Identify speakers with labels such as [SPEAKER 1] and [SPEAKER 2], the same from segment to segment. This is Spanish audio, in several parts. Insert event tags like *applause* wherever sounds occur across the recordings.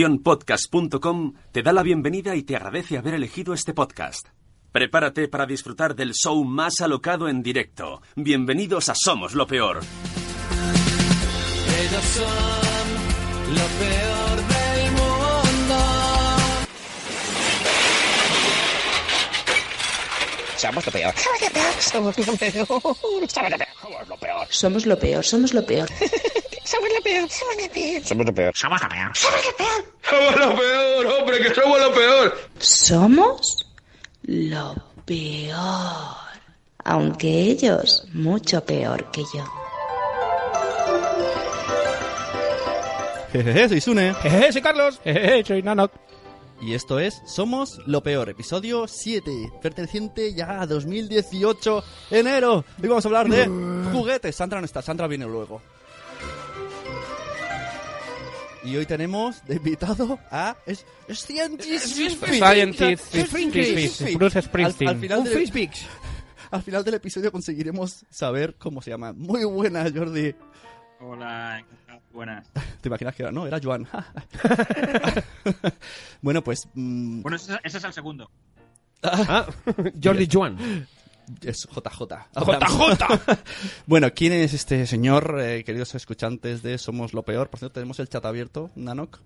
[SPEAKER 1] Naciónpodcast.com te da la bienvenida y te agradece haber elegido este podcast. Prepárate para disfrutar del show más alocado en directo. Bienvenidos a Somos lo Peor.
[SPEAKER 2] Ellos son lo peor del mundo.
[SPEAKER 3] Somos lo peor. Somos lo peor. Somos lo peor.
[SPEAKER 4] Somos
[SPEAKER 3] Somos lo peor.
[SPEAKER 4] lo peor, somos lo peor.
[SPEAKER 3] Somos lo peor. Somos lo peor. *laughs* Somos lo peor. Somos lo peor.
[SPEAKER 5] Somos lo peor, hombre, que somos lo peor.
[SPEAKER 4] Somos lo peor. Aunque ellos mucho peor que yo.
[SPEAKER 6] Jejeje, soy Sune.
[SPEAKER 7] Jeje, soy Carlos. Jeje, soy Nanok.
[SPEAKER 6] Y esto es Somos lo Peor, episodio 7, perteneciente ya a 2018, enero. Y vamos a hablar de juguetes. Sandra no está, Sandra viene luego. Y hoy tenemos de invitado a... Es, es científico.
[SPEAKER 7] Scientist,
[SPEAKER 6] Es científico.
[SPEAKER 7] Bruce
[SPEAKER 6] Al,
[SPEAKER 7] Springsteen.
[SPEAKER 6] al final del, *laughs* al final del episodio conseguiremos saber cómo se llama. Muy buena, Jordi.
[SPEAKER 8] Hola, buenas.
[SPEAKER 6] *laughs* ¿Te imaginas que era? No, era Joan. *laughs* bueno, pues... mm,
[SPEAKER 8] Bueno, ese, ese es el segundo.
[SPEAKER 6] Ah.
[SPEAKER 7] Ah, *laughs* Jordi Juan.
[SPEAKER 6] Es JJ.
[SPEAKER 7] JJ.
[SPEAKER 6] *laughs* bueno, ¿quién es este señor, eh, queridos escuchantes de Somos lo Peor? Por cierto, tenemos el chat abierto, Nanok.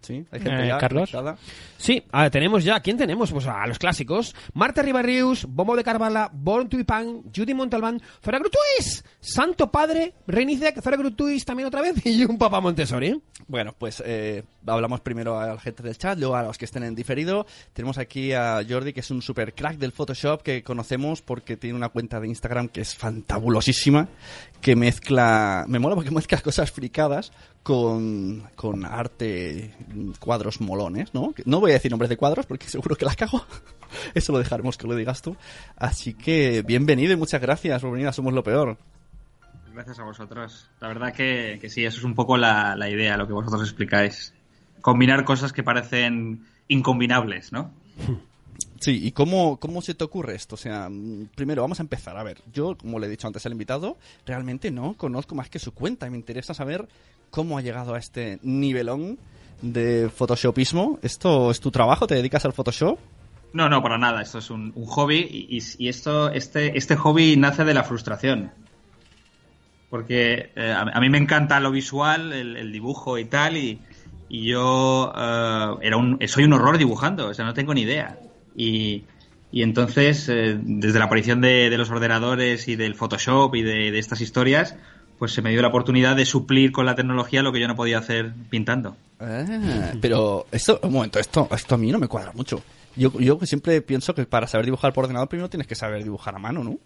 [SPEAKER 6] Sí, hay gente
[SPEAKER 7] Eh,
[SPEAKER 6] ya
[SPEAKER 7] Carlos.
[SPEAKER 6] conectada.
[SPEAKER 9] Sí, ah, tenemos ya. ¿Quién tenemos? Pues a los clásicos. Marta Ribarrius, Bombo de Carvala, Born to be Punk, Judy Montalbán, Zora Grutuis, Santo Padre, Reiniciac, Zora Grutuis también otra vez *laughs* y un Papa Montessori.
[SPEAKER 6] Bueno, pues eh, hablamos primero a la gente del chat, luego a los que estén en diferido. Tenemos aquí a Jordi, que es un super crack del Photoshop que conocemos porque tiene una cuenta de Instagram que es fantabulosísima, que mezcla, me mola porque *laughs* mezcla cosas fricadas con, con arte, mm, cuadros molones, ¿no? Que No voy a decir nombres de cuadros porque *laughs* seguro que las cago. Eso lo dejaremos que lo digas tú. Así que bienvenido y muchas gracias por venir a Somos lo Peor.
[SPEAKER 8] Gracias a vosotros. La verdad que, que sí, eso es un poco la, la idea, lo que vosotros explicáis. Combinar cosas que parecen incombinables, ¿no?
[SPEAKER 6] Sí, ¿y cómo, cómo se te ocurre esto? O sea, mm, primero vamos a empezar. A ver, yo, como le he dicho antes al invitado, realmente no conozco más que su cuenta y me interesa saber cómo ha llegado a este nivelón de photoshopismo. ¿Esto es tu trabajo? ¿Te dedicas al Photoshop?
[SPEAKER 8] No, no, para nada. Esto es un, un hobby y, y- y esto, este, este hobby nace de la frustración. Porque eh, a, a mí me encanta lo visual, el, el dibujo y tal, y, y yo eh, era un, soy un horror dibujando, o sea, no tengo ni idea. Y, y entonces, eh, desde la aparición de, de los ordenadores y del Photoshop y de, de estas historias, pues se me dio la oportunidad de suplir con la tecnología lo que yo no podía hacer pintando.
[SPEAKER 6] Ah, pero esto, un momento, esto, esto a mí no me cuadra mucho. Yo, yo siempre pienso que para saber dibujar por ordenador primero tienes que saber dibujar a mano, ¿no?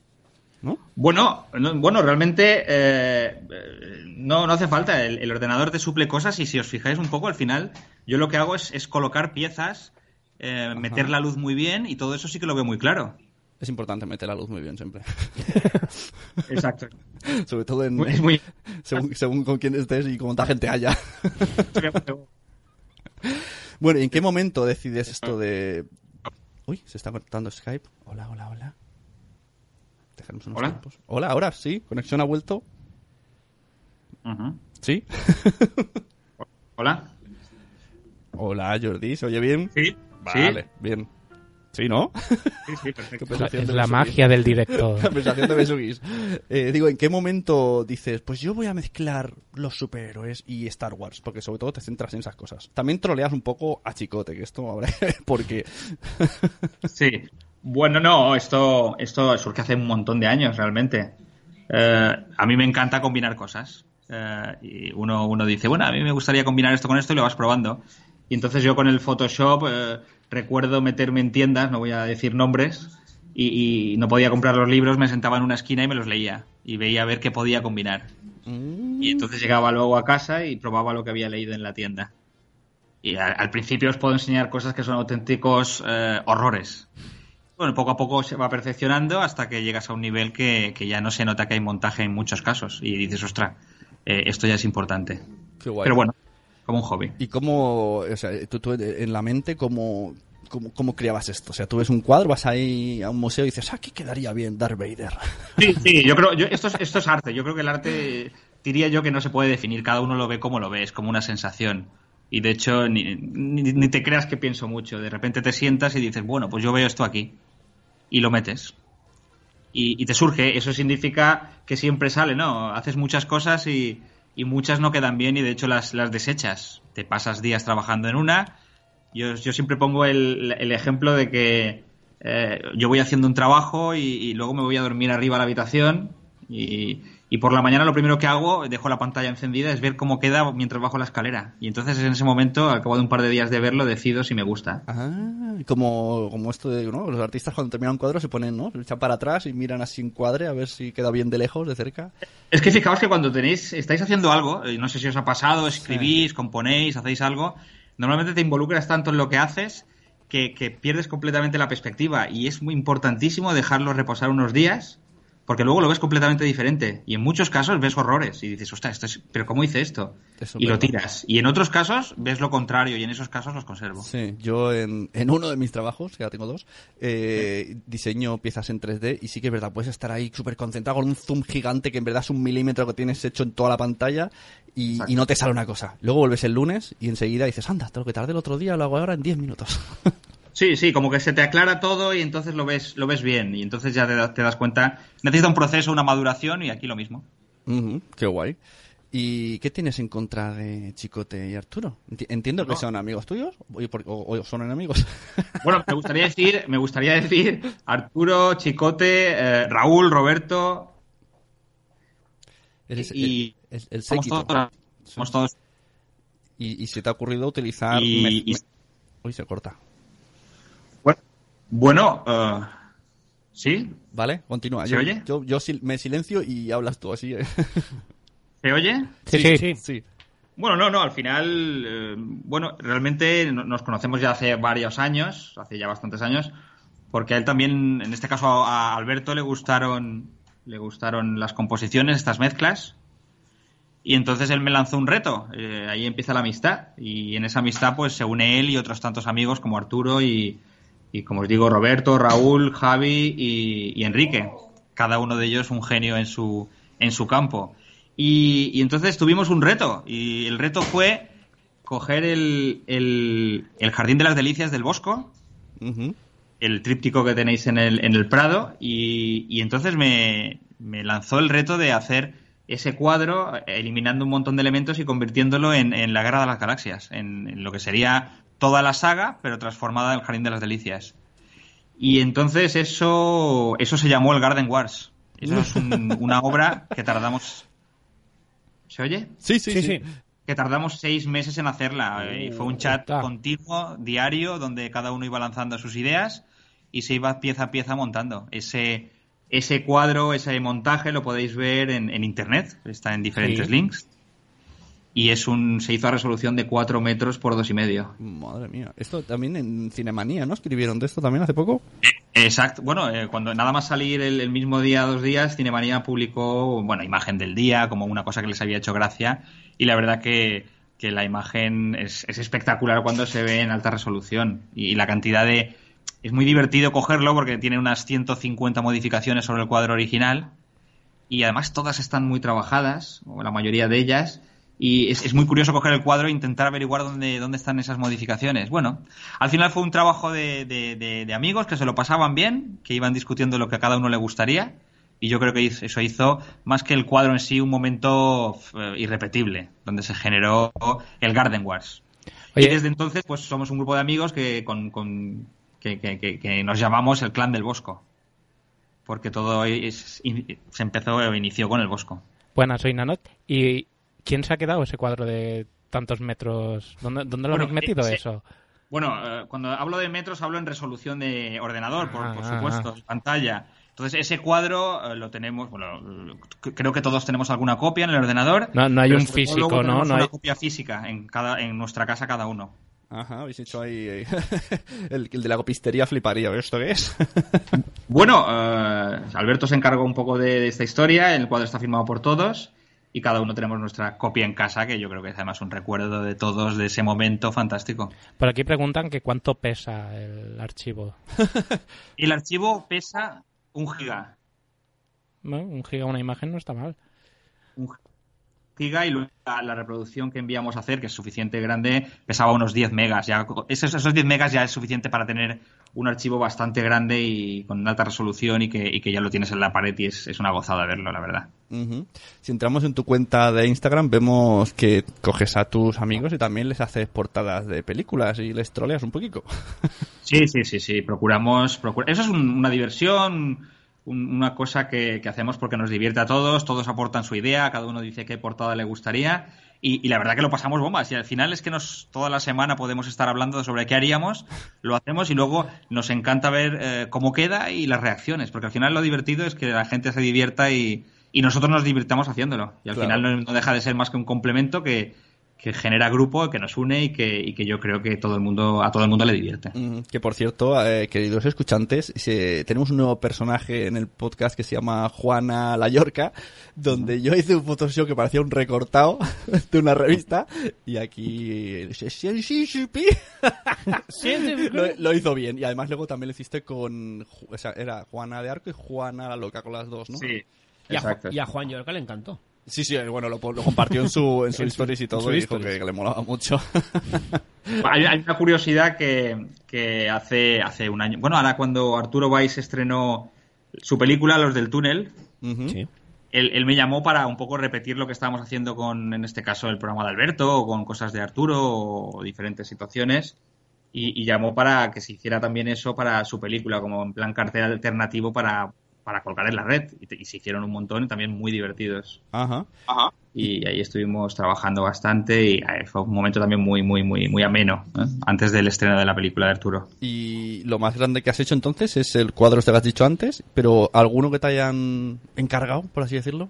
[SPEAKER 6] ¿No?
[SPEAKER 8] Bueno, no- bueno, realmente eh, eh, no, no hace falta. El, el ordenador te suple cosas y si os fijáis un poco al final, yo lo que hago es, es colocar piezas, eh, meter la luz muy bien y todo eso sí que lo veo muy claro.
[SPEAKER 6] Es importante meter la luz muy bien siempre. *laughs*
[SPEAKER 8] Exacto.
[SPEAKER 6] Sobre todo en,
[SPEAKER 8] Es muy-
[SPEAKER 6] *laughs* según, según con quién estés y cuánta gente haya.
[SPEAKER 8] *laughs*
[SPEAKER 6] Bueno, ¿y ¿en qué momento decides esto de...? Uy, se está conectando Skype. Hola, hola, hola. Dejaremos unos
[SPEAKER 8] Hola.
[SPEAKER 6] tiempos. Hola, ahora sí. ¿Conexión ha vuelto?
[SPEAKER 8] Ujú.
[SPEAKER 6] Sí.
[SPEAKER 8] *laughs* Hola.
[SPEAKER 6] hola, Jordi. ¿Se oye bien?
[SPEAKER 8] Sí.
[SPEAKER 6] Vale, bien. ¿Sí, no?
[SPEAKER 8] Sí, sí, perfecto.
[SPEAKER 6] Conversación
[SPEAKER 7] Es
[SPEAKER 6] de
[SPEAKER 7] la
[SPEAKER 6] Besugis.
[SPEAKER 7] magia
[SPEAKER 6] *laughs*
[SPEAKER 7] del director.
[SPEAKER 6] Conversación de Besugis. Eh, digo, ¿en qué momento dices, pues yo voy a mezclar los superhéroes y Star Wars? Porque sobre todo te centras en esas cosas. También troleas un poco a Chicote, que esto habrá... *laughs* porque...
[SPEAKER 8] Sí. Bueno, no, esto, esto surge hace un montón de años realmente. Eh, a mí me encanta combinar cosas. Eh, y uno, uno dice, bueno, a mí me gustaría combinar esto con esto y lo vas probando. Y entonces yo con el Photoshop eh, recuerdo meterme en tiendas, no voy a decir nombres, y, y no podía comprar los libros, me sentaba en una esquina y me los leía. Y veía a ver qué podía combinar.
[SPEAKER 6] Mm.
[SPEAKER 8] Y entonces llegaba luego a casa y probaba lo que había leído en la tienda. Y a- al, principio os puedo enseñar cosas que son auténticos eh, horrores. Bueno, poco a poco se va perfeccionando hasta que llegas a un nivel que, que ya no se nota que hay montaje en muchos casos. Y dices, ostras, eh, esto ya es importante.
[SPEAKER 6] Qué guay.
[SPEAKER 8] Pero bueno, como un hobby.
[SPEAKER 6] ¿Y cómo, o sea, tú, tú en la mente, cómo, cómo, cómo creabas esto? O sea, tú ves un cuadro, vas ahí a un museo y dices, "Ah, aquí quedaría bien Darth Vader.
[SPEAKER 8] Sí,
[SPEAKER 6] *laughs*
[SPEAKER 8] sí, yo creo, yo, esto, es, esto es arte. Yo creo que el arte, eh, diría yo que no se puede definir. Cada uno lo ve como lo ve, es como una sensación. Y de hecho, ni, ni- ni te creas que pienso mucho. De repente te sientas y dices, bueno, pues yo veo esto aquí. Y lo metes. Y, y te surge. Eso significa que siempre sale, ¿no? Haces muchas cosas y, y muchas no quedan bien y de hecho las, las desechas. Te pasas días trabajando en una. Yo, yo siempre pongo el, el ejemplo de que eh, yo voy haciendo un trabajo y, y luego me voy a dormir arriba a la habitación y, y por la mañana lo primero que hago, dejo la pantalla encendida, es ver cómo queda mientras bajo la escalera. Y entonces en ese momento, al cabo de un par de días de verlo, decido si me gusta.
[SPEAKER 6] Ah, como, como esto de, ¿no? Los artistas cuando terminan un cuadro se ponen, ¿no? Se echan para atrás y miran así un cuadre a ver si queda bien de lejos, de cerca.
[SPEAKER 8] Es que fijaos que cuando tenéis, estáis haciendo algo, eh, no sé si os ha pasado, escribís, componéis, hacéis algo, normalmente te involucras tanto en lo que haces que, que pierdes completamente la perspectiva y es muy importantísimo dejarlo reposar unos días porque luego lo ves completamente diferente y en muchos casos ves horrores y dices, ostras, esto es- pero ¿cómo hice esto?
[SPEAKER 6] Eso
[SPEAKER 8] y
[SPEAKER 6] es
[SPEAKER 8] lo
[SPEAKER 6] verdad.
[SPEAKER 8] tiras. Y en otros casos ves lo contrario y en esos casos los conservo.
[SPEAKER 6] Sí, yo en, en uno de mis trabajos, que ya tengo dos, eh, diseño piezas en 3D y sí que es verdad, puedes estar ahí súper concentrado con un zoom gigante que en verdad es un milímetro que tienes hecho en toda la pantalla y, y no te sale una cosa. Luego vuelves el lunes y enseguida dices, anda, lo que tardé el otro día lo hago ahora en 10 minutos. *laughs*
[SPEAKER 8] Sí, sí, como que se te aclara todo y entonces lo ves, lo ves bien y entonces ya te, da- te das cuenta. Necesita un proceso, una maduración y aquí lo mismo.
[SPEAKER 6] Ujú, qué guay. ¿Y qué tienes en contra de Chicote y Arturo? Enti- Entiendo que son amigos tuyos o, por- o- o son enemigos.
[SPEAKER 8] Bueno, me gustaría decir, me
[SPEAKER 6] *laughs*
[SPEAKER 8] gustaría decir Arturo, Chicote, eh, Raúl, Roberto
[SPEAKER 6] Eres
[SPEAKER 8] y
[SPEAKER 6] el, el
[SPEAKER 8] somos
[SPEAKER 6] séquito.
[SPEAKER 8] todos, somos todos
[SPEAKER 6] Y, y se te ha ocurrido utilizar...
[SPEAKER 8] Y-
[SPEAKER 6] me-
[SPEAKER 8] y-
[SPEAKER 6] me- Uy, se corta.
[SPEAKER 8] bueno, bueno eh, sí,
[SPEAKER 6] Vale, continúa.
[SPEAKER 8] ¿Se
[SPEAKER 6] yo,
[SPEAKER 8] oye?
[SPEAKER 6] Yo, yo sil- me silencio y hablas tú así. ¿eh?
[SPEAKER 8] ¿se oye?
[SPEAKER 7] *laughs* Sí, sí.
[SPEAKER 6] sí.
[SPEAKER 8] Bueno, no, no, al final, eh, bueno, realmente no- nos conocemos ya hace varios años, hace ya bastantes años, porque a él también, en este caso a a Alberto, le gustaron, le gustaron las composiciones, estas mezclas, y entonces él me lanzó un reto, eh, ahí empieza la amistad, y en esa amistad pues se une él y otros tantos amigos como Arturo y, y como os digo, Roberto, Raúl, Javi y, y Enrique. Cada uno de ellos un genio en su, en su campo. Y, y entonces tuvimos un reto. Y el reto fue coger el, el, el Jardín de las Delicias del Bosco,
[SPEAKER 6] Ujú.
[SPEAKER 8] el tríptico que tenéis en el, en el Prado, y, y entonces me, me lanzó el reto de hacer ese cuadro eliminando un montón de elementos y convirtiéndolo en, en la Guerra de las Galaxias, en, en lo que sería toda la saga, pero transformada en el Jardín de las Delicias. Y entonces eso, eso se llamó el Garden Wars. Eso es
[SPEAKER 7] *laughs*
[SPEAKER 8] un- una obra que tardamos... ¿Se oye?
[SPEAKER 6] Sí, sí, sí.
[SPEAKER 7] Sí, sí. Uh,
[SPEAKER 8] que tardamos seis meses en hacerla. eh, y fue un chat
[SPEAKER 7] está.
[SPEAKER 8] continuo, diario, donde cada uno iba lanzando sus ideas y se iba pieza a pieza montando. Ese, ese cuadro, ese montaje lo podéis ver en, en internet, está en diferentes
[SPEAKER 7] Sí.
[SPEAKER 8] links. Y es un, se hizo a resolución de 4 metros por dos y medio.
[SPEAKER 6] Madre mía. Esto también en Cinemanía, ¿no? Escribieron de esto también hace poco.
[SPEAKER 8] Exacto. Bueno, eh, cuando nada más salir el, el mismo día, dos días, Cinemanía publicó, bueno, imagen del día, como una cosa que les había hecho gracia. Y la verdad que, que la imagen es, es espectacular cuando se ve en alta resolución. Y, la cantidad de... Es muy divertido cogerlo porque tiene unas 150 modificaciones sobre el cuadro original. Y además todas están muy trabajadas, o la mayoría de ellas. Y es, es muy curioso coger el cuadro e intentar averiguar dónde, dónde están esas modificaciones. Bueno, al final fue un trabajo de, de- de- de amigos que se lo pasaban bien, que iban discutiendo lo que a cada uno le gustaría. Y yo creo que hizo- eso hizo, más que el cuadro en sí, un momento eh, irrepetible, donde se generó el Garden Wars. Y
[SPEAKER 7] Oye.
[SPEAKER 8] desde entonces, pues somos un grupo de amigos que, con- con- que- que- que- que nos llamamos el Clan del Bosco. Porque todo es- in- se empezó o inició con el Bosco.
[SPEAKER 7] Buenas, soy Nanot. ¿Y quién se ha quedado ese cuadro de tantos metros? ¿Dónde, dónde lo
[SPEAKER 8] Bueno,
[SPEAKER 7] habéis metido
[SPEAKER 8] eh, sí.
[SPEAKER 7] eso?
[SPEAKER 8] Bueno, eh, cuando hablo de metros hablo en resolución de ordenador, por,
[SPEAKER 7] Ah,
[SPEAKER 8] por
[SPEAKER 7] ah,
[SPEAKER 8] supuesto, de pantalla. Entonces ese cuadro eh, lo tenemos, bueno, eh, c- creo que todos tenemos alguna copia en el ordenador.
[SPEAKER 7] No- no hay
[SPEAKER 8] pero
[SPEAKER 7] un
[SPEAKER 8] sobre todo
[SPEAKER 7] físico,
[SPEAKER 8] luego
[SPEAKER 7] ¿no?
[SPEAKER 8] tenemos
[SPEAKER 7] No
[SPEAKER 8] una
[SPEAKER 7] hay-
[SPEAKER 8] copia física en cada, en nuestra casa cada uno.
[SPEAKER 6] Ajá, habéis hecho ahí... eh, *laughs* el, el de la copistería fliparía. ¿Esto qué es? *laughs*
[SPEAKER 8] Bueno, eh, Alberto se encargó un poco de, de esta historia, el cuadro está firmado por todos y cada uno tenemos nuestra copia en casa, que yo creo que es además un recuerdo de todos de ese momento fantástico.
[SPEAKER 7] Por aquí preguntan que cuánto pesa el archivo.
[SPEAKER 8] El archivo pesa un giga.
[SPEAKER 7] Bueno, un giga, una imagen no está mal.
[SPEAKER 8] Un- giga y luego la, la reproducción que enviamos a hacer, que es suficiente grande, pesaba unos 10 megas. Ya, co- esos, esos 10 megas ya es suficiente para tener un archivo bastante grande y con alta resolución y que, y que ya lo tienes en la pared y es, es una gozada verlo, la verdad.
[SPEAKER 6] Ujú. Si entramos en tu cuenta de Instagram, vemos que coges a tus amigos y también les haces portadas de películas y les troleas un poquito.
[SPEAKER 8] Sí, sí, sí, sí. Procuramos. procura- Eso es un- una diversión, un- una cosa que, que hacemos porque nos divierte a todos. Todos aportan su idea, cada uno dice qué portada le gustaría. Y, y la verdad que lo pasamos bombas. Y al final es que nos toda la semana podemos estar hablando sobre qué haríamos, lo hacemos y luego nos encanta ver eh, cómo queda y las reacciones. Porque al final lo divertido es que la gente se divierta y, y nosotros nos divirtamos haciéndolo. Y al
[SPEAKER 6] Claro.
[SPEAKER 8] final no, no deja de ser más que un complemento que, que genera grupo, que nos une y que, y que yo creo que todo el mundo, a todo el mundo le divierte.
[SPEAKER 6] Mm, Que por cierto, eh, queridos escuchantes, se- tenemos un nuevo personaje en el podcast que se llama Juana La Yorca, donde yo hice un Photoshop que parecía un recortado *laughs* de una revista y aquí
[SPEAKER 9] *laughs*
[SPEAKER 6] lo, lo hizo bien. Y además luego también lo hiciste con, Ju- o sea, era Juana de Arco y Juana la Loca con las dos, ¿no?
[SPEAKER 8] Sí,
[SPEAKER 9] Y a, Ju-
[SPEAKER 8] exacto.
[SPEAKER 9] y a Juan Yorca le encantó.
[SPEAKER 6] Sí, sí, Eh, bueno, lo, lo compartió en su,
[SPEAKER 9] *laughs*
[SPEAKER 6] en su stories y todo
[SPEAKER 9] su
[SPEAKER 6] y dijo
[SPEAKER 9] stories.
[SPEAKER 6] que, que le molaba mucho.
[SPEAKER 8] *laughs* Hay, hay una curiosidad que, que hace, hace un año. Bueno, ahora cuando Arturo Valls estrenó su película, Los del Túnel,
[SPEAKER 6] Ujú.
[SPEAKER 9] Sí.
[SPEAKER 8] él, él me llamó para un poco repetir lo que estábamos haciendo con, en este caso, el programa de Alberto, o con cosas de Arturo, o diferentes situaciones. Y, y llamó para que se hiciera también eso para su película, como en plan cartel alternativo para, para colgar en la red. Y, te- y se hicieron un montón y también muy divertidos.
[SPEAKER 6] Ajá.
[SPEAKER 8] y ahí estuvimos trabajando bastante y eh, fue un momento también muy muy muy muy ameno ¿eh? antes del estreno de la película de Arturo
[SPEAKER 6] Y lo más grande que has hecho entonces es el cuadro este que has dicho antes, pero alguno que te hayan encargado, por así decirlo.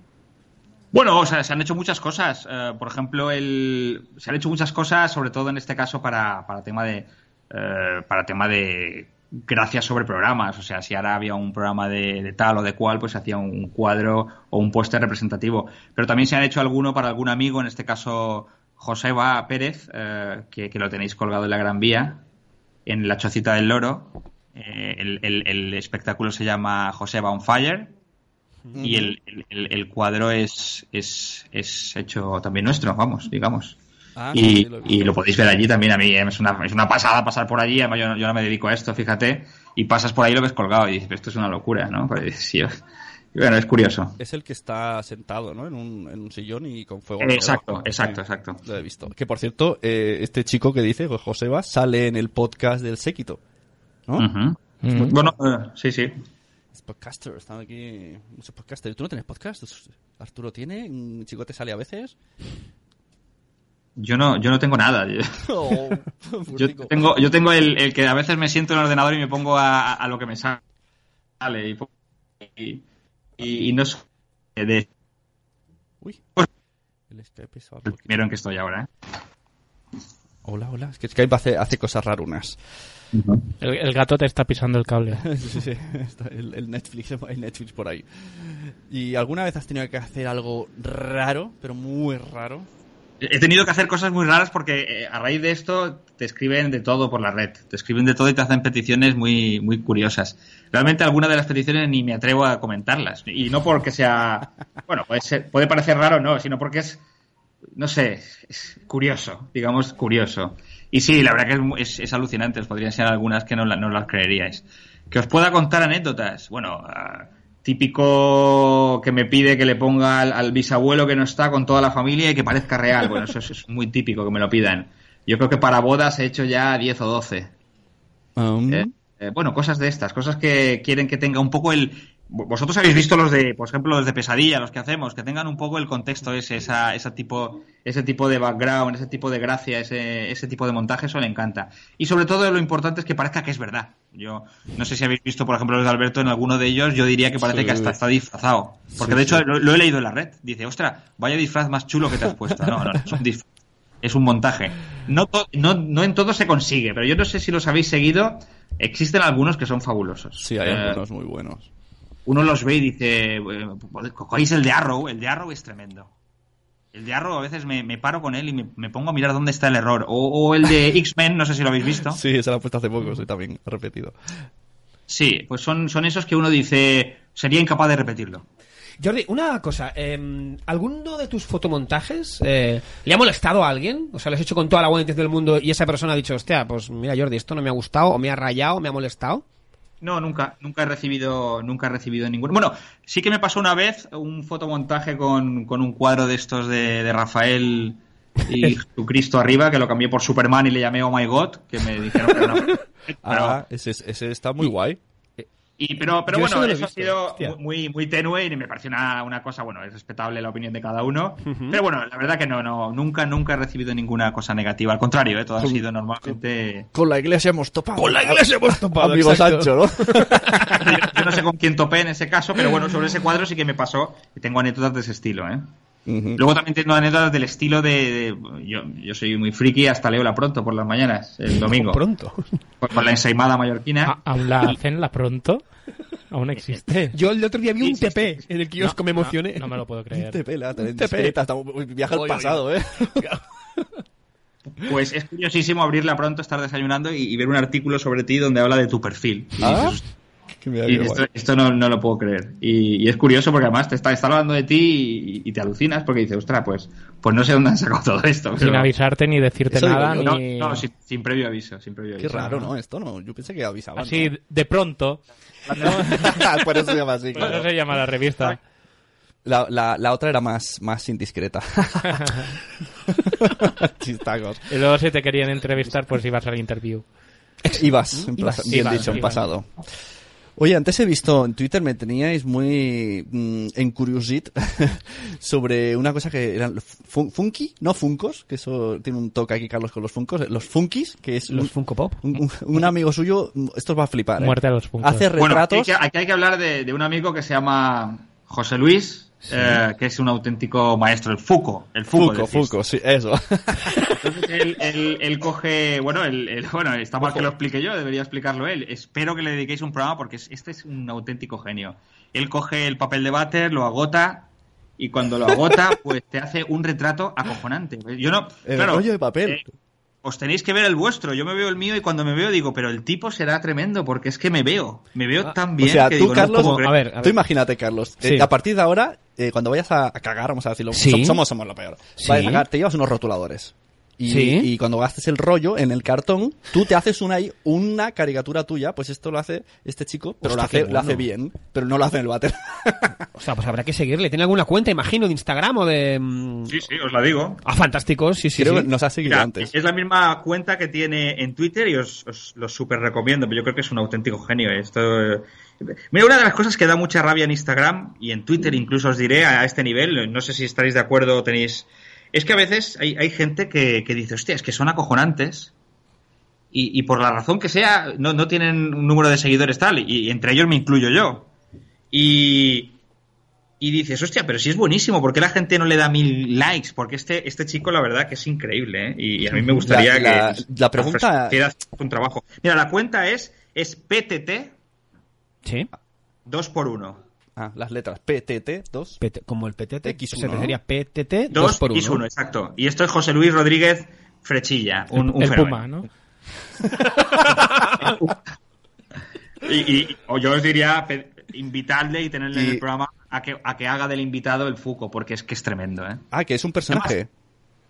[SPEAKER 8] bueno o sea se han hecho muchas cosas eh, por ejemplo el se han hecho muchas cosas sobre todo en este caso para para tema de eh, para tema de gracias sobre programas o sea si ahora había un programa de, de tal o de cual pues se hacía un cuadro o un póster representativo pero también se han hecho alguno para algún amigo en este caso Joseba Pérez eh, que, que lo tenéis colgado en la Gran Vía en la Chocita del Loro. Eh, el, el- el espectáculo se llama José on Fire. Y el, el- el- el cuadro es, es, es hecho también nuestro, vamos, digamos.
[SPEAKER 6] Ah,
[SPEAKER 8] y,
[SPEAKER 6] sí, sí, lo he visto.
[SPEAKER 8] y lo podéis ver allí también. A mí eh, es una, es una pasada pasar por allí. Además, yo, no- yo no me dedico a esto, fíjate. Y pasas por ahí y lo ves colgado. Y dices, "Pero esto es una locura, ¿no? Pero dices, "Sí, oh". Y bueno, es curioso.
[SPEAKER 6] Es el que está sentado, ¿no? En un, en un sillón y con fuego.
[SPEAKER 8] Eh, Exacto,
[SPEAKER 6] alrededor.
[SPEAKER 8] exacto,
[SPEAKER 6] Sí,
[SPEAKER 8] exacto.
[SPEAKER 6] Lo he visto. Que por cierto, eh, este chico que dice, pues, Joseba, sale en el podcast del Séquito. ¿No?
[SPEAKER 8] Ujú.
[SPEAKER 7] Mm.
[SPEAKER 8] Bueno, eh, sí, sí.
[SPEAKER 6] Es podcaster, están aquí muchos podcasters. ¿Tú no tienes podcast? Arturo tiene, un chico te sale a veces.
[SPEAKER 8] Yo no, yo no tengo nada.
[SPEAKER 6] Oh,
[SPEAKER 8] Yo
[SPEAKER 6] furtico.
[SPEAKER 8] tengo, yo tengo el, el que a veces me siento en el ordenador y me pongo a, a lo que me sale y, po- y, y- y no soy de
[SPEAKER 6] Uy. El Skype se va un
[SPEAKER 8] el
[SPEAKER 6] poquito.
[SPEAKER 8] primero en que estoy ahora. ¿eh?
[SPEAKER 6] Hola, hola. Es que Skype hace, hace cosas rarunas.
[SPEAKER 7] El, el gato te está pisando
[SPEAKER 6] *laughs*
[SPEAKER 7] el cable.
[SPEAKER 6] Sí, sí, sí. Está el, el Netflix, *laughs* el Netflix por ahí. ¿Y alguna vez has tenido que hacer algo raro, pero muy raro?
[SPEAKER 8] He tenido que hacer cosas muy raras porque eh, a raíz de esto te escriben de todo por la red. Te escriben de todo y te hacen peticiones muy, muy curiosas. Realmente algunas de las peticiones ni me atrevo a comentarlas. Y no porque
[SPEAKER 6] *laughs*
[SPEAKER 8] sea... Bueno, puede, ser- puede parecer raro, no, sino porque es... No sé, es curioso, digamos curioso. Y sí, la verdad que es mu- es, es alucinante. Os podrían ser algunas que no, la- no las creeríais. Que os pueda contar anécdotas. Bueno, ah, típico que me pide que le ponga al, al bisabuelo que no está con toda la familia y que parezca real. Bueno, eso es, es muy típico que me lo pidan. Yo creo que para bodas he hecho ya 10 o 12.
[SPEAKER 6] Um,
[SPEAKER 8] Eh, eh, bueno, cosas de estas, cosas que quieren que tenga un poco el... Vosotros habéis visto los de, por ejemplo, los de pesadilla, los que hacemos, que tengan un poco el contexto ese, esa, esa tipo, ese tipo de background, ese tipo de gracia, ese, ese tipo de montaje, eso le encanta. Y sobre todo lo importante es que parezca que es verdad. Yo no sé si habéis visto, por ejemplo, los de Alberto en alguno de ellos, yo diría que parece
[SPEAKER 6] Sí.
[SPEAKER 8] que hasta está disfrazado. Porque de hecho lo, lo he leído en la red. Dice, ostra, vaya disfraz más chulo que te has puesto. No, no, no, es un disfraz es un montaje. No, to- no, no en todo se consigue, pero yo no sé si los habéis seguido. Existen algunos que son fabulosos.
[SPEAKER 6] Sí, hay
[SPEAKER 8] Eh,
[SPEAKER 6] algunos muy buenos.
[SPEAKER 8] Uno los ve y dice, eh, cogéis el de Arrow, el de Arrow es tremendo. El de Arrow a veces me, me paro con él y me, me pongo a mirar dónde está el error. O, o el
[SPEAKER 6] *laughs*
[SPEAKER 8] de X-Men, no sé si lo habéis visto.
[SPEAKER 6] Sí, esa la he puesto hace poco, sí, también repetido.
[SPEAKER 8] Sí, pues son, son esos que uno dice, sería incapaz de repetirlo.
[SPEAKER 9] Jordi, una cosa. eh, ¿Alguno de tus fotomontajes eh, le ha molestado a alguien? O sea, lo has hecho con toda la buena intención del mundo y esa persona ha dicho, hostia, pues mira, Jordi, esto no me ha gustado, o me ha rayado, o me
[SPEAKER 8] *laughs*
[SPEAKER 9] ha molestado.
[SPEAKER 8] No, nunca, nunca he recibido, nunca he recibido ninguno. Bueno, sí que me pasó una vez un fotomontaje con, con un cuadro de estos de, de Rafael
[SPEAKER 6] *laughs*
[SPEAKER 8] y Jesucristo arriba, que lo cambié por Superman y le llamé Oh My God, que me dijeron que era una...
[SPEAKER 6] Ah, ese, ese está muy guay.
[SPEAKER 8] Eh, Y, pero pero
[SPEAKER 9] Yo eso
[SPEAKER 8] bueno,
[SPEAKER 9] no lo he
[SPEAKER 8] eso ha
[SPEAKER 9] visto,
[SPEAKER 8] sido
[SPEAKER 9] hostia.
[SPEAKER 8] muy, muy tenue y me pareció una, una cosa, bueno, es respetable la opinión de cada uno. Pero bueno, la verdad que no, no, nunca, nunca he recibido ninguna cosa negativa. Al contrario, ¿eh? todo ha sido normalmente...
[SPEAKER 6] Con la iglesia hemos topado. Con la iglesia hemos
[SPEAKER 9] topado,
[SPEAKER 6] Amigo
[SPEAKER 9] exacto.
[SPEAKER 6] Sancho,
[SPEAKER 8] *laughs*
[SPEAKER 6] ¿no?
[SPEAKER 8] yo, yo no sé con quién topé en ese caso, pero bueno, sobre ese cuadro sí que me pasó. y Tengo anécdotas de ese estilo, ¿eh? Luego también tengo anécdotas del estilo de... de- yo, yo soy muy friki, hasta leo la pronto por las mañanas, el domingo,
[SPEAKER 9] Pronto. Ah.
[SPEAKER 8] con, con la ensaimada mallorquina.
[SPEAKER 7] A- ¿Aún la hacen la pronto? ¿Aún existe?
[SPEAKER 9] Yo el otro día vi un TP en el kiosco, me emocioné.
[SPEAKER 7] No me lo puedo
[SPEAKER 6] Te
[SPEAKER 7] creer.
[SPEAKER 6] pela, te
[SPEAKER 9] Te pela.
[SPEAKER 6] despierta, estamos- Viaja al
[SPEAKER 9] Oye,
[SPEAKER 6] pasado, ¿eh?
[SPEAKER 8] Pues es curiosísimo abrirla pronto, estar desayunando y, y ver un artículo sobre ti donde habla de tu perfil. Y
[SPEAKER 6] ¿Ah?
[SPEAKER 8] dices,
[SPEAKER 6] Que me da
[SPEAKER 8] Y
[SPEAKER 6] igual.
[SPEAKER 8] esto, esto no, no lo puedo creer. Y, y es curioso porque además te está, está hablando de ti y, y te alucinas porque dices, ostras, pues, pues no sé dónde han sacado todo esto.
[SPEAKER 7] Sin
[SPEAKER 8] pero-
[SPEAKER 7] avisarte ni decirte
[SPEAKER 6] Eso digo
[SPEAKER 7] nada,
[SPEAKER 6] yo,
[SPEAKER 8] No,
[SPEAKER 7] ni...
[SPEAKER 8] no, sin, sin previo aviso, sin previo
[SPEAKER 6] Qué
[SPEAKER 8] aviso.
[SPEAKER 6] raro, ¿no? Esto no. Yo pensé que avisaban.
[SPEAKER 7] Así, de pronto.
[SPEAKER 6] ¿no? *laughs* Por eso se llama así.
[SPEAKER 7] Por
[SPEAKER 6] claro.
[SPEAKER 7] eso se llama la revista.
[SPEAKER 6] La, la, la otra era más, más
[SPEAKER 7] *laughs*
[SPEAKER 6] indiscreta. *laughs* Chistacos.
[SPEAKER 7] Y luego si te querían entrevistar, pues ibas al interview.
[SPEAKER 6] Ibas, en plaza- bien
[SPEAKER 7] Ibas,
[SPEAKER 6] dicho, en
[SPEAKER 7] ibas.
[SPEAKER 6] pasado. Oye, antes he visto en Twitter, me teníais muy mm, encuriosit *laughs* sobre una cosa que eran fun- funky, no funcos, que eso tiene un toque aquí Carlos con los funcos, eh, los funkis, que es
[SPEAKER 9] Los
[SPEAKER 6] un-
[SPEAKER 9] Funko Pop.
[SPEAKER 6] un, un- un amigo suyo, mm, esto os va a flipar. ¿eh?
[SPEAKER 7] Muerte a los Funkos.
[SPEAKER 6] Hace
[SPEAKER 8] Bueno, aquí hay,
[SPEAKER 6] retratos.
[SPEAKER 8] que, aquí hay que hablar de, de un amigo que se llama José Luis, eh, que es un auténtico maestro, el Fuco. El Fuco,
[SPEAKER 6] Funko,
[SPEAKER 8] decís.
[SPEAKER 6] Funko, sí, eso.
[SPEAKER 8] Entonces él, él- él coge, bueno, él- él- bueno, está mal que lo explique yo, debería explicarlo él. Espero que le dediquéis un programa porque es- este es un auténtico genio. Él coge el papel de váter, lo agota y cuando lo agota, pues te hace un retrato acojonante. Yo no,
[SPEAKER 6] El
[SPEAKER 8] claro,
[SPEAKER 6] rollo de papel.
[SPEAKER 8] eh, os tenéis que ver el vuestro, yo me veo el mío y cuando me veo digo, pero el tipo será tremendo porque es que me veo, me veo tan bien
[SPEAKER 6] o sea,
[SPEAKER 8] que
[SPEAKER 6] tú,
[SPEAKER 8] digo, no
[SPEAKER 6] Carlos,
[SPEAKER 8] puedo
[SPEAKER 9] a
[SPEAKER 8] creer.
[SPEAKER 9] ver, a
[SPEAKER 6] Tú
[SPEAKER 9] ver.
[SPEAKER 6] imagínate, Carlos, eh,
[SPEAKER 9] Sí.
[SPEAKER 6] a partir de ahora, eh, cuando vayas a, a cagar, vamos a decirlo,
[SPEAKER 9] Sí.
[SPEAKER 6] som- somos, somos lo peor.
[SPEAKER 9] Sí.
[SPEAKER 6] Vayas a cagar, te llevas unos rotuladores. Y,
[SPEAKER 9] Sí.
[SPEAKER 6] y cuando gastes el rollo en el cartón, tú te haces una, ahí- una caricatura tuya, pues esto lo hace este chico, pero lo,
[SPEAKER 9] Hostia,
[SPEAKER 6] hace,
[SPEAKER 9] qué
[SPEAKER 6] lo
[SPEAKER 9] bueno.
[SPEAKER 6] hace bien, pero no lo hace en el váter.
[SPEAKER 9] O sea, pues habrá que seguirle. ¿Tiene alguna cuenta, imagino, de Instagram o de... mm,
[SPEAKER 8] Sí, sí, os la digo.
[SPEAKER 9] Ah, fantástico, sí, sí.
[SPEAKER 6] Creo
[SPEAKER 9] sí.
[SPEAKER 6] que nos ha seguido
[SPEAKER 8] Mira,
[SPEAKER 6] antes.
[SPEAKER 8] Es la misma cuenta que tiene en Twitter y os, os lo súper recomiendo, pero yo creo que es un auténtico genio. ¿eh? Esto, eh, Mira, una de las cosas que da mucha rabia en Instagram y en Twitter incluso os diré a este nivel, no sé si estaréis de acuerdo o tenéis... Es que a veces hay, hay gente que, que dice, hostia, es que son acojonantes y, y por la razón que sea no, no tienen un número de seguidores tal y, y entre ellos me incluyo yo. Y, y dices, hostia, pero si es buenísimo, ¿por qué la gente no le da mil likes? Porque este, este chico, la verdad, que es increíble, ¿eh? Y, y a mí me gustaría
[SPEAKER 6] La- la-
[SPEAKER 8] que.
[SPEAKER 6] la pregunta-
[SPEAKER 8] hiciera un trabajo. Mira, la cuenta es, es PTT
[SPEAKER 9] Sí.
[SPEAKER 8] 2x1.
[SPEAKER 6] Ah, las letras PTT, 2.
[SPEAKER 9] PT como el PTT.
[SPEAKER 6] X1,
[SPEAKER 9] o sea, que
[SPEAKER 6] ¿no?
[SPEAKER 9] sería PTT 2
[SPEAKER 8] 2
[SPEAKER 9] por
[SPEAKER 8] x 1,
[SPEAKER 9] 1
[SPEAKER 8] exacto. Y esto es José Luis Rodríguez Frechilla, un, un
[SPEAKER 7] el
[SPEAKER 8] fenómeno.
[SPEAKER 7] Puma, ¿no?
[SPEAKER 8] Y, y- o yo os diría pe- invitarle y tenerle en
[SPEAKER 6] Y-
[SPEAKER 8] el programa a que, a que haga del invitado el Fuco, porque es que es tremendo, ¿eh?
[SPEAKER 6] Ah, que es un personaje.
[SPEAKER 8] ¿Eh?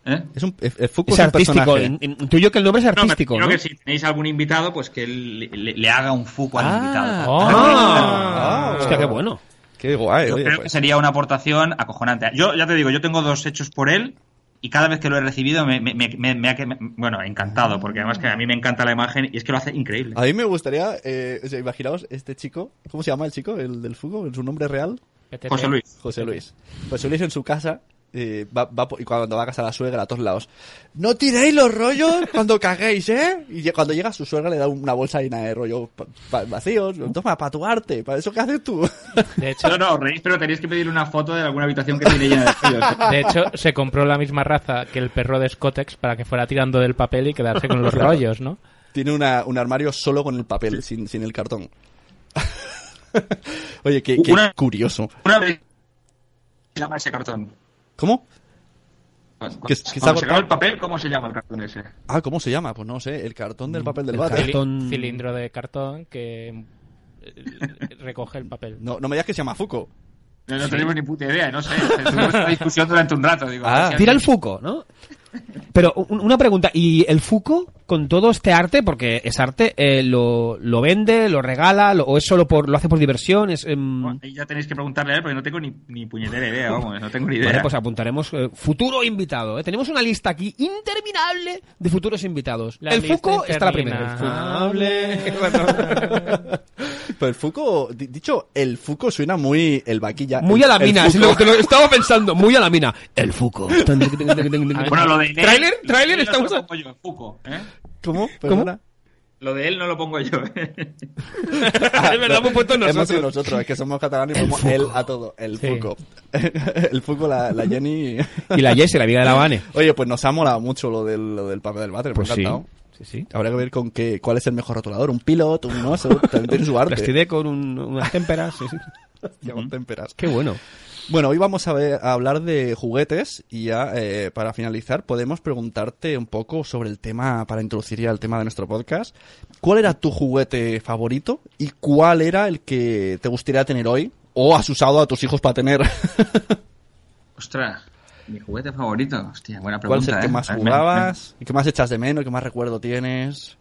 [SPEAKER 6] *laughs* Es un, eh, eh, Fuku
[SPEAKER 9] Es
[SPEAKER 6] es un
[SPEAKER 9] artístico.
[SPEAKER 6] personaje.
[SPEAKER 9] in- in- Intuyo que el nombre es
[SPEAKER 8] No, me
[SPEAKER 9] artístico.
[SPEAKER 8] imagino
[SPEAKER 9] ¿no?
[SPEAKER 8] que si tenéis algún invitado, pues que él le, le- le haga un fuco al invitado.
[SPEAKER 7] oh.
[SPEAKER 9] Ah,
[SPEAKER 6] Ah.
[SPEAKER 9] hostia, qué bueno.
[SPEAKER 6] Qué guay,
[SPEAKER 8] Yo
[SPEAKER 6] oye,
[SPEAKER 8] creo que
[SPEAKER 6] pues.
[SPEAKER 8] sería una aportación acojonante. Yo ya te digo, yo tengo dos hechos por él y cada vez que lo he recibido me, me- me- me- me ha que- me- bueno, encantado, porque además que a mí me encanta la imagen y es que lo hace increíble.
[SPEAKER 6] A mí me gustaría, eh, o sea, imaginaos este chico, ¿cómo se llama el chico? ¿El del fútbol? ¿Su nombre real?
[SPEAKER 7] PTT.
[SPEAKER 8] José Luis.
[SPEAKER 6] José Luis. José Luis en su casa eh, va, va po- y cuando va a casa la suegra a todos lados. No tiréis los rollos cuando caguéis, ¿eh? Y lle- cuando llega su suegra le da una bolsa llena de rollos pa- pa- vacíos. Toma, para tu arte, para eso que haces tú.
[SPEAKER 7] De hecho,
[SPEAKER 8] No, no, os reís, pero tenéis que pedirle una foto de alguna habitación que tiene llena de *laughs* rollos.
[SPEAKER 7] de hecho, se compró la misma raza que el perro de Scotex para que fuera tirando del papel y
[SPEAKER 6] *laughs*
[SPEAKER 7] quedarse con los rollos, ¿no?
[SPEAKER 6] Tiene una- un armario solo con el papel, sin, sin el cartón. *laughs* Oye, qué, qué
[SPEAKER 8] Una-
[SPEAKER 6] curioso.
[SPEAKER 8] Una vez se llama ese cartón.
[SPEAKER 6] ¿Cómo?
[SPEAKER 8] Cuando
[SPEAKER 6] Que- que
[SPEAKER 8] se
[SPEAKER 6] está
[SPEAKER 8] acaba
[SPEAKER 6] agotado.
[SPEAKER 8] el papel, ¿cómo se llama el cartón ese?
[SPEAKER 6] Ah, ¿cómo se llama? Pues no sé, el cartón del papel del
[SPEAKER 9] Mm, el
[SPEAKER 6] váter.
[SPEAKER 9] cartón. Cartón-
[SPEAKER 7] Cilindro de cartón que eh, recoge el papel.
[SPEAKER 6] No, no me digas que se llama Fuco.
[SPEAKER 8] No, no tenemos ni puta idea,
[SPEAKER 6] *laughs*
[SPEAKER 8] no sé. Tuvimos una discusión durante un rato. Digo,
[SPEAKER 6] Ah.
[SPEAKER 8] ¿qué
[SPEAKER 9] Tira el
[SPEAKER 8] hacéis?
[SPEAKER 9] Fuco, ¿no? Pero un- una pregunta, ¿y el Fuco con todo este arte, porque es arte, eh, lo, lo vende, lo regala, lo- o es solo por, lo hace por diversión? Es, em,
[SPEAKER 8] Bueno, ahí ya tenéis que preguntarle a él porque no tengo ni, ni puñetera idea, vamos, no tengo ni idea.
[SPEAKER 9] Vale, pues apuntaremos eh, futuro invitado. ¿eh? Tenemos una lista aquí interminable de futuros invitados.
[SPEAKER 7] La
[SPEAKER 9] el
[SPEAKER 7] lista
[SPEAKER 9] Fuco está la primera.
[SPEAKER 7] interminable.
[SPEAKER 9] El Fuco.
[SPEAKER 6] Pero el Fuco, di- dicho el Fuco, suena muy el
[SPEAKER 7] Ah.
[SPEAKER 6] vaquilla.
[SPEAKER 9] *laughs* Muy
[SPEAKER 6] El-
[SPEAKER 9] a la
[SPEAKER 6] el
[SPEAKER 9] mina,
[SPEAKER 6] Fuco.
[SPEAKER 9] si lo,
[SPEAKER 6] *laughs*
[SPEAKER 9] te lo estaba pensando, muy a la mina. El Fuco.
[SPEAKER 8] bueno, lo de Inés-
[SPEAKER 9] ¿Trailer? ¿Trailer?
[SPEAKER 8] Inés no
[SPEAKER 9] Estamos
[SPEAKER 8] lo
[SPEAKER 9] a-
[SPEAKER 8] pongo yo, Fuco, ¿eh?
[SPEAKER 6] ¿Cómo? Perdona.
[SPEAKER 8] Lo de él no lo pongo yo. ¿eh?
[SPEAKER 6] Ah,
[SPEAKER 9] *laughs* Es verdad, hemos puesto
[SPEAKER 6] Hemos sido
[SPEAKER 9] nosotros.
[SPEAKER 6] nosotros, es que somos catalanes y ponemos él a todo. El
[SPEAKER 7] Sí.
[SPEAKER 6] Fuco. *laughs* el Fuco, la, la Jenny.
[SPEAKER 9] Y la Jessie, la vida de la Vane.
[SPEAKER 6] Oye, pues nos ha molado mucho lo del, lo del papel del váter,
[SPEAKER 9] Pues
[SPEAKER 6] me ha
[SPEAKER 9] sí.
[SPEAKER 6] encantado.
[SPEAKER 9] Sí, sí.
[SPEAKER 6] Habrá que ver con qué, cuál es el mejor rotulador, un pilot, un oso, *laughs* también tiene su arte.
[SPEAKER 9] Plastidé con un- unas témperas. sí, sí.
[SPEAKER 6] *laughs* Ya con témperas.
[SPEAKER 9] Qué bueno.
[SPEAKER 6] Bueno, hoy vamos a, ver- a hablar de juguetes y ya eh, para finalizar podemos preguntarte un poco sobre el tema, para introducir ya el tema de nuestro podcast. ¿Cuál era tu juguete favorito y cuál era el que te gustaría tener hoy o has usado a tus hijos para tener? *laughs*
[SPEAKER 8] Ostras, mi juguete favorito. Hostia, buena
[SPEAKER 6] ¿Cuál
[SPEAKER 8] pregunta.
[SPEAKER 6] es el que
[SPEAKER 8] ¿eh?
[SPEAKER 6] más
[SPEAKER 8] A ver,
[SPEAKER 6] jugabas? ¿Y qué más echas de menos? ¿Qué más recuerdo tienes?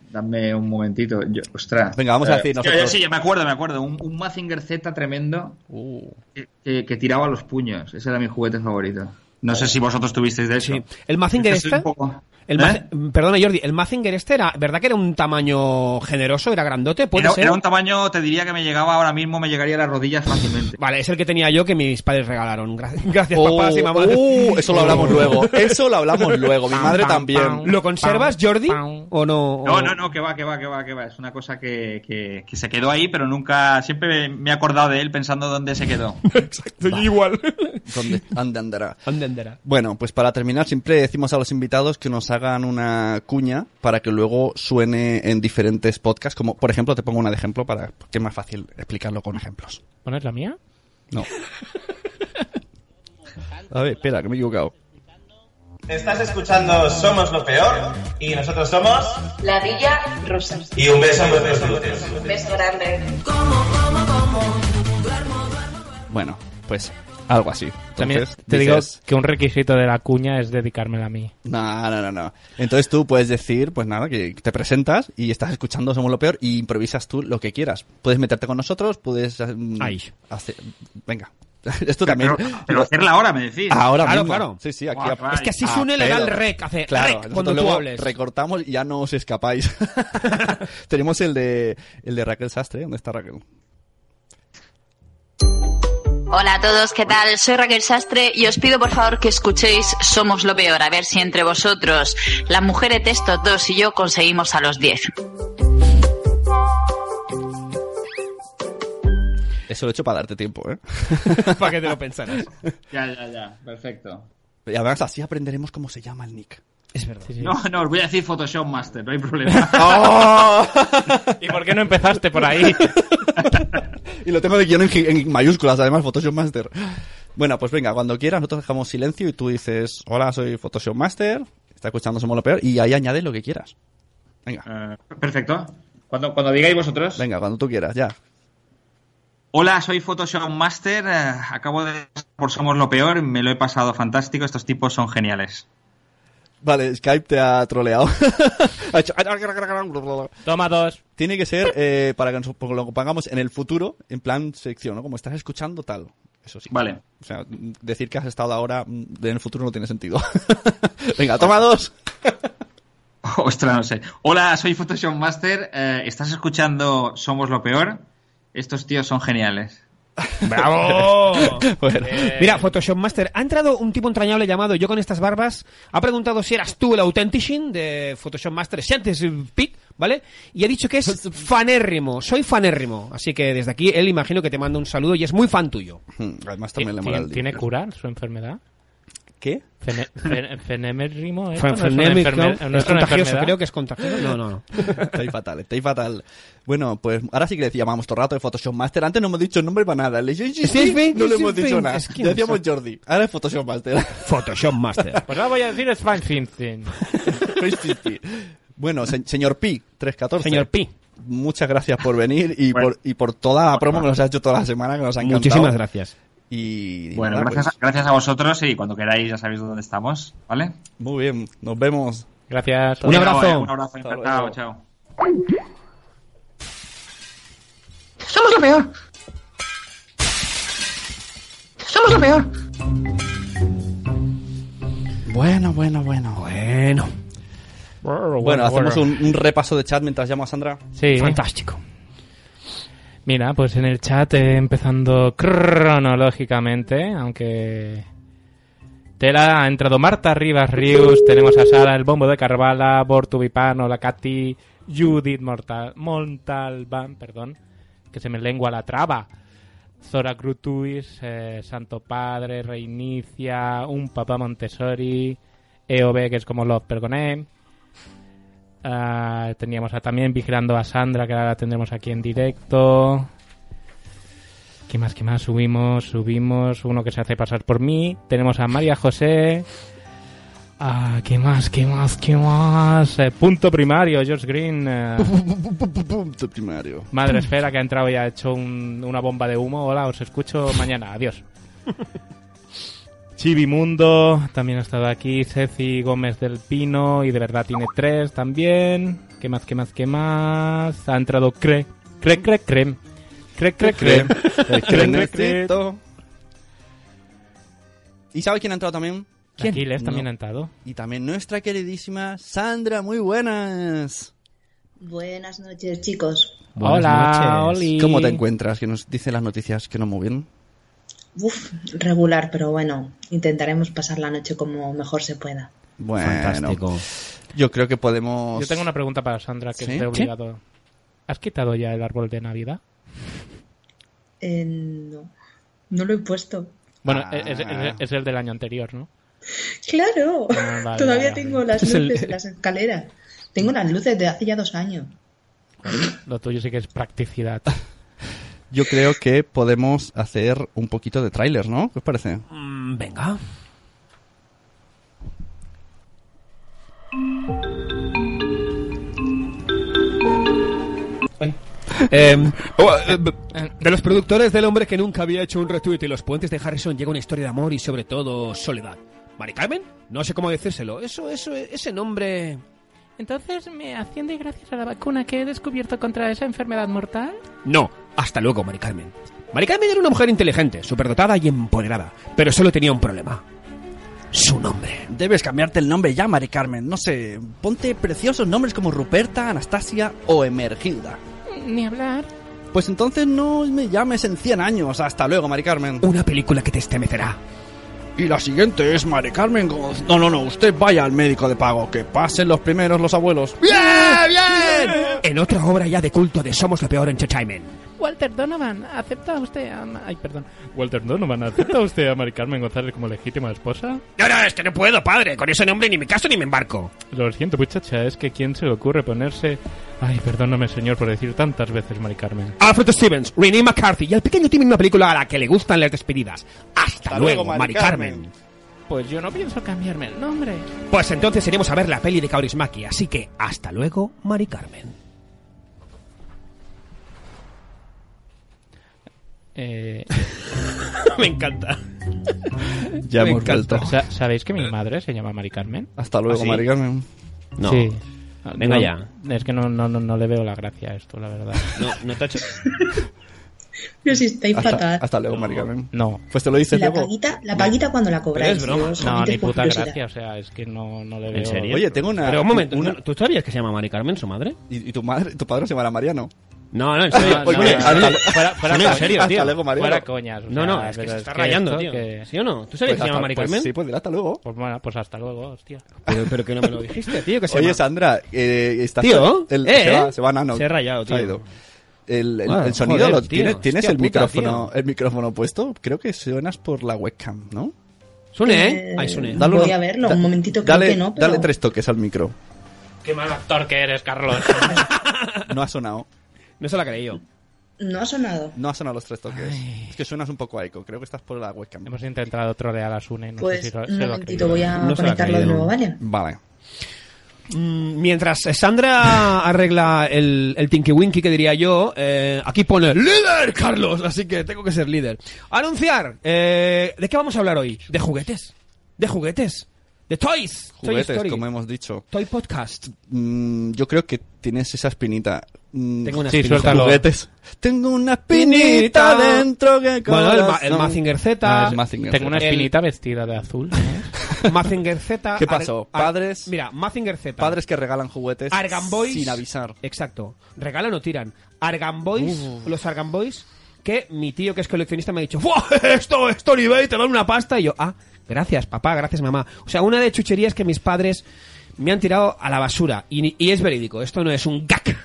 [SPEAKER 8] ven, Dame un momentito. Yo, ostras. Eh,
[SPEAKER 6] Venga, vamos a decir
[SPEAKER 8] hostia,
[SPEAKER 6] nosotros.
[SPEAKER 8] yo sí, ya me acuerdo, me acuerdo. Un, un Mazinger Z tremendo
[SPEAKER 9] Uh.
[SPEAKER 8] que, que- que tiraba los puños. Ese era mi juguete favorito. No sé si vosotros tuvisteis de eso.
[SPEAKER 9] Sí. ¿El Mazinger
[SPEAKER 8] Yo soy un
[SPEAKER 9] este?
[SPEAKER 8] poco-
[SPEAKER 9] El
[SPEAKER 8] ¿Eh?
[SPEAKER 9] Maz- Perdona, Jordi, el Mazinger este era, ¿verdad que era un tamaño generoso? ¿Era grandote? ¿Puede
[SPEAKER 8] Era,
[SPEAKER 9] ser?
[SPEAKER 8] era un tamaño, te diría que me llegaba ahora mismo, me llegaría a las rodillas fácilmente.
[SPEAKER 9] Vale, es el que tenía yo que mis padres regalaron. Gra- *laughs* Gracias,
[SPEAKER 6] Oh,
[SPEAKER 9] papás y mamás.
[SPEAKER 6] uh, eso lo hablamos
[SPEAKER 8] *laughs*
[SPEAKER 9] Oh. *laughs*
[SPEAKER 6] luego. Eso lo hablamos luego. Mi madre
[SPEAKER 7] pam,
[SPEAKER 6] también.
[SPEAKER 7] pam.
[SPEAKER 9] ¿Lo conservas,
[SPEAKER 7] Pam,
[SPEAKER 9] Jordi?
[SPEAKER 7] pam.
[SPEAKER 9] ¿O no? o-
[SPEAKER 8] No, no, no, que va, que va, que va, que va. Es una cosa que, que, que se quedó ahí, pero nunca, siempre me he acordado de él pensando dónde se quedó.
[SPEAKER 9] *laughs* Exacto, yo igual.
[SPEAKER 6] ¿Dónde dónde andará?
[SPEAKER 9] ¿Dónde andará?
[SPEAKER 6] Bueno, pues para terminar siempre decimos a los invitados que nos hagan una cuña para que luego suene en diferentes podcasts. Como, por ejemplo, te pongo una de ejemplo para que es más fácil explicarlo con ejemplos.
[SPEAKER 7] ¿Pones la mía?
[SPEAKER 6] No. A ver, espera, que me he equivocado.
[SPEAKER 10] Estás escuchando Somos lo Peor y nosotros somos.
[SPEAKER 11] La Villa Rusa.
[SPEAKER 10] Y un beso en vuestros glúteos.
[SPEAKER 11] Un beso grande.
[SPEAKER 6] Bueno, pues algo así.
[SPEAKER 7] También
[SPEAKER 6] Entonces,
[SPEAKER 7] te
[SPEAKER 6] dices,
[SPEAKER 7] digo que un requisito de la cuña es dedicármela a mí.
[SPEAKER 6] No, no, no, no. Entonces tú puedes decir, pues nada, que te presentas y estás escuchando Somos lo Peor y improvisas tú lo que quieras. Puedes meterte con nosotros, puedes... mm,
[SPEAKER 9] Ay.
[SPEAKER 6] hacer- Venga. *laughs* Esto también...
[SPEAKER 8] Pero, pero hacerla ahora, me decís.
[SPEAKER 6] Ahora
[SPEAKER 9] Claro,
[SPEAKER 6] mismo.
[SPEAKER 9] claro.
[SPEAKER 6] Sí, sí, aquí
[SPEAKER 8] Guau,
[SPEAKER 6] a-
[SPEAKER 8] guau.
[SPEAKER 9] Es que así
[SPEAKER 6] Ah,
[SPEAKER 9] suena legal
[SPEAKER 6] pero-
[SPEAKER 9] rec, hace
[SPEAKER 6] Claro,
[SPEAKER 9] rec
[SPEAKER 6] nosotros
[SPEAKER 9] cuando tú
[SPEAKER 6] luego
[SPEAKER 9] hables.
[SPEAKER 6] recortamos y ya no os escapáis. *laughs* Tenemos el de, el de Raquel Sastre. ¿Dónde está Raquel?
[SPEAKER 11] Hola a todos, ¿qué tal? Soy Raquel Sastre y os pido por favor que escuchéis Somos lo Peor, a ver si entre vosotros, las mujeres de estos dos y yo conseguimos a los 10.
[SPEAKER 6] Eso lo he hecho para darte tiempo, ¿eh? *laughs*
[SPEAKER 9] Para que te lo pensaras.
[SPEAKER 8] Ya, ya, ya, perfecto.
[SPEAKER 6] Y además así aprenderemos cómo se llama el nick.
[SPEAKER 9] Es verdad.
[SPEAKER 7] Sí, sí.
[SPEAKER 8] No, no, os voy a decir Photoshop Master, no hay problema.
[SPEAKER 9] *laughs*
[SPEAKER 6] ¡Oh!
[SPEAKER 7] ¿Y por qué no empezaste por ahí?
[SPEAKER 6] *laughs* Y lo tengo de guión en, gi- en mayúsculas, además, Photoshop Master. Bueno, pues venga, cuando quieras, nosotros dejamos silencio y tú dices, hola, soy Photoshop Master, está escuchando Somos lo Peor, y ahí añades lo que quieras. Venga,
[SPEAKER 8] Eh, perfecto. Cuando, cuando digáis vosotros.
[SPEAKER 6] venga, cuando tú quieras, ya.
[SPEAKER 8] Hola, soy Photoshop Master. eh, acabo de pasar por Somos lo Peor. Me lo he pasado fantástico. Estos tipos son geniales.
[SPEAKER 6] Vale, Skype te ha troleado. *laughs* Ha hecho-
[SPEAKER 7] Toma dos.
[SPEAKER 6] Tiene que ser eh, para que nos porque lo pongamos en el futuro, en plan sección, ¿no? Como estás escuchando tal. Eso sí.
[SPEAKER 8] Vale.
[SPEAKER 6] O sea, mm, decir que has estado ahora mm, en el futuro no tiene sentido. *laughs* Venga, toma dos.
[SPEAKER 8] *laughs* Ostras, no sé. Hola, soy Photoshop Master. eh, ¿Estás escuchando Somos lo Peor? Estos tíos son geniales.
[SPEAKER 7] ¡Bravo!
[SPEAKER 6] Bueno,
[SPEAKER 9] Mira, Photoshop Master, ha entrado un tipo entrañable llamado Yo con estas barbas, ha preguntado si eras tú el Authentishing de Photoshop Master, si antes eh, Pit, ¿vale? Y ha dicho que es fanérrimo, soy fanérrimo, así que desde aquí él imagino que te manda un saludo y es muy fan tuyo. Eh,
[SPEAKER 6] mm, además también le mola
[SPEAKER 7] ¿Tiene,
[SPEAKER 6] el
[SPEAKER 7] tiene
[SPEAKER 6] dinero.
[SPEAKER 7] cura su enfermedad?
[SPEAKER 6] ¿Qué?
[SPEAKER 7] Fene- fen- Fenemérrimo, ¿eh?
[SPEAKER 9] Frenémico,
[SPEAKER 7] no
[SPEAKER 9] es
[SPEAKER 7] es una
[SPEAKER 9] contagioso,
[SPEAKER 7] enfermedad.
[SPEAKER 9] creo que es contagioso. No, no, no.
[SPEAKER 6] Estoy fatal, estoy fatal. Bueno, pues ahora sí que le llamamos todo el rato de Photoshop Master. Antes no hemos dicho nombre para nada. Le dije, sí, sí,
[SPEAKER 9] Sí, sí,
[SPEAKER 6] no le
[SPEAKER 9] sí,
[SPEAKER 6] hemos
[SPEAKER 9] sí.
[SPEAKER 6] dicho nada.
[SPEAKER 9] Es que
[SPEAKER 6] Le decíamos
[SPEAKER 9] no
[SPEAKER 6] Jordi. Ahora es Photoshop Master.
[SPEAKER 9] Photoshop Master.
[SPEAKER 7] *laughs* Pues ahora voy a decir es Fine
[SPEAKER 6] *laughs*
[SPEAKER 7] Simpson.
[SPEAKER 6] Pues bueno, se- señor Pi, 314.
[SPEAKER 9] Señor Pi.
[SPEAKER 6] muchas gracias por venir y,
[SPEAKER 8] Bueno.
[SPEAKER 6] por, y por toda la promo que nos has hecho toda la semana, que nos ha encantado.
[SPEAKER 9] Muchísimas gracias.
[SPEAKER 6] *laughs* Y
[SPEAKER 8] Bueno,
[SPEAKER 6] nada,
[SPEAKER 8] gracias,
[SPEAKER 6] pues,
[SPEAKER 8] a, gracias a vosotros y cuando queráis ya sabéis dónde estamos, ¿vale?
[SPEAKER 6] Muy bien, nos vemos.
[SPEAKER 7] Gracias.
[SPEAKER 6] Un abrazo.
[SPEAKER 8] Chao, eh, un abrazo,
[SPEAKER 6] Hasta
[SPEAKER 8] encantado,
[SPEAKER 6] luego.
[SPEAKER 8] chao.
[SPEAKER 3] Somos lo peor. Somos lo peor.
[SPEAKER 6] Bueno, bueno, bueno.
[SPEAKER 9] Bueno.
[SPEAKER 6] Bueno, hacemos Un, un repaso de chat mientras llamo a Sandra.
[SPEAKER 7] Sí.
[SPEAKER 9] Fantástico.
[SPEAKER 7] Mira, pues en el chat, eh, empezando cronológicamente, aunque. Tela, ha entrado Marta Rivas Rius, tenemos a Sara, el Bombo de Carvala, Bortubipano, la Katy, Judith Mortal, Montalbán, perdón, que se me lengua la traba. Zora Crutuis, eh, Santo Padre, Reinicia, Un Papá Montessori, EOB, que es como Love E. Pergoné. Ah, teníamos a- también vigilando a Sandra, que ahora la tendremos aquí en directo. ¿Qué más, qué más? Subimos, subimos. Uno que se hace pasar por mí. Tenemos a María José. Ah, ¿qué más, qué más, qué más? Eh, punto primario, George Green. eh,
[SPEAKER 6] Punto primario.
[SPEAKER 7] Madre Esfera, que ha entrado y ha hecho un- una bomba de humo. Hola, os escucho mañana. Adiós. *laughs* Chivimundo también ha estado aquí. Ceci Gómez del Pino y de verdad tiene tres también. ¿Qué más, qué más, qué más? Ha entrado Cre. Cre, cre, cre. Cre, cre, cre.
[SPEAKER 6] El
[SPEAKER 7] Cre, cre, cre.
[SPEAKER 6] crenecito. ¿Y sabe quién ha entrado también?
[SPEAKER 7] ¿Quién? Aquiles también
[SPEAKER 6] No.
[SPEAKER 7] ha entrado.
[SPEAKER 6] Y también nuestra queridísima Sandra, muy buenas.
[SPEAKER 12] Buenas noches, chicos.
[SPEAKER 7] Hola, Oli.
[SPEAKER 6] ¿Cómo te encuentras? Que nos dicen las noticias que no muy bien.
[SPEAKER 12] Uf, regular, pero bueno, intentaremos pasar la noche como mejor se pueda.
[SPEAKER 6] Bueno,
[SPEAKER 9] Fantástico.
[SPEAKER 6] yo creo que podemos.
[SPEAKER 7] Yo tengo una pregunta para Sandra que
[SPEAKER 6] ¿Sí?
[SPEAKER 7] es de obligado. ¿Has quitado ya el árbol de Navidad?
[SPEAKER 12] Eh, no, no lo he puesto.
[SPEAKER 7] Bueno,
[SPEAKER 3] Ah.
[SPEAKER 7] eh, es, es- es el del año anterior, ¿no?
[SPEAKER 12] Claro,
[SPEAKER 7] Ah, vale,
[SPEAKER 12] todavía
[SPEAKER 7] vale,
[SPEAKER 12] tengo
[SPEAKER 7] vale.
[SPEAKER 12] las
[SPEAKER 7] Es el-
[SPEAKER 12] luces de las escaleras. Tengo las luces de hace ya dos años.
[SPEAKER 7] Lo tuyo sí que es practicidad.
[SPEAKER 6] *laughs* Yo creo que podemos hacer un poquito de tráiler, ¿no? ¿Qué os parece?
[SPEAKER 9] Mm, Venga. Eh, oh, eh, de los productores del hombre que nunca había hecho un retweet y los puentes de Harrison llega una historia de amor y sobre todo soledad. ¿Mari Carmen? No sé cómo decírselo. ¿eh? Eso, eso, ese nombre.
[SPEAKER 7] Entonces, ¿me asciende gracias a la vacuna que he descubierto contra esa enfermedad mortal?
[SPEAKER 9] No. Hasta luego, Mari Carmen. Mari Carmen era una mujer inteligente, superdotada y empoderada, pero solo tenía un problema. Su nombre.
[SPEAKER 6] Debes cambiarte el nombre ya, Mari Carmen. No sé, ponte preciosos nombres como Ruperta, Anastasia o Emergilda.
[SPEAKER 7] Ni hablar.
[SPEAKER 6] Pues entonces no me llames en 100 años. Hasta luego, Mari Carmen.
[SPEAKER 9] Una película que te estremecerá.
[SPEAKER 6] Y la siguiente es Mari Carmen. Gómez. No, no, no, usted vaya al médico de pago. Que pasen los primeros los abuelos.
[SPEAKER 9] ¡Bien, bien! En otra obra ya de culto de Somos lo Peor Entertainment.
[SPEAKER 7] Walter Donovan, ¿acepta usted a... Ma- Ay, perdón. Walter Donovan, ¿acepta usted a Mari Carmen González como legítima esposa?
[SPEAKER 9] No, no, es que no puedo, padre. Con ese nombre ni me caso ni me embarco.
[SPEAKER 7] Lo siento, muchacha, es que ¿quién se le ocurre ponerse... Ay, perdóname, señor, por decir tantas veces Mari Carmen.
[SPEAKER 9] Alfred Stevens, Renee McCarthy y el pequeño Tim en una película a la que le gustan las despedidas. Hasta, luego, Mari Carmen.
[SPEAKER 7] Pues yo no pienso cambiarme el nombre.
[SPEAKER 9] Pues entonces iremos a ver la peli de Kaurismaki. Así que hasta luego,
[SPEAKER 7] *laughs*
[SPEAKER 9] Mari Carmen.
[SPEAKER 7] *laughs* Eh...
[SPEAKER 9] me encanta.
[SPEAKER 6] Ya hemos vuelto.
[SPEAKER 7] Pues, Sa- ¿Sabéis que mi madre se llama Mari Carmen?
[SPEAKER 6] Hasta luego,
[SPEAKER 9] ¿Ah, sí?
[SPEAKER 6] Mari Carmen.
[SPEAKER 13] No.
[SPEAKER 7] Sí.
[SPEAKER 13] Venga
[SPEAKER 7] No,
[SPEAKER 13] ya.
[SPEAKER 7] Es que no, no, no, no le veo la gracia a esto, la verdad.
[SPEAKER 13] *laughs* No, no te ha hecho.
[SPEAKER 12] Pero si estáis
[SPEAKER 6] Hasta,
[SPEAKER 12] fatal.
[SPEAKER 6] hasta luego, Mari Carmen.
[SPEAKER 7] No.
[SPEAKER 6] Pues te lo dices
[SPEAKER 12] La
[SPEAKER 6] luego.
[SPEAKER 12] paguita, la paguita cuando la cobráis. yo
[SPEAKER 7] No,
[SPEAKER 12] solamente
[SPEAKER 7] ni
[SPEAKER 12] por
[SPEAKER 7] puta
[SPEAKER 12] curiosidad.
[SPEAKER 7] gracia, o sea, es que no, no le veo.
[SPEAKER 13] ¿En serio?
[SPEAKER 6] Oye, tengo una-
[SPEAKER 13] Pero un momento,
[SPEAKER 6] una-
[SPEAKER 13] ¿tú sabías que se llama Mari Carmen, su madre?
[SPEAKER 6] ¿Y, y tu madre, tu padre se llamará Mariano?
[SPEAKER 13] No, no, en serio.
[SPEAKER 7] No, no,
[SPEAKER 13] Oye,
[SPEAKER 7] no,
[SPEAKER 13] hasta-
[SPEAKER 7] no, fuera- fuera
[SPEAKER 13] No, en
[SPEAKER 7] coñas,
[SPEAKER 13] serio,
[SPEAKER 7] hasta
[SPEAKER 13] tío.
[SPEAKER 7] luego, Mariano. Fuera coñas, o
[SPEAKER 13] No, no,
[SPEAKER 7] sea,
[SPEAKER 13] es que
[SPEAKER 7] pero
[SPEAKER 13] se
[SPEAKER 7] es
[SPEAKER 13] está
[SPEAKER 7] que
[SPEAKER 13] rayando,
[SPEAKER 7] esto
[SPEAKER 13] tío.
[SPEAKER 7] que-
[SPEAKER 13] ¿Sí o no? ¿Tú
[SPEAKER 6] Pues
[SPEAKER 13] sabías que se llama
[SPEAKER 6] hasta-
[SPEAKER 13] Mari
[SPEAKER 6] pues
[SPEAKER 13] Carmen?
[SPEAKER 6] sí, pues dile hasta luego.
[SPEAKER 7] Pues bueno, pues hasta luego, hostia.
[SPEAKER 13] Pero, pero que no me lo dijiste, tío. Que se
[SPEAKER 6] Oye,
[SPEAKER 13] llama-
[SPEAKER 6] Sandra, eh, estás-
[SPEAKER 13] Tío,
[SPEAKER 6] el-
[SPEAKER 13] eh,
[SPEAKER 6] se, va,
[SPEAKER 13] eh.
[SPEAKER 6] se va Nano.
[SPEAKER 13] Se ha rayado, tío.
[SPEAKER 6] ha ido. El, el-
[SPEAKER 13] Bueno,
[SPEAKER 6] el sonido,
[SPEAKER 13] joder,
[SPEAKER 6] lo-
[SPEAKER 13] tío.
[SPEAKER 6] ¿tienes, tienes
[SPEAKER 13] Hostia
[SPEAKER 6] el,
[SPEAKER 13] puta,
[SPEAKER 6] micrófono,
[SPEAKER 13] tío.
[SPEAKER 6] el micrófono puesto? Creo que suenas por la webcam, ¿no?
[SPEAKER 13] Sune, ¿eh? Ay, Sune.
[SPEAKER 12] Dale Voy
[SPEAKER 6] unos-
[SPEAKER 12] a verlo,
[SPEAKER 6] da-
[SPEAKER 12] un momentito, creo
[SPEAKER 6] dale,
[SPEAKER 12] que no, pero-
[SPEAKER 6] dale tres toques al micro.
[SPEAKER 7] Qué mal actor que eres,
[SPEAKER 13] *laughs*
[SPEAKER 7] Carlos.
[SPEAKER 6] No ha sonado.
[SPEAKER 13] No se la creí yo.
[SPEAKER 12] No ha sonado.
[SPEAKER 6] No ha sonado los tres toques. Es que suenas un poco a eco. Creo que estás por la webcam.
[SPEAKER 7] Hemos intentado trolear a Sune, no
[SPEAKER 12] Pues
[SPEAKER 7] sé si lo- se
[SPEAKER 12] un
[SPEAKER 7] lo ha
[SPEAKER 12] momentito
[SPEAKER 7] creído.
[SPEAKER 12] voy a conectarlo de nuevo, ¿vale?
[SPEAKER 6] Vale.
[SPEAKER 9] Mm, Mientras Sandra arregla el, el Tinky Winky, que diría yo, eh, aquí pone líder, Carlos, así que tengo que ser líder. Anunciar, eh, ¿de qué vamos a hablar hoy? ¿De juguetes? ¿De juguetes? ¿De toys? Toy
[SPEAKER 6] Juguetes,
[SPEAKER 9] Story.
[SPEAKER 6] como hemos dicho.
[SPEAKER 9] Toy Podcast.
[SPEAKER 6] Mm, yo creo que tienes esa espinita. Mm,
[SPEAKER 9] Tengo una
[SPEAKER 6] sí,
[SPEAKER 9] espinita.
[SPEAKER 6] suéltalo. Juguetes. Tengo una espinita dentro que
[SPEAKER 9] Bueno, el, Ma- el
[SPEAKER 6] corazón.
[SPEAKER 9] Mazinger Z.
[SPEAKER 6] Ah, el Mazinger
[SPEAKER 7] Tengo una
[SPEAKER 9] El-
[SPEAKER 7] espinita vestida de azul.
[SPEAKER 9] Mazinger Z.
[SPEAKER 6] ¿Qué
[SPEAKER 9] Ar-
[SPEAKER 6] pasó?
[SPEAKER 9] Ar-
[SPEAKER 6] Padres-
[SPEAKER 9] Mira, Mazinger Z.
[SPEAKER 6] Padres que regalan juguetes
[SPEAKER 9] Argan Boys.
[SPEAKER 6] sin avisar.
[SPEAKER 9] Exacto. Regalan o tiran. Argan Boys,
[SPEAKER 6] Uf.
[SPEAKER 9] los Argan Boys, que mi tío que es coleccionista me ha dicho, ¡Buah, *laughs* esto, esto en eBay, te dan una pasta. Y yo, ah, gracias papá, gracias mamá. O sea, una de chucherías que mis padres me han tirado a la basura. Y, y es verídico, esto no es un gag.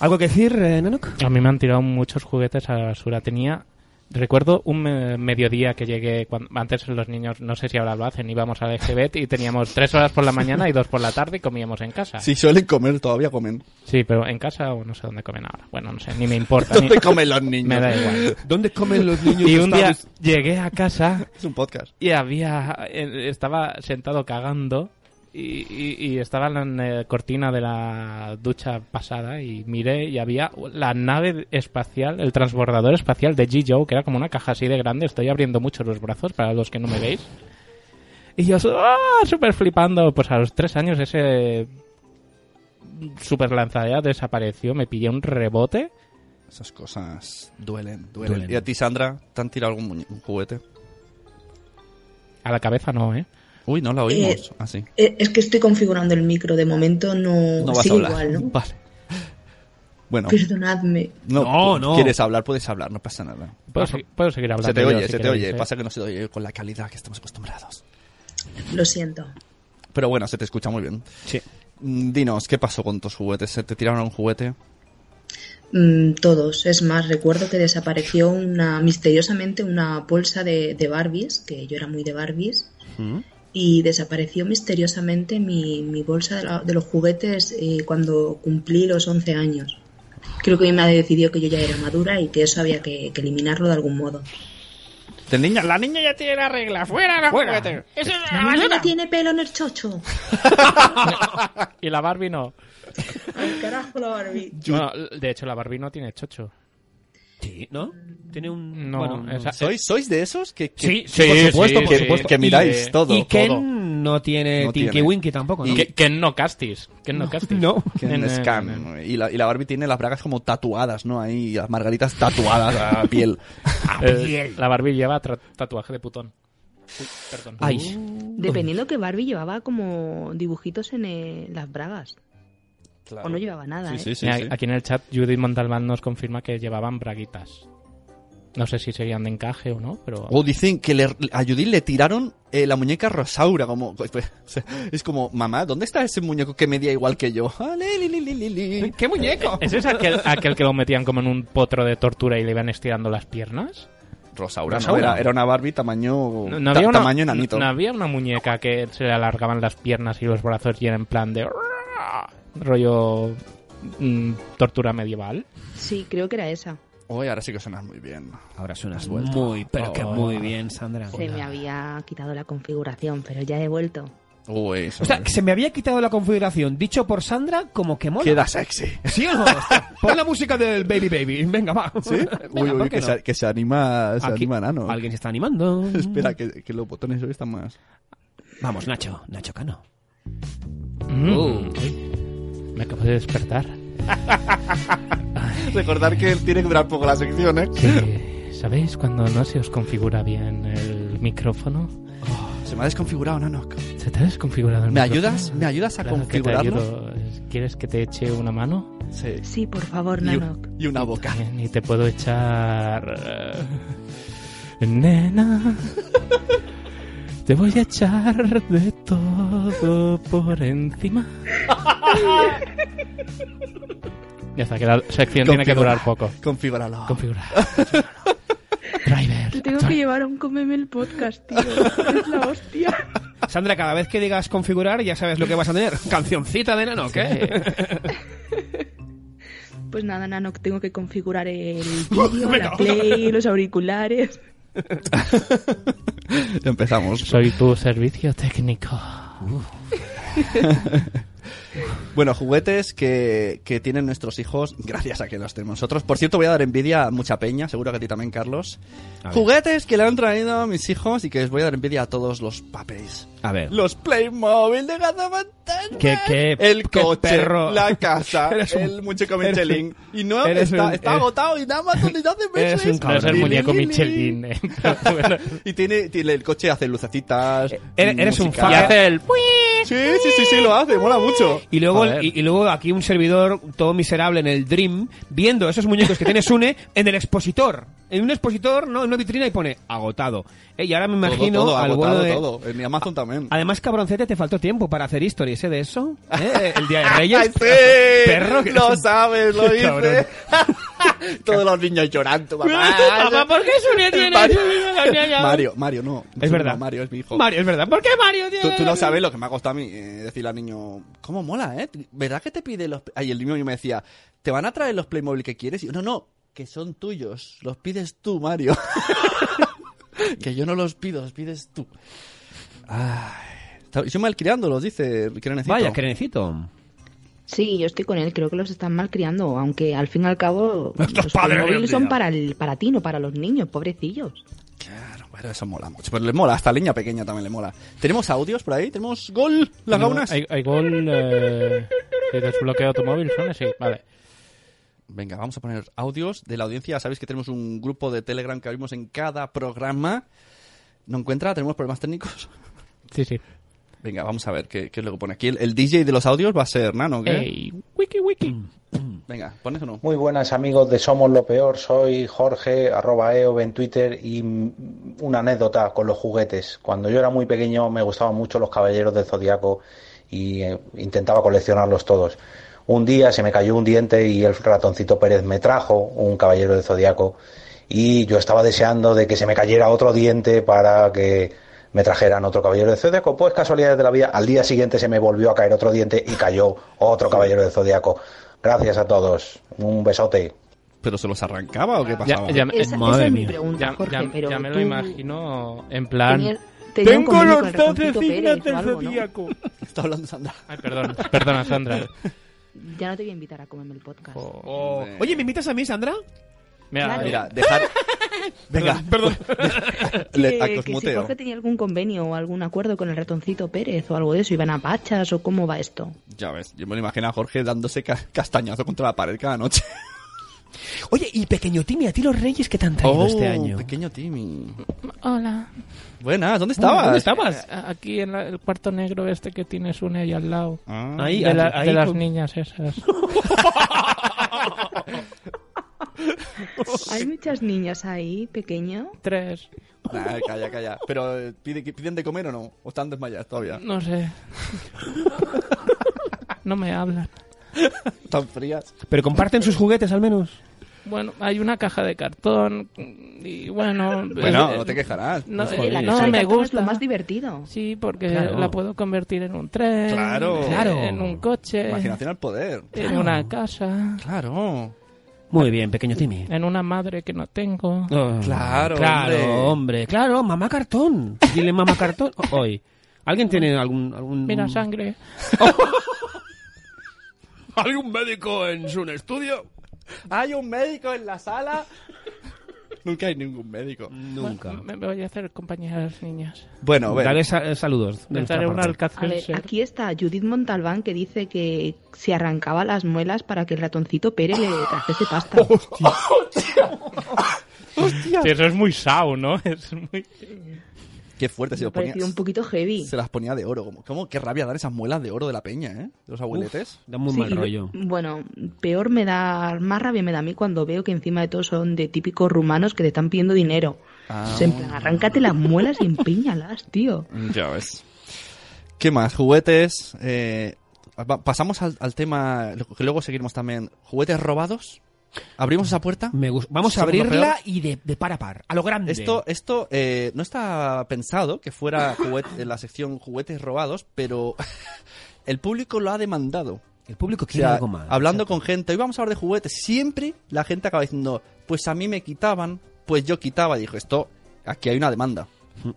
[SPEAKER 9] ¿Algo que decir, eh, Nanuk?
[SPEAKER 7] A mí me han tirado muchos juguetes a la basura. Tenía, recuerdo un eh, mediodía que llegué, cuan- antes los niños, no sé si ahora lo hacen, íbamos al E EGBET y teníamos tres horas por la mañana y dos por la tarde y comíamos en casa.
[SPEAKER 6] Si suelen comer, todavía comen.
[SPEAKER 7] Sí, pero en casa o no sé dónde comen ahora. Bueno, no sé, ni me
[SPEAKER 6] *laughs*
[SPEAKER 7] importa.
[SPEAKER 6] ¿Dónde
[SPEAKER 7] ni-
[SPEAKER 6] comen los niños?
[SPEAKER 7] *laughs* Me da igual.
[SPEAKER 6] ¿Dónde comen los niños?
[SPEAKER 7] Y un día
[SPEAKER 6] Estamos-
[SPEAKER 7] llegué a casa
[SPEAKER 6] Es un podcast.
[SPEAKER 7] y había eh, estaba sentado cagando y, y- y estaba en la cortina de la ducha pasada y miré y había la nave espacial, el transbordador espacial de G-Joe, que era como una caja así de grande. Estoy abriendo mucho los brazos para los que no me veis. Y yo, ¡ah! Súper flipando. Pues a los tres años ese super lanzadera desapareció. Me pillé un rebote.
[SPEAKER 6] Esas cosas duelen, duelen.
[SPEAKER 7] Duelen.
[SPEAKER 6] ¿Y a ti, Sandra, te han tirado algún muñe- un juguete?
[SPEAKER 7] A la cabeza no, ¿eh?
[SPEAKER 6] Uy, no la *laughs* oímos. Ah, Así.
[SPEAKER 12] Eh, es que estoy configurando el micro, de momento no,
[SPEAKER 6] No vas
[SPEAKER 12] sigue
[SPEAKER 6] a hablar.
[SPEAKER 12] igual, ¿no?
[SPEAKER 6] *laughs* Vale. Bueno.
[SPEAKER 12] Perdonadme.
[SPEAKER 6] No,
[SPEAKER 9] No,
[SPEAKER 6] tú
[SPEAKER 9] no.
[SPEAKER 6] Quieres hablar, puedes hablar, no pasa nada.
[SPEAKER 7] Puedo, se- puedo seguir hablando.
[SPEAKER 6] se te
[SPEAKER 7] yo,
[SPEAKER 6] oye,
[SPEAKER 7] si
[SPEAKER 6] se te
[SPEAKER 7] queréis,
[SPEAKER 6] oye.
[SPEAKER 7] ¿eh?
[SPEAKER 6] Pasa que no se te oye con la calidad que estamos acostumbrados.
[SPEAKER 12] Lo siento.
[SPEAKER 6] Pero bueno, se te escucha muy bien. Mm,
[SPEAKER 9] Sí.
[SPEAKER 6] Dinos, ¿qué pasó con tus juguetes? ¿Se te tiraron a un juguete?
[SPEAKER 12] Mm, todos. Es más, recuerdo que desapareció una misteriosamente una bolsa de, de Barbies, que yo era muy de Barbies,
[SPEAKER 6] ¿Mm?
[SPEAKER 12] y desapareció misteriosamente mi, mi bolsa de, la- de los juguetes eh, cuando cumplí los 11 años. Creo que mi madre decidió que yo ya era madura y que eso había que, que eliminarlo de algún modo.
[SPEAKER 6] ¿Te niña?
[SPEAKER 13] La niña ya tiene la regla. ¡Fuera los
[SPEAKER 12] Fuera.
[SPEAKER 13] juguetes! ¡Eso es
[SPEAKER 12] La
[SPEAKER 13] una
[SPEAKER 12] niña
[SPEAKER 13] basura!
[SPEAKER 12] tiene pelo en el chocho.
[SPEAKER 7] *laughs* Y la Barbie no.
[SPEAKER 12] Al carajo la Barbie.
[SPEAKER 7] Bueno, de hecho, la Barbie no tiene chocho.
[SPEAKER 9] Sí, ¿no? Tiene un...
[SPEAKER 7] No,
[SPEAKER 9] bueno, no.
[SPEAKER 7] esa-
[SPEAKER 6] ¿Sois, ¿Sois de esos? Que, que-
[SPEAKER 7] Sí,
[SPEAKER 9] Sí, por supuesto, por
[SPEAKER 6] que,
[SPEAKER 9] supuesto.
[SPEAKER 6] que miráis
[SPEAKER 7] Y-
[SPEAKER 6] todo.
[SPEAKER 9] y Ken
[SPEAKER 6] todo.
[SPEAKER 9] no tiene
[SPEAKER 6] No
[SPEAKER 9] Tinky
[SPEAKER 6] tiene.
[SPEAKER 9] Winky tampoco, ¿no?
[SPEAKER 6] Y-
[SPEAKER 7] Que, que no castis. Que no, castis.
[SPEAKER 9] No.
[SPEAKER 6] Ken
[SPEAKER 7] En-
[SPEAKER 6] es Cam. Y, la, y la Barbie tiene las bragas como tatuadas, ¿no? Ahí, las margaritas tatuadas a la
[SPEAKER 7] *laughs*
[SPEAKER 6] piel.
[SPEAKER 7] Eh, la Barbie lleva tra- tatuaje de putón. Uy, perdón.
[SPEAKER 9] Ay.
[SPEAKER 4] Dependiendo que Barbie llevaba como dibujitos en eh, las bragas. O no llevaba nada,
[SPEAKER 6] Sí,
[SPEAKER 4] ¿eh?
[SPEAKER 6] sí, sí,
[SPEAKER 7] Mira,
[SPEAKER 6] sí.
[SPEAKER 7] Aquí en el chat, Judith Montalbán nos confirma que llevaban braguitas. No sé si serían de encaje o no, pero.
[SPEAKER 6] O dicen que le- a Judith le tiraron eh, la muñeca Rosaura. Como, *laughs* o sea, es como, mamá, ¿dónde está ese muñeco que medía igual que yo? *laughs* Ah, li, li, li, li, li, Eh, li.
[SPEAKER 9] ¡Qué muñeco!
[SPEAKER 7] ¿Ese es aquel, aquel que lo metían como en un potro de tortura y le iban estirando las piernas?
[SPEAKER 6] Rosaura, no,
[SPEAKER 7] Rosaura.
[SPEAKER 6] era, era una Barbie tamaño,
[SPEAKER 7] No, no
[SPEAKER 6] Uh, ta-
[SPEAKER 7] había una,
[SPEAKER 6] tamaño enanito.
[SPEAKER 7] no había una muñeca que se le alargaban las piernas y los brazos y era en plan de. rollo. mm, tortura medieval.
[SPEAKER 4] Sí, creo que era esa.
[SPEAKER 6] Hoy ahora sí que suenas muy bien.
[SPEAKER 9] Ahora suenas
[SPEAKER 6] vuelto.
[SPEAKER 9] muy, pero que
[SPEAKER 7] Oh.
[SPEAKER 9] muy bien, Sandra.
[SPEAKER 4] Se me había quitado la configuración, pero ya he vuelto.
[SPEAKER 6] Uy, eso
[SPEAKER 9] O sea,
[SPEAKER 6] me-
[SPEAKER 9] que se me había quitado la configuración. Dicho por Sandra, como que mola.
[SPEAKER 6] queda sexy.
[SPEAKER 9] ¿Sí
[SPEAKER 6] *laughs*
[SPEAKER 9] o no? Pon la música del Baby Baby. Venga, va. *laughs*
[SPEAKER 6] ¿Sí? Uy,
[SPEAKER 9] Venga, ¿por
[SPEAKER 6] uy,
[SPEAKER 9] qué
[SPEAKER 6] que,
[SPEAKER 9] no?
[SPEAKER 6] se, que se anima, se
[SPEAKER 9] Aquí-
[SPEAKER 6] anima Nano.
[SPEAKER 9] Alguien se está animando.
[SPEAKER 6] *laughs* Espera, que, que los botones hoy están más...
[SPEAKER 9] Vamos, Nacho. Nacho Cano.
[SPEAKER 7] Mm.
[SPEAKER 6] Oh.
[SPEAKER 9] *laughs*
[SPEAKER 7] Me acabo de despertar.
[SPEAKER 6] Recordar que él tiene que durar poco la sección, ¿eh?
[SPEAKER 7] Sí, ¿Sabéis cuando no se os configura bien el micrófono?
[SPEAKER 6] Oh, Se me ha desconfigurado, Nanok.
[SPEAKER 7] ¿Se te ha desconfigurado el
[SPEAKER 6] ¿Me
[SPEAKER 7] micrófono?
[SPEAKER 6] ayudas? ¿Me ayudas a
[SPEAKER 7] Claro que te
[SPEAKER 6] configurarlo?
[SPEAKER 7] ayudo. ¿Quieres que te eche una mano?
[SPEAKER 6] Sí.
[SPEAKER 4] Sí, por favor,
[SPEAKER 6] Y,
[SPEAKER 4] Nanok.
[SPEAKER 6] y una boca.
[SPEAKER 7] Bien, y te puedo echar... eh, Nena, te voy a echar de todo por encima. Ya está, que la sección tiene que
[SPEAKER 6] Configura.
[SPEAKER 7] durar poco.
[SPEAKER 6] Configúralo.
[SPEAKER 7] Configurar. Driver.
[SPEAKER 4] Te tengo que llevar a un comeme el podcast, tío. Es la hostia.
[SPEAKER 9] Sandra, cada vez que digas configurar, ya sabes lo que vas a tener. Cancioncita de nano, ¿qué?
[SPEAKER 4] Pues nada, Nanok, tengo que
[SPEAKER 6] *laughs*
[SPEAKER 4] configurar el vídeo, la play, los auriculares.
[SPEAKER 6] Empezamos.
[SPEAKER 7] Soy tu servicio técnico.
[SPEAKER 6] *laughs* Bueno, juguetes que, que tienen nuestros hijos gracias a que los tenemos nosotros. Por cierto, voy a dar envidia a mucha peña, seguro que a ti también, Carlos.
[SPEAKER 9] A ver.
[SPEAKER 6] Juguetes que le han traído a mis hijos y que les voy a dar envidia a todos los *laughs* papéis.
[SPEAKER 9] A ver.
[SPEAKER 6] Los Playmobil de Gazafantasmas. el coche, la casa,
[SPEAKER 9] *laughs* Eres un-
[SPEAKER 6] el muñeco
[SPEAKER 9] eres un-
[SPEAKER 6] Michelin. y no,
[SPEAKER 9] eres
[SPEAKER 6] está,
[SPEAKER 9] un-
[SPEAKER 6] está
[SPEAKER 9] eres-
[SPEAKER 6] agotado y nada más donde hace meses.
[SPEAKER 7] Eres un cabrón. No es el muñeco
[SPEAKER 6] Li, li, li.
[SPEAKER 7] Michelin,
[SPEAKER 6] *laughs* y tiene, tiene- el coche hace lucecitas.
[SPEAKER 9] Eres- eres un
[SPEAKER 6] música.
[SPEAKER 9] fan. Y hace
[SPEAKER 7] el
[SPEAKER 6] Sí, sí, sí, sí, lo hace, mola mucho.
[SPEAKER 9] Y luego,
[SPEAKER 6] Joder.
[SPEAKER 9] y, y luego aquí un servidor todo miserable en el Dream, viendo esos muñecos que tiene Sune en el expositor. En un expositor, no, en una vitrina y pone agotado. Eh, y ahora me imagino
[SPEAKER 6] todo, todo,
[SPEAKER 9] al
[SPEAKER 6] agotado,
[SPEAKER 9] bueno de-
[SPEAKER 6] todo. En Amazon también.
[SPEAKER 9] Además, cabroncete, te faltó tiempo para hacer historias ¿eh? de eso. *laughs* ¿Eh? El día de
[SPEAKER 6] *laughs*
[SPEAKER 9] Reyes.
[SPEAKER 6] ¡Sí!
[SPEAKER 9] Perro, que eres
[SPEAKER 6] lo
[SPEAKER 9] un-
[SPEAKER 6] sabes, lo
[SPEAKER 9] Qué cabrón.
[SPEAKER 6] hice. *laughs* Todos los niños llorando,
[SPEAKER 9] *laughs*
[SPEAKER 6] papá. *laughs*
[SPEAKER 13] Papá, ¿por qué Sune tiene
[SPEAKER 6] Mario,
[SPEAKER 13] eso? Ya, ya, ya.
[SPEAKER 6] Mario, Mario, no.
[SPEAKER 9] Es
[SPEAKER 6] No,
[SPEAKER 9] verdad.
[SPEAKER 6] Mario es mi hijo.
[SPEAKER 9] Mario, es verdad. ¿Por qué Mario tiene
[SPEAKER 6] Tú, tú no
[SPEAKER 9] eso?
[SPEAKER 6] sabes lo que me ha costado a mí eh, decirle al niño, ¿cómo mola, eh? ¿Verdad que te pide los... Ay, el niño me decía, ¿te van a traer los Playmobil que quieres? Y yo, no, no, que son tuyos, los pides tú, Mario. *laughs* que yo no los pido, los pides tú. Ay, está- yo malcriándolos, dice el Crenecito.
[SPEAKER 9] Vaya, Crenecito.
[SPEAKER 4] Sí, yo estoy con él, creo que los están malcriando, aunque al fin y
[SPEAKER 6] *laughs*
[SPEAKER 4] al cabo los
[SPEAKER 6] padres de hoy
[SPEAKER 4] móviles
[SPEAKER 6] en
[SPEAKER 4] son
[SPEAKER 6] día.
[SPEAKER 4] para, el, para ti, no para los niños, pobrecillos.
[SPEAKER 6] Pero eso mola mucho. Pero le mola, hasta a la niña pequeña también le mola. ¿Tenemos audios por ahí? ¿Tenemos gol? ¿Las
[SPEAKER 7] No,
[SPEAKER 6] gaunas?
[SPEAKER 7] Hay, hay gol. Eh, que desbloquea tu móvil, ¿suena? Sí, vale.
[SPEAKER 6] Venga, vamos a poner audios de la audiencia. Sabéis que tenemos un grupo de Telegram que abrimos en cada programa. ¿No encuentra? ¿Tenemos problemas técnicos?
[SPEAKER 7] *laughs* Sí, sí.
[SPEAKER 6] Venga, vamos a ver qué, qué es lo que pone aquí. El, el DJ de los audios va a ser Nano, ¿qué?
[SPEAKER 7] Ey, wiki, wiki.
[SPEAKER 6] Venga, pones uno.
[SPEAKER 14] Muy buenas amigos de Somos lo Peor, soy Jorge, arroba EOB en Twitter y mm, una anécdota con los juguetes. Cuando yo era muy pequeño me gustaban mucho los caballeros del Zodiaco y eh, intentaba coleccionarlos todos. Un día se me cayó un diente y el ratoncito Pérez me trajo un caballero del Zodiaco y yo estaba deseando de que se me cayera otro diente para que me trajeran otro caballero de zodiaco. Pues casualidades de la vida, al día siguiente se me volvió a caer otro diente y cayó otro caballero de zodiaco. Gracias a todos. Un besote.
[SPEAKER 6] ¿Pero se los arrancaba o qué
[SPEAKER 7] pasaba? ya me- Esa-
[SPEAKER 4] Madre esa es mi mía. pregunta, Jorge, pero
[SPEAKER 7] me lo
[SPEAKER 4] tú-
[SPEAKER 7] imagino en plan.
[SPEAKER 4] Tenía- tenía un convenio con el ratoncito Pérez o algo, ¿no?
[SPEAKER 6] *laughs* Está hablando Sandra.
[SPEAKER 7] Ay,
[SPEAKER 4] *laughs*
[SPEAKER 7] perdón, *laughs* perdona, Sandra. Oh.
[SPEAKER 4] Ya no te voy a invitar a comerme el podcast.
[SPEAKER 9] Oh. Oye, ¿me invitas a mí, Sandra?
[SPEAKER 7] Mira,
[SPEAKER 4] Claro.
[SPEAKER 6] Oh. Mira,
[SPEAKER 7] *laughs*
[SPEAKER 6] dejar... Venga, perdón. *laughs*
[SPEAKER 4] Que-
[SPEAKER 6] Le, a- os
[SPEAKER 4] que si
[SPEAKER 6] muteo.
[SPEAKER 4] Jorge tenía algún convenio o algún acuerdo con el ratoncito Pérez o algo de eso, iban a pachas o cómo va esto.
[SPEAKER 6] Ya ves, yo me lo imagino a Jorge dándose ca- castañazo contra la pared cada noche.
[SPEAKER 9] Oye, y pequeño Timmy, ¿a ti los Reyes que te han traído
[SPEAKER 6] Oh,
[SPEAKER 9] este año?
[SPEAKER 6] pequeño Timmy.
[SPEAKER 7] Hola.
[SPEAKER 6] Buenas, ¿dónde estabas?
[SPEAKER 7] Uh, ¿Dónde estabas? Eh, Aquí en la- el cuarto negro este que tienes Sune ahí al lado.
[SPEAKER 6] Ah.
[SPEAKER 7] Ahí,
[SPEAKER 6] Ahí,
[SPEAKER 7] de, la-
[SPEAKER 6] ahí
[SPEAKER 7] de las
[SPEAKER 6] con-
[SPEAKER 7] niñas esas.
[SPEAKER 4] *laughs* ¿Hay muchas niñas ahí, pequeño?
[SPEAKER 7] Tres.
[SPEAKER 6] Nah, calla, calla. Pero eh, ¿pide- ¿piden de comer o no? ¿O están desmayadas todavía?
[SPEAKER 7] No sé. No me hablan.
[SPEAKER 6] Tan frías.
[SPEAKER 9] Pero *laughs* comparten sus juguetes al menos.
[SPEAKER 7] Bueno, hay una caja de cartón y bueno...
[SPEAKER 6] Bueno,
[SPEAKER 7] eh,
[SPEAKER 6] no te quejarás.
[SPEAKER 7] No,
[SPEAKER 6] Pues,
[SPEAKER 7] eh,
[SPEAKER 6] joder.
[SPEAKER 7] la-
[SPEAKER 4] La
[SPEAKER 7] no
[SPEAKER 4] caja de
[SPEAKER 7] me
[SPEAKER 4] cartón es
[SPEAKER 7] gusta.
[SPEAKER 4] lo más divertido.
[SPEAKER 7] Sí, porque
[SPEAKER 4] Claro.
[SPEAKER 7] la puedo convertir en un tren.
[SPEAKER 6] Claro.
[SPEAKER 7] eh,
[SPEAKER 6] Claro.
[SPEAKER 7] En un coche.
[SPEAKER 6] Imaginación al poder.
[SPEAKER 7] En una casa.
[SPEAKER 6] Claro.
[SPEAKER 9] Muy bien, pequeño Timmy.
[SPEAKER 7] En una madre que no tengo.
[SPEAKER 4] Ah.
[SPEAKER 9] Oh,
[SPEAKER 6] Claro,
[SPEAKER 9] claro,
[SPEAKER 6] hombre.
[SPEAKER 9] hombre. Claro, mamá cartón. Dile mamá cartón o- hoy. ¿Alguien tiene algún... algún
[SPEAKER 7] Mira sangre.
[SPEAKER 9] *laughs* ¿Hay un médico en su estudio?
[SPEAKER 6] Hay un médico en la sala. Nunca hay ningún médico.
[SPEAKER 9] Nunca.
[SPEAKER 7] Me me voy a hacer compañía a las niñas.
[SPEAKER 6] Bueno, a ver.
[SPEAKER 9] Dale sa- eh, saludos. de
[SPEAKER 7] Les
[SPEAKER 9] nuestra
[SPEAKER 7] daré un
[SPEAKER 9] parte.
[SPEAKER 4] A ver,
[SPEAKER 7] alcacelser.
[SPEAKER 4] aquí está Judith Montalbán que dice que se arrancaba las muelas para que el ratoncito Pérez le trajese
[SPEAKER 9] *laughs*
[SPEAKER 4] pasta.
[SPEAKER 7] Sí, eso es muy sao, ¿no? *laughs* Es muy...
[SPEAKER 6] Qué fuerte se
[SPEAKER 4] Me
[SPEAKER 6] los ponía.
[SPEAKER 4] pareció un poquito heavy.
[SPEAKER 6] Se las ponía de oro. Como, ¿Cómo? Qué rabia dar esas muelas de oro de la peña, ¿eh? De los abueletes.
[SPEAKER 9] da muy
[SPEAKER 4] Sí, y lo- Bueno, peor me da, más rabia me da a mí cuando veo que encima de todo son de típicos rumanos que te están pidiendo dinero.
[SPEAKER 6] Ah. mm,
[SPEAKER 4] O sea, en plan, arráncate las muelas y empiñalas, tío.
[SPEAKER 6] Ya ves. ¿Qué más? Juguetes. eh, va- pasamos al, al tema que luego seguiremos también. ¿Juguetes robados? ¿Abrimos esa puerta?
[SPEAKER 9] Vamos a
[SPEAKER 6] ¿Somos lo
[SPEAKER 9] abrirla
[SPEAKER 6] peor?
[SPEAKER 9] y de, de par a par. A lo grande.
[SPEAKER 6] Esto, esto eh, no está pensado que fuera juguete- en la sección juguetes robados, pero *laughs* el público lo ha demandado.
[SPEAKER 9] El público
[SPEAKER 6] O sea,
[SPEAKER 9] quiere algo más.
[SPEAKER 6] Hablando con gente, hoy vamos a hablar de juguetes. Siempre
[SPEAKER 9] *laughs*
[SPEAKER 6] la gente acaba diciendo, pues a mí me quitaban, pues yo quitaba. Dijo, esto, aquí hay una demanda.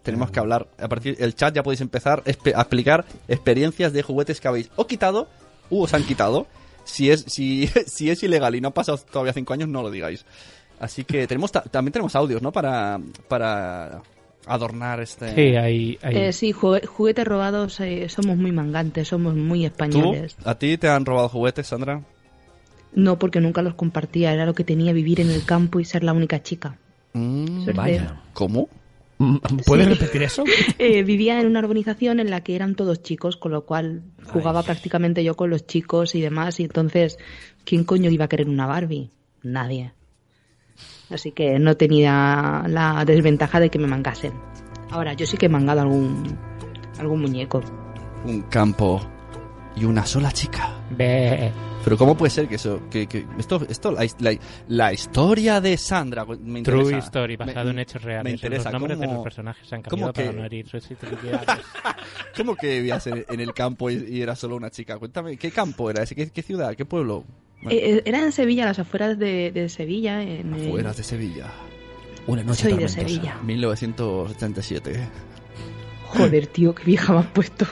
[SPEAKER 6] Tenemos que hablar. A partir el chat ya podéis empezar espe- a explicar experiencias de juguetes que habéis o quitado u os han quitado. Si es, si, *laughs* si es ilegal y no ha pasado todavía cinco años, no lo digáis. Así que tenemos ta- también tenemos audios, ¿no? Para, para adornar este.
[SPEAKER 7] Sí, ahí-
[SPEAKER 4] Eh, sí, jugue- juguetes robados eh, somos muy mangantes, somos muy
[SPEAKER 6] ¿Tú?
[SPEAKER 4] españoles.
[SPEAKER 6] ¿A ti te han robado juguetes, Sandra?
[SPEAKER 4] No, porque nunca los compartía, era lo que tenía vivir en el campo y ser la única chica.
[SPEAKER 6] Mm,
[SPEAKER 4] Suerte. vaya.
[SPEAKER 6] ¿Cómo?
[SPEAKER 9] Mm, ¿Puedes
[SPEAKER 4] Sí.
[SPEAKER 9] repetir eso?
[SPEAKER 4] *laughs* Eh, vivía en una urbanización en la que eran todos chicos, con lo cual jugaba prácticamente yo con los chicos y demás, y entonces, ¿quién coño iba a querer una Barbie? Nadie. Así que no tenía la desventaja de que me mangasen. Ahora, yo sí que he mangado algún, algún muñeco.
[SPEAKER 6] Un campo y una sola chica.
[SPEAKER 7] Ve.
[SPEAKER 6] Pero ¿cómo puede ser que eso, que, que esto, esto, la, his- la- la historia de Sandra, pues, me
[SPEAKER 7] True
[SPEAKER 6] interesa.
[SPEAKER 7] Story, basado
[SPEAKER 6] Me-
[SPEAKER 7] en hechos reales.
[SPEAKER 6] Me interesa.
[SPEAKER 7] Los nombres de
[SPEAKER 6] ¿cómo-
[SPEAKER 7] los personajes se han
[SPEAKER 6] cómo
[SPEAKER 7] cambiado para
[SPEAKER 6] que-
[SPEAKER 7] no
[SPEAKER 6] *laughs*
[SPEAKER 7] herir susceptibilidades.
[SPEAKER 6] ¿Cómo que vivías en, en el campo y, y era solo una chica? Cuéntame, ¿qué campo era ese? ¿Qué, qué ciudad? ¿Qué pueblo? Bueno,
[SPEAKER 4] Eh, eh, era en Sevilla, a las afueras de, de Sevilla. En, eh,
[SPEAKER 6] Fueras de Sevilla. Una noche
[SPEAKER 4] Soy de
[SPEAKER 6] tormentosa.
[SPEAKER 4] Sevilla.
[SPEAKER 6] 1987.
[SPEAKER 4] Joder, tío, qué vieja me has
[SPEAKER 9] *laughs*
[SPEAKER 4] puesto.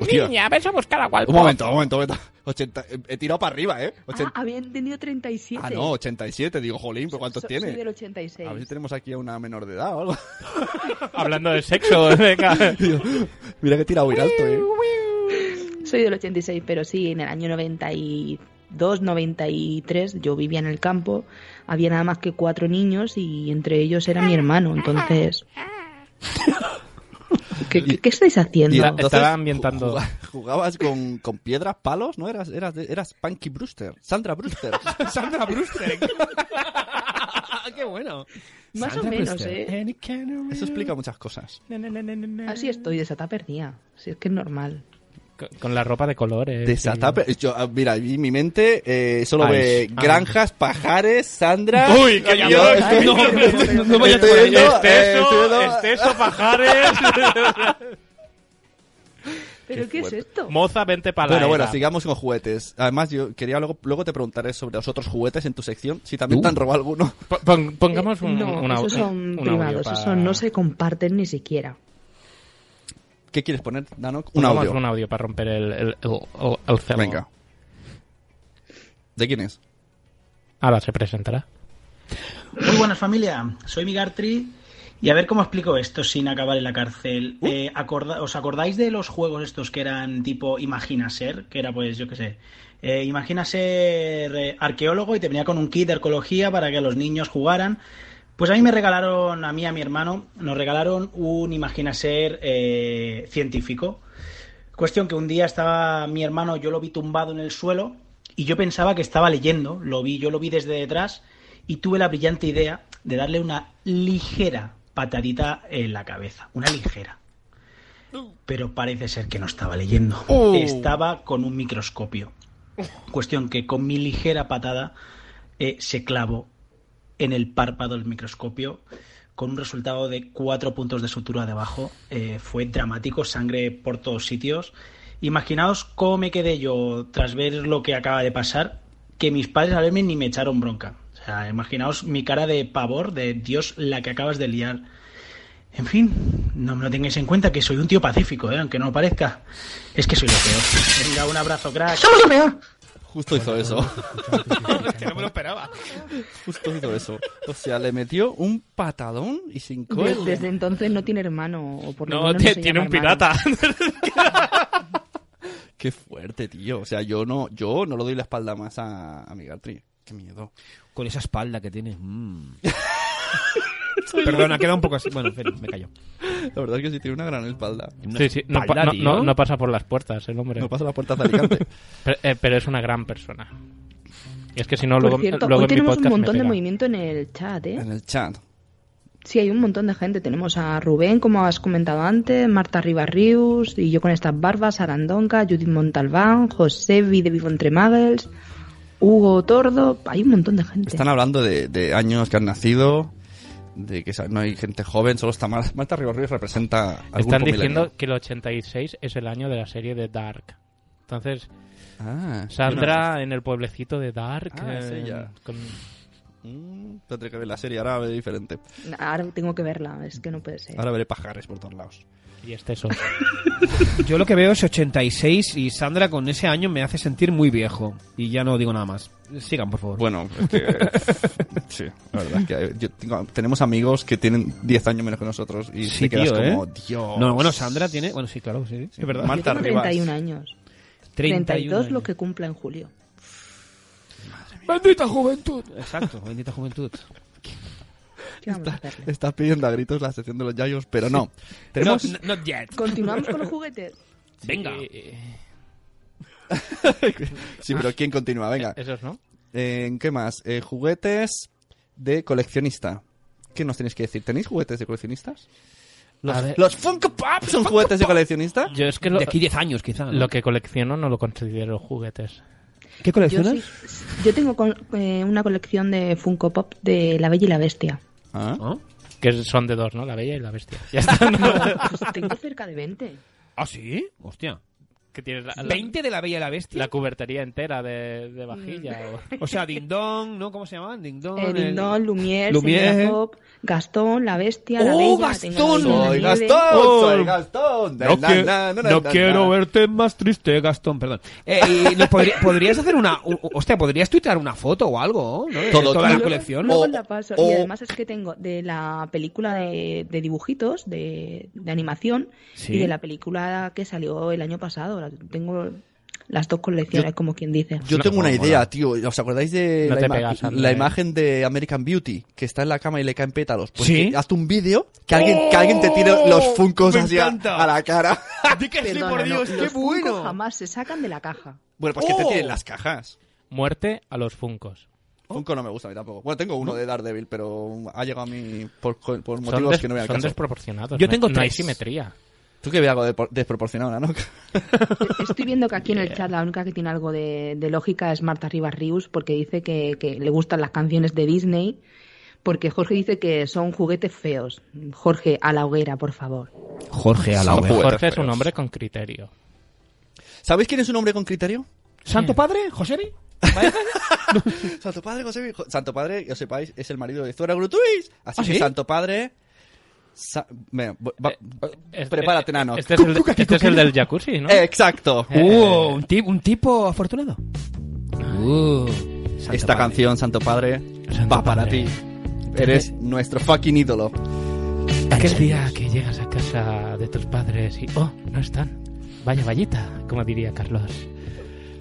[SPEAKER 6] Hostia.
[SPEAKER 9] Niña, ves a buscar a
[SPEAKER 6] Un momento, un momento, un momento. 80, he tirado para arriba, ¿eh?
[SPEAKER 4] Ah,
[SPEAKER 6] 80
[SPEAKER 4] había entendido 37.
[SPEAKER 6] ah, no, 87. Digo, jolín, ¿pero cuántos
[SPEAKER 4] So-
[SPEAKER 6] tiene?
[SPEAKER 4] Soy del 86.
[SPEAKER 6] A ver si tenemos aquí a una menor de edad o algo.
[SPEAKER 7] Hablando de sexo, venga.
[SPEAKER 6] Tío, mira que he tirado muy alto, ¿eh?
[SPEAKER 4] Soy del 86, pero sí, en el año 92, 93 yo vivía en el campo. Había nada más que cuatro niños y entre ellos era mi hermano, entonces... ¿Qué, qué- qué estáis haciendo?
[SPEAKER 6] Y entonces,
[SPEAKER 7] Estaba ambientando.
[SPEAKER 6] ju- ju- Jugabas con, con piedras, palos, ¿no? Eras, eras, eras Punky Brewster. Sandra Brewster.
[SPEAKER 9] Sandra Brewster. Ah, ¡Qué bueno!
[SPEAKER 4] Más
[SPEAKER 6] Sandra
[SPEAKER 4] o menos,
[SPEAKER 6] Brewster.
[SPEAKER 4] ¿eh?
[SPEAKER 6] Eso explica muchas cosas.
[SPEAKER 4] Así estoy, desatada perdida. Si es que es normal.
[SPEAKER 7] Con- Con la ropa de colores.
[SPEAKER 6] Desata. pero Yo, ah, mira, y mi mente eh, solo
[SPEAKER 7] Ay,
[SPEAKER 6] ve
[SPEAKER 7] ay.
[SPEAKER 6] granjas, pajares, Sandra.
[SPEAKER 7] Uy, qué
[SPEAKER 6] Yo
[SPEAKER 7] llamada.
[SPEAKER 6] estoy-
[SPEAKER 7] No, no, no, no vayas
[SPEAKER 6] estoy
[SPEAKER 7] por ahí.
[SPEAKER 6] viendo, eh,
[SPEAKER 7] Exceso,
[SPEAKER 6] estoy viendo-
[SPEAKER 7] exceso, pajares.
[SPEAKER 4] ¿Pero qué, es
[SPEAKER 6] fuerte.
[SPEAKER 4] esto?
[SPEAKER 7] Moza, vente para
[SPEAKER 6] Bueno, bueno, sigamos con juguetes. Además, yo quería luego, luego te preguntaré sobre los otros juguetes en tu sección, si también te han robado
[SPEAKER 7] *laughs*
[SPEAKER 6] alguno.
[SPEAKER 7] Pongamos un,
[SPEAKER 4] No,
[SPEAKER 7] un au-
[SPEAKER 4] esos
[SPEAKER 7] un
[SPEAKER 4] son
[SPEAKER 7] audio
[SPEAKER 4] privados,
[SPEAKER 7] para-
[SPEAKER 4] esos no se comparten ni siquiera.
[SPEAKER 6] ¿Qué quieres poner, Dano? Un
[SPEAKER 7] pongamos
[SPEAKER 6] audio.
[SPEAKER 7] un audio para romper el, el, el, el- el celo.
[SPEAKER 6] Venga. ¿De quién es?
[SPEAKER 7] *laughs* Ahora se presentará.
[SPEAKER 15] Muy buenas familia, soy Migartri y a ver cómo explico esto sin acabar en la cárcel. Eh, acorda- ¿Os acordáis de los juegos estos que eran tipo Imagina ser? Que era pues yo qué sé. eh, imagina ser eh, arqueólogo y te venía con un kit de arqueología para que los niños jugaran. Pues a mí me regalaron, a mí y a mi hermano, nos regalaron un Imagina ser eh, científico. Cuestión que un día estaba mi hermano, yo lo vi tumbado en el suelo y yo pensaba que estaba leyendo, lo vi, yo lo vi desde detrás y tuve la brillante idea de darle una ligera patadita en la cabeza, una ligera. Pero parece ser que no estaba leyendo,
[SPEAKER 9] Oh.
[SPEAKER 15] estaba con un microscopio. Cuestión que con mi ligera patada eh, se clavó en el párpado del microscopio con un resultado de cuatro puntos de sutura debajo. Eh, fue dramático, sangre por todos sitios. Imaginaos cómo me quedé yo tras ver lo que acaba de pasar, que mis padres al verme ni me echaron bronca. O sea, imaginaos mi cara de pavor, de Dios, la que acabas de liar. En fin, no me lo tengáis en cuenta que soy un tío pacífico, ¿eh? aunque no lo parezca. Es que soy lo peor. Venga, un abrazo, crack. ¡Somos lo peor!
[SPEAKER 6] Justo hizo
[SPEAKER 7] *laughs*
[SPEAKER 6] eso. que no me lo esperaba. Justo hizo eso. O sea, le metió un patadón y sin
[SPEAKER 4] De-
[SPEAKER 6] cola.
[SPEAKER 4] desde entonces no tiene hermano. O por lo
[SPEAKER 7] No,
[SPEAKER 4] menos
[SPEAKER 7] te-
[SPEAKER 4] se
[SPEAKER 7] tiene
[SPEAKER 4] llama
[SPEAKER 7] un
[SPEAKER 4] hermano.
[SPEAKER 7] pirata.
[SPEAKER 6] *laughs* Qué fuerte, tío. O sea, yo no, yo no le doy la espalda más a, a mi Gartri. Qué miedo.
[SPEAKER 9] Con esa espalda que tiene.
[SPEAKER 6] *laughs*
[SPEAKER 9] mm. Perdona, queda un poco así. Bueno, en fin, me callo.
[SPEAKER 6] La verdad es que sí tiene una gran espalda.
[SPEAKER 7] Sí, sí, no, pa-
[SPEAKER 9] Espalda,
[SPEAKER 7] no-
[SPEAKER 9] tío.
[SPEAKER 7] no- no pasa por las puertas el hombre.
[SPEAKER 6] No pasa las puertas de Alicante.
[SPEAKER 7] *laughs* pero, eh, pero es una gran persona. Y es que si no,
[SPEAKER 4] Por
[SPEAKER 7] luego,
[SPEAKER 4] cierto,
[SPEAKER 7] luego en
[SPEAKER 4] hoy
[SPEAKER 7] mi
[SPEAKER 4] tenemos
[SPEAKER 7] podcast
[SPEAKER 4] un montón
[SPEAKER 7] me
[SPEAKER 4] de
[SPEAKER 7] pega.
[SPEAKER 4] movimiento en el chat, ¿eh?
[SPEAKER 6] En el chat.
[SPEAKER 4] Sí, hay un montón de gente. Tenemos a Rubén, como has comentado antes, Marta Ribarrius, y yo con estas barbas, Arandonca, Judith Montalbán, José V de Vivo Entre Muggles, Hugo Tordo. Hay un montón de gente.
[SPEAKER 6] Están hablando de, de años que han nacido, de que sa- no hay gente joven, solo está Mar- Marta Ribarrios representa al
[SPEAKER 7] Están
[SPEAKER 6] grupo
[SPEAKER 7] diciendo
[SPEAKER 6] milenio.
[SPEAKER 7] que el 86 es el año de la serie de Dark. Entonces,
[SPEAKER 6] Ah,
[SPEAKER 7] Sandra en el pueblecito de Dark.
[SPEAKER 6] Ah, es
[SPEAKER 7] eh,
[SPEAKER 6] ella.
[SPEAKER 7] con-
[SPEAKER 6] Mm, tendré que ver la serie, ahora veré diferente.
[SPEAKER 4] Ahora tengo que verla, es que no puede ser.
[SPEAKER 6] Ahora veré pajares por todos lados.
[SPEAKER 7] Y este son.
[SPEAKER 9] Yo lo que veo es 86 y Sandra con ese año me hace sentir muy viejo. Y ya no digo nada más. Sigan, por favor.
[SPEAKER 6] Bueno, es que. *laughs* sí, la verdad es que hay- yo tengo- tenemos amigos que tienen 10 años menos que nosotros y
[SPEAKER 9] Sí,
[SPEAKER 6] te quedas
[SPEAKER 9] tío, ¿eh?
[SPEAKER 6] como, Dios.
[SPEAKER 9] No, bueno, Sandra tiene... Bueno, sí, claro, sí, sí, es verdad.
[SPEAKER 6] Marta
[SPEAKER 4] Tengo
[SPEAKER 6] Rivas.
[SPEAKER 4] 31 años. 32 lo que cumpla en julio.
[SPEAKER 9] ¡Bendita juventud! Exacto, bendita juventud.
[SPEAKER 4] ¿Qué vamos a hacerle?
[SPEAKER 6] Estás pidiendo a gritos la sección de los Yayos, pero no. Tenemos.
[SPEAKER 9] No, no, not yet.
[SPEAKER 4] Continuamos con los juguetes.
[SPEAKER 9] Venga.
[SPEAKER 6] Sí, pero ¿quién continúa? Venga.
[SPEAKER 7] Esos, ¿no?
[SPEAKER 6] Eh, ¿En qué más? Eh, juguetes de coleccionista. ¿Qué nos tenéis que decir? ¿Tenéis juguetes de coleccionistas?
[SPEAKER 7] A
[SPEAKER 6] Los,
[SPEAKER 7] ver.
[SPEAKER 6] los Funko Pop son juguetes de coleccionista.
[SPEAKER 7] Yo es que lo-
[SPEAKER 9] De aquí 10 años, quizá. ¿no?
[SPEAKER 7] Lo que colecciono no lo considero juguetes.
[SPEAKER 9] ¿Qué
[SPEAKER 4] Yo, sí- yo tengo col- eh, una colección de Funko Pop de La Bella y la Bestia.
[SPEAKER 9] Ah.
[SPEAKER 7] Que son de dos, ¿no? La bella y la bestia. Ya está. ¿no?
[SPEAKER 4] Pues *laughs* tengo cerca de 20.
[SPEAKER 9] ¿Ah, sí? Hostia.
[SPEAKER 7] que tienes la, la-
[SPEAKER 9] 20 de la Bella y la Bestia.
[SPEAKER 7] la cubertería entera de, de vajilla. o-
[SPEAKER 9] O sea, Ding Dong, ¿no? ¿Cómo se llamaban? Ding Dong.
[SPEAKER 4] Eh,
[SPEAKER 9] el-
[SPEAKER 4] Dindon, Lumière,
[SPEAKER 9] Lumière.
[SPEAKER 4] Señora Pop, Gastón, La Bestia, La
[SPEAKER 9] ¡Oh,
[SPEAKER 4] Bella. tengo
[SPEAKER 9] Gastón! Oh,
[SPEAKER 4] la Bella y la Nieve.
[SPEAKER 6] soy Gastón.
[SPEAKER 9] No,
[SPEAKER 6] Na,
[SPEAKER 9] quie-
[SPEAKER 6] na, na, na,
[SPEAKER 9] no
[SPEAKER 6] na,
[SPEAKER 9] quiero
[SPEAKER 6] na.
[SPEAKER 9] verte más triste, Gastón, perdón. Eh, y nos podri- podrías hacer una. u- u- Hostia, podrías tuitear una foto o algo, ¿no? De
[SPEAKER 6] Todo,
[SPEAKER 9] toda la
[SPEAKER 6] todo.
[SPEAKER 9] colección. Oh,
[SPEAKER 4] Luego la paso.
[SPEAKER 6] o-
[SPEAKER 4] Y además es que tengo de la película de, de dibujitos, de, de animación,
[SPEAKER 9] Sí.
[SPEAKER 4] y de la película que salió el año pasado. La- Tengo las dos colecciones, como quien
[SPEAKER 9] *laughs*
[SPEAKER 4] dice.
[SPEAKER 6] Yo tengo una idea, tío. ¿Os acordáis de
[SPEAKER 7] No
[SPEAKER 6] la,
[SPEAKER 7] te
[SPEAKER 6] ima-
[SPEAKER 7] pegas, Andrea,
[SPEAKER 6] la
[SPEAKER 7] eh.
[SPEAKER 6] imagen de American Beauty? Que está en la cama y le caen pétalos. Pues
[SPEAKER 9] Sí.
[SPEAKER 6] que- hazte un vídeo que alguien, que alguien te tire los funcos
[SPEAKER 9] Oh, Me
[SPEAKER 6] así a,
[SPEAKER 9] encanta.
[SPEAKER 6] a la cara.
[SPEAKER 9] Di que sí,
[SPEAKER 4] Perdona,
[SPEAKER 9] por
[SPEAKER 4] no,
[SPEAKER 9] Dios, qué
[SPEAKER 4] los Funko
[SPEAKER 9] bueno.
[SPEAKER 4] jamás se sacan de la caja.
[SPEAKER 6] *laughs* Bueno, pues que te
[SPEAKER 9] Oh.
[SPEAKER 6] tiren las cajas.
[SPEAKER 7] Muerte a los funcos.
[SPEAKER 6] Funko no me gusta a mí tampoco. Bueno, tengo uno de Daredevil, pero ha llegado a mí por, co- por
[SPEAKER 7] Son,
[SPEAKER 6] motivos
[SPEAKER 7] des-
[SPEAKER 6] que no me
[SPEAKER 7] son
[SPEAKER 6] alcanzan.
[SPEAKER 7] desproporcionados.
[SPEAKER 9] Yo
[SPEAKER 7] No-
[SPEAKER 9] tengo
[SPEAKER 7] no hay
[SPEAKER 9] tres.
[SPEAKER 7] simetría.
[SPEAKER 6] Tú que ve algo de- desproporcionado, ¿no?
[SPEAKER 4] Estoy viendo que aquí en el chat la única que tiene algo de, de lógica es Marta Rivas Rius, porque dice que, que le gustan las canciones de Disney, porque Jorge dice que son juguetes feos. Jorge, a la hoguera, por favor.
[SPEAKER 9] Jorge a la
[SPEAKER 6] Son
[SPEAKER 9] hoguera.
[SPEAKER 6] juguetes
[SPEAKER 7] Jorge es un
[SPEAKER 6] feos.
[SPEAKER 7] hombre con criterio.
[SPEAKER 6] ¿Sabéis quién es un hombre con criterio?
[SPEAKER 9] ¿Santo Padre? ¿Josebi?
[SPEAKER 6] Santo Padre, José. Jo- Santo Padre, que os sepáis, es el marido de Zora Grutuis. Así
[SPEAKER 9] ¿Ah,
[SPEAKER 6] que
[SPEAKER 9] sí?
[SPEAKER 6] Santo Padre. Sa- Venga, va- va-
[SPEAKER 7] Este-
[SPEAKER 6] prepárate, nano.
[SPEAKER 7] Este es el, de- este es el del jacuzzi, ¿no? Eh,
[SPEAKER 6] Exacto.
[SPEAKER 9] Uh, un, ti- un tipo afortunado.
[SPEAKER 7] eh,
[SPEAKER 9] Santo
[SPEAKER 6] Esta
[SPEAKER 9] Padre.
[SPEAKER 6] canción, Santo Padre,
[SPEAKER 7] Santo
[SPEAKER 6] va para
[SPEAKER 7] Padre.
[SPEAKER 6] ti. Eres nuestro fucking ídolo.
[SPEAKER 7] Aquel día que llegas a casa de tus padres y, oh, no están. Vaya vallita, como diría Carlos.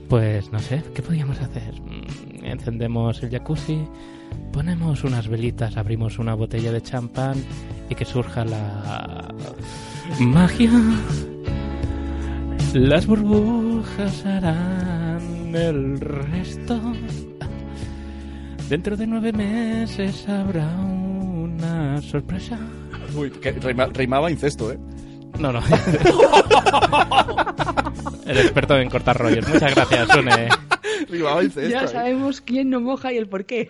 [SPEAKER 7] Pues no sé, ¿qué podíamos hacer? Mm, Encendemos el jacuzzi, ponemos unas velitas, abrimos una botella de champán y que surja la magia. Las burbujas harán el resto. Dentro de nueve meses habrá una sorpresa.
[SPEAKER 6] Uy, que rima- rimaba incesto, ¿eh?
[SPEAKER 7] No, *laughs* no. El experto en cortar rollos. Muchas gracias, Sune.
[SPEAKER 6] *laughs* Rimaba incesto.
[SPEAKER 4] Ya
[SPEAKER 6] ¿eh?
[SPEAKER 4] sabemos quién no moja y el por qué.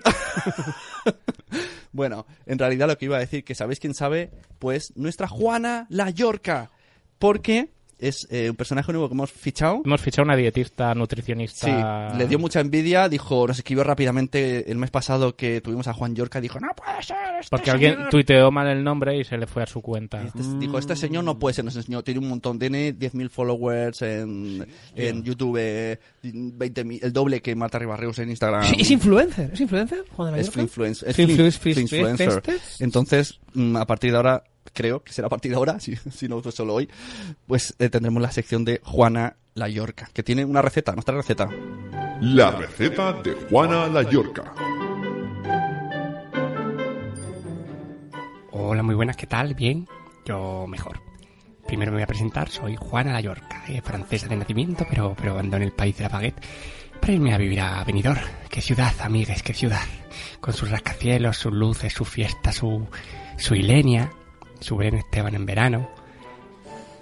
[SPEAKER 6] Bueno, en realidad lo que iba a decir, que sabéis quién sabe, pues nuestra Juana La Yorca. Porque es eh, un personaje nuevo que hemos fichado.
[SPEAKER 7] Hemos fichado una dietista,
[SPEAKER 6] Sí,
[SPEAKER 7] nutricionista.
[SPEAKER 6] le dio mucha envidia, dijo, nos escribió rápidamente el mes pasado que tuvimos a Juan Yorca, dijo, no puede ser. Este
[SPEAKER 7] Porque alguien
[SPEAKER 6] señor".
[SPEAKER 7] tuiteó mal el nombre y se le fue a su cuenta.
[SPEAKER 6] Este- dijo, este señor no puede ser nuestro señor, tiene un montón, tiene 10.000 followers en, en YouTube, eh, 20.000, el doble que Marta Ribarreus en Instagram.
[SPEAKER 9] Sí, es influencer, es influencer, Juan de la
[SPEAKER 6] Es
[SPEAKER 9] Yorca?
[SPEAKER 6] influencer. Es
[SPEAKER 9] Fli-
[SPEAKER 6] fli-
[SPEAKER 9] fli- fli-
[SPEAKER 6] influencer.
[SPEAKER 9] festes.
[SPEAKER 6] Entonces, mm, a partir de ahora, creo que será a partir de ahora, *laughs* si, si no fue solo hoy, pues eh, tendremos la sección de Juana La Yorca, que tiene una receta, nuestra receta.
[SPEAKER 16] La receta de Juana La Yorca.
[SPEAKER 17] Hola, muy buenas, ¿qué tal? ¿Bien? Yo mejor. Primero me voy a presentar, soy Juana La Yorca, eh, francesa de nacimiento, pero, pero abandoné el país de la baguette para irme a vivir a Benidorm. Qué ciudad, amigues, qué ciudad. Con sus rascacielos, sus luces, su fiesta, su, su Ilenia, su Belén Esteban en verano.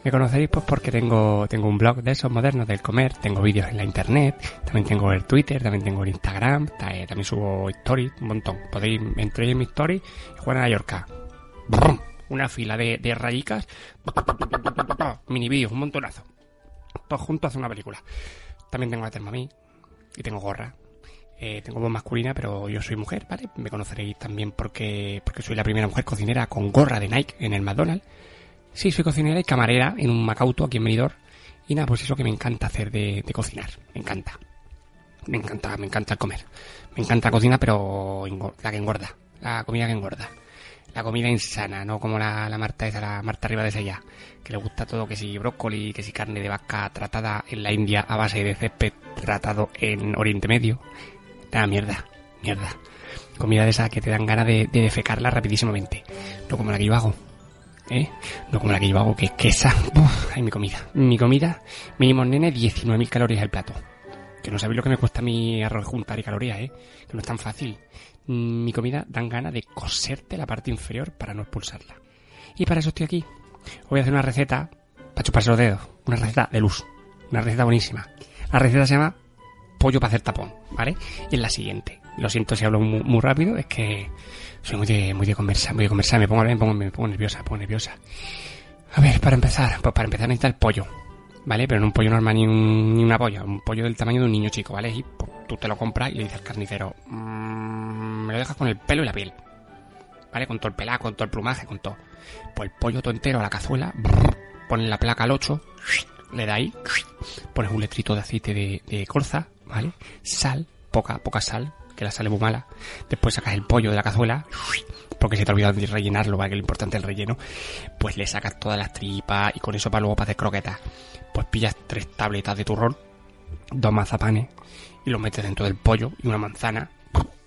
[SPEAKER 17] Me conoceréis pues porque tengo, tengo un blog de esos modernos del comer, tengo vídeos en la internet, también tengo el Twitter, también tengo el Instagram, ta- eh, también subo stories, un montón. Podéis, entréis en mi story y Juana La Yorca. Brum. Una fila de, de rayicas, mini vídeos, un montonazo. Todos juntos hace una película. También tengo la Thermomix y tengo gorra. Eh, tengo voz masculina, pero yo soy mujer, ¿vale? Me conoceréis también porque, porque soy la primera mujer cocinera con gorra de Nike en el McDonald's. Sí, soy cocinera y camarera en un Macauto aquí en Benidorm. Y nada, pues eso que me encanta hacer de, de cocinar. Me encanta. Me encanta, me encanta comer. Me encanta la cocina, pero engor- la que engorda. La comida que engorda. La comida insana, no como la, la Marta esa, la Marta arriba de esa ya. Que le gusta todo, que si brócoli, que si carne de vaca tratada en la India a base de césped tratado en Oriente Medio. Nada, mierda, mierda. Comida de esa que te dan ganas de, de defecarla rapidísimamente. No como la que yo hago. ¿eh? No como la que yo hago, que, que esa... *laughs* ¡buf! ay, mi comida. Mi comida, mínimo nene, 19.000 calorías el plato. Que no sabéis lo que me cuesta mi arroz juntar y calorías, ¿eh? Que no es tan fácil. Mm, Mi comida dan ganas de coserte la parte inferior para no expulsarla. Y para eso estoy aquí. Os voy a hacer una receta para chuparse los dedos. Una receta de luz. Una receta buenísima. La receta se llama pollo para hacer tapón, ¿vale? Y es la siguiente. Lo siento si hablo mu- muy, rápido, es que soy muy de, muy de conversar, muy de conversar. Me pongo, me pongo, me pongo nerviosa, me pongo nerviosa. A ver, para empezar, pues para empezar necesitas el pollo, ¿vale? Pero no un pollo normal ni, un- ni una polla, un pollo del tamaño de un niño chico, ¿vale? Y pues, tú te lo compras y le dices al carnicero, "Mm, me lo dejas con el pelo y la piel, ¿vale? Con todo el pelaco, con todo el plumaje, con todo. Pues el pollo todo entero a la cazuela, brrr, pones la placa al 8, le da ahí, pones un letrito de aceite de, de colza, ¿vale? Sal, poca, poca sal, que la sal es muy mala. Después sacas el pollo de la cazuela, porque se te ha olvidado de rellenarlo, ¿vale? Que lo importante es el relleno. Pues le sacas todas las tripas y con eso para luego para hacer croquetas. Pues pillas tres tabletas de turrón, dos mazapanes y los metes dentro del pollo y una manzana.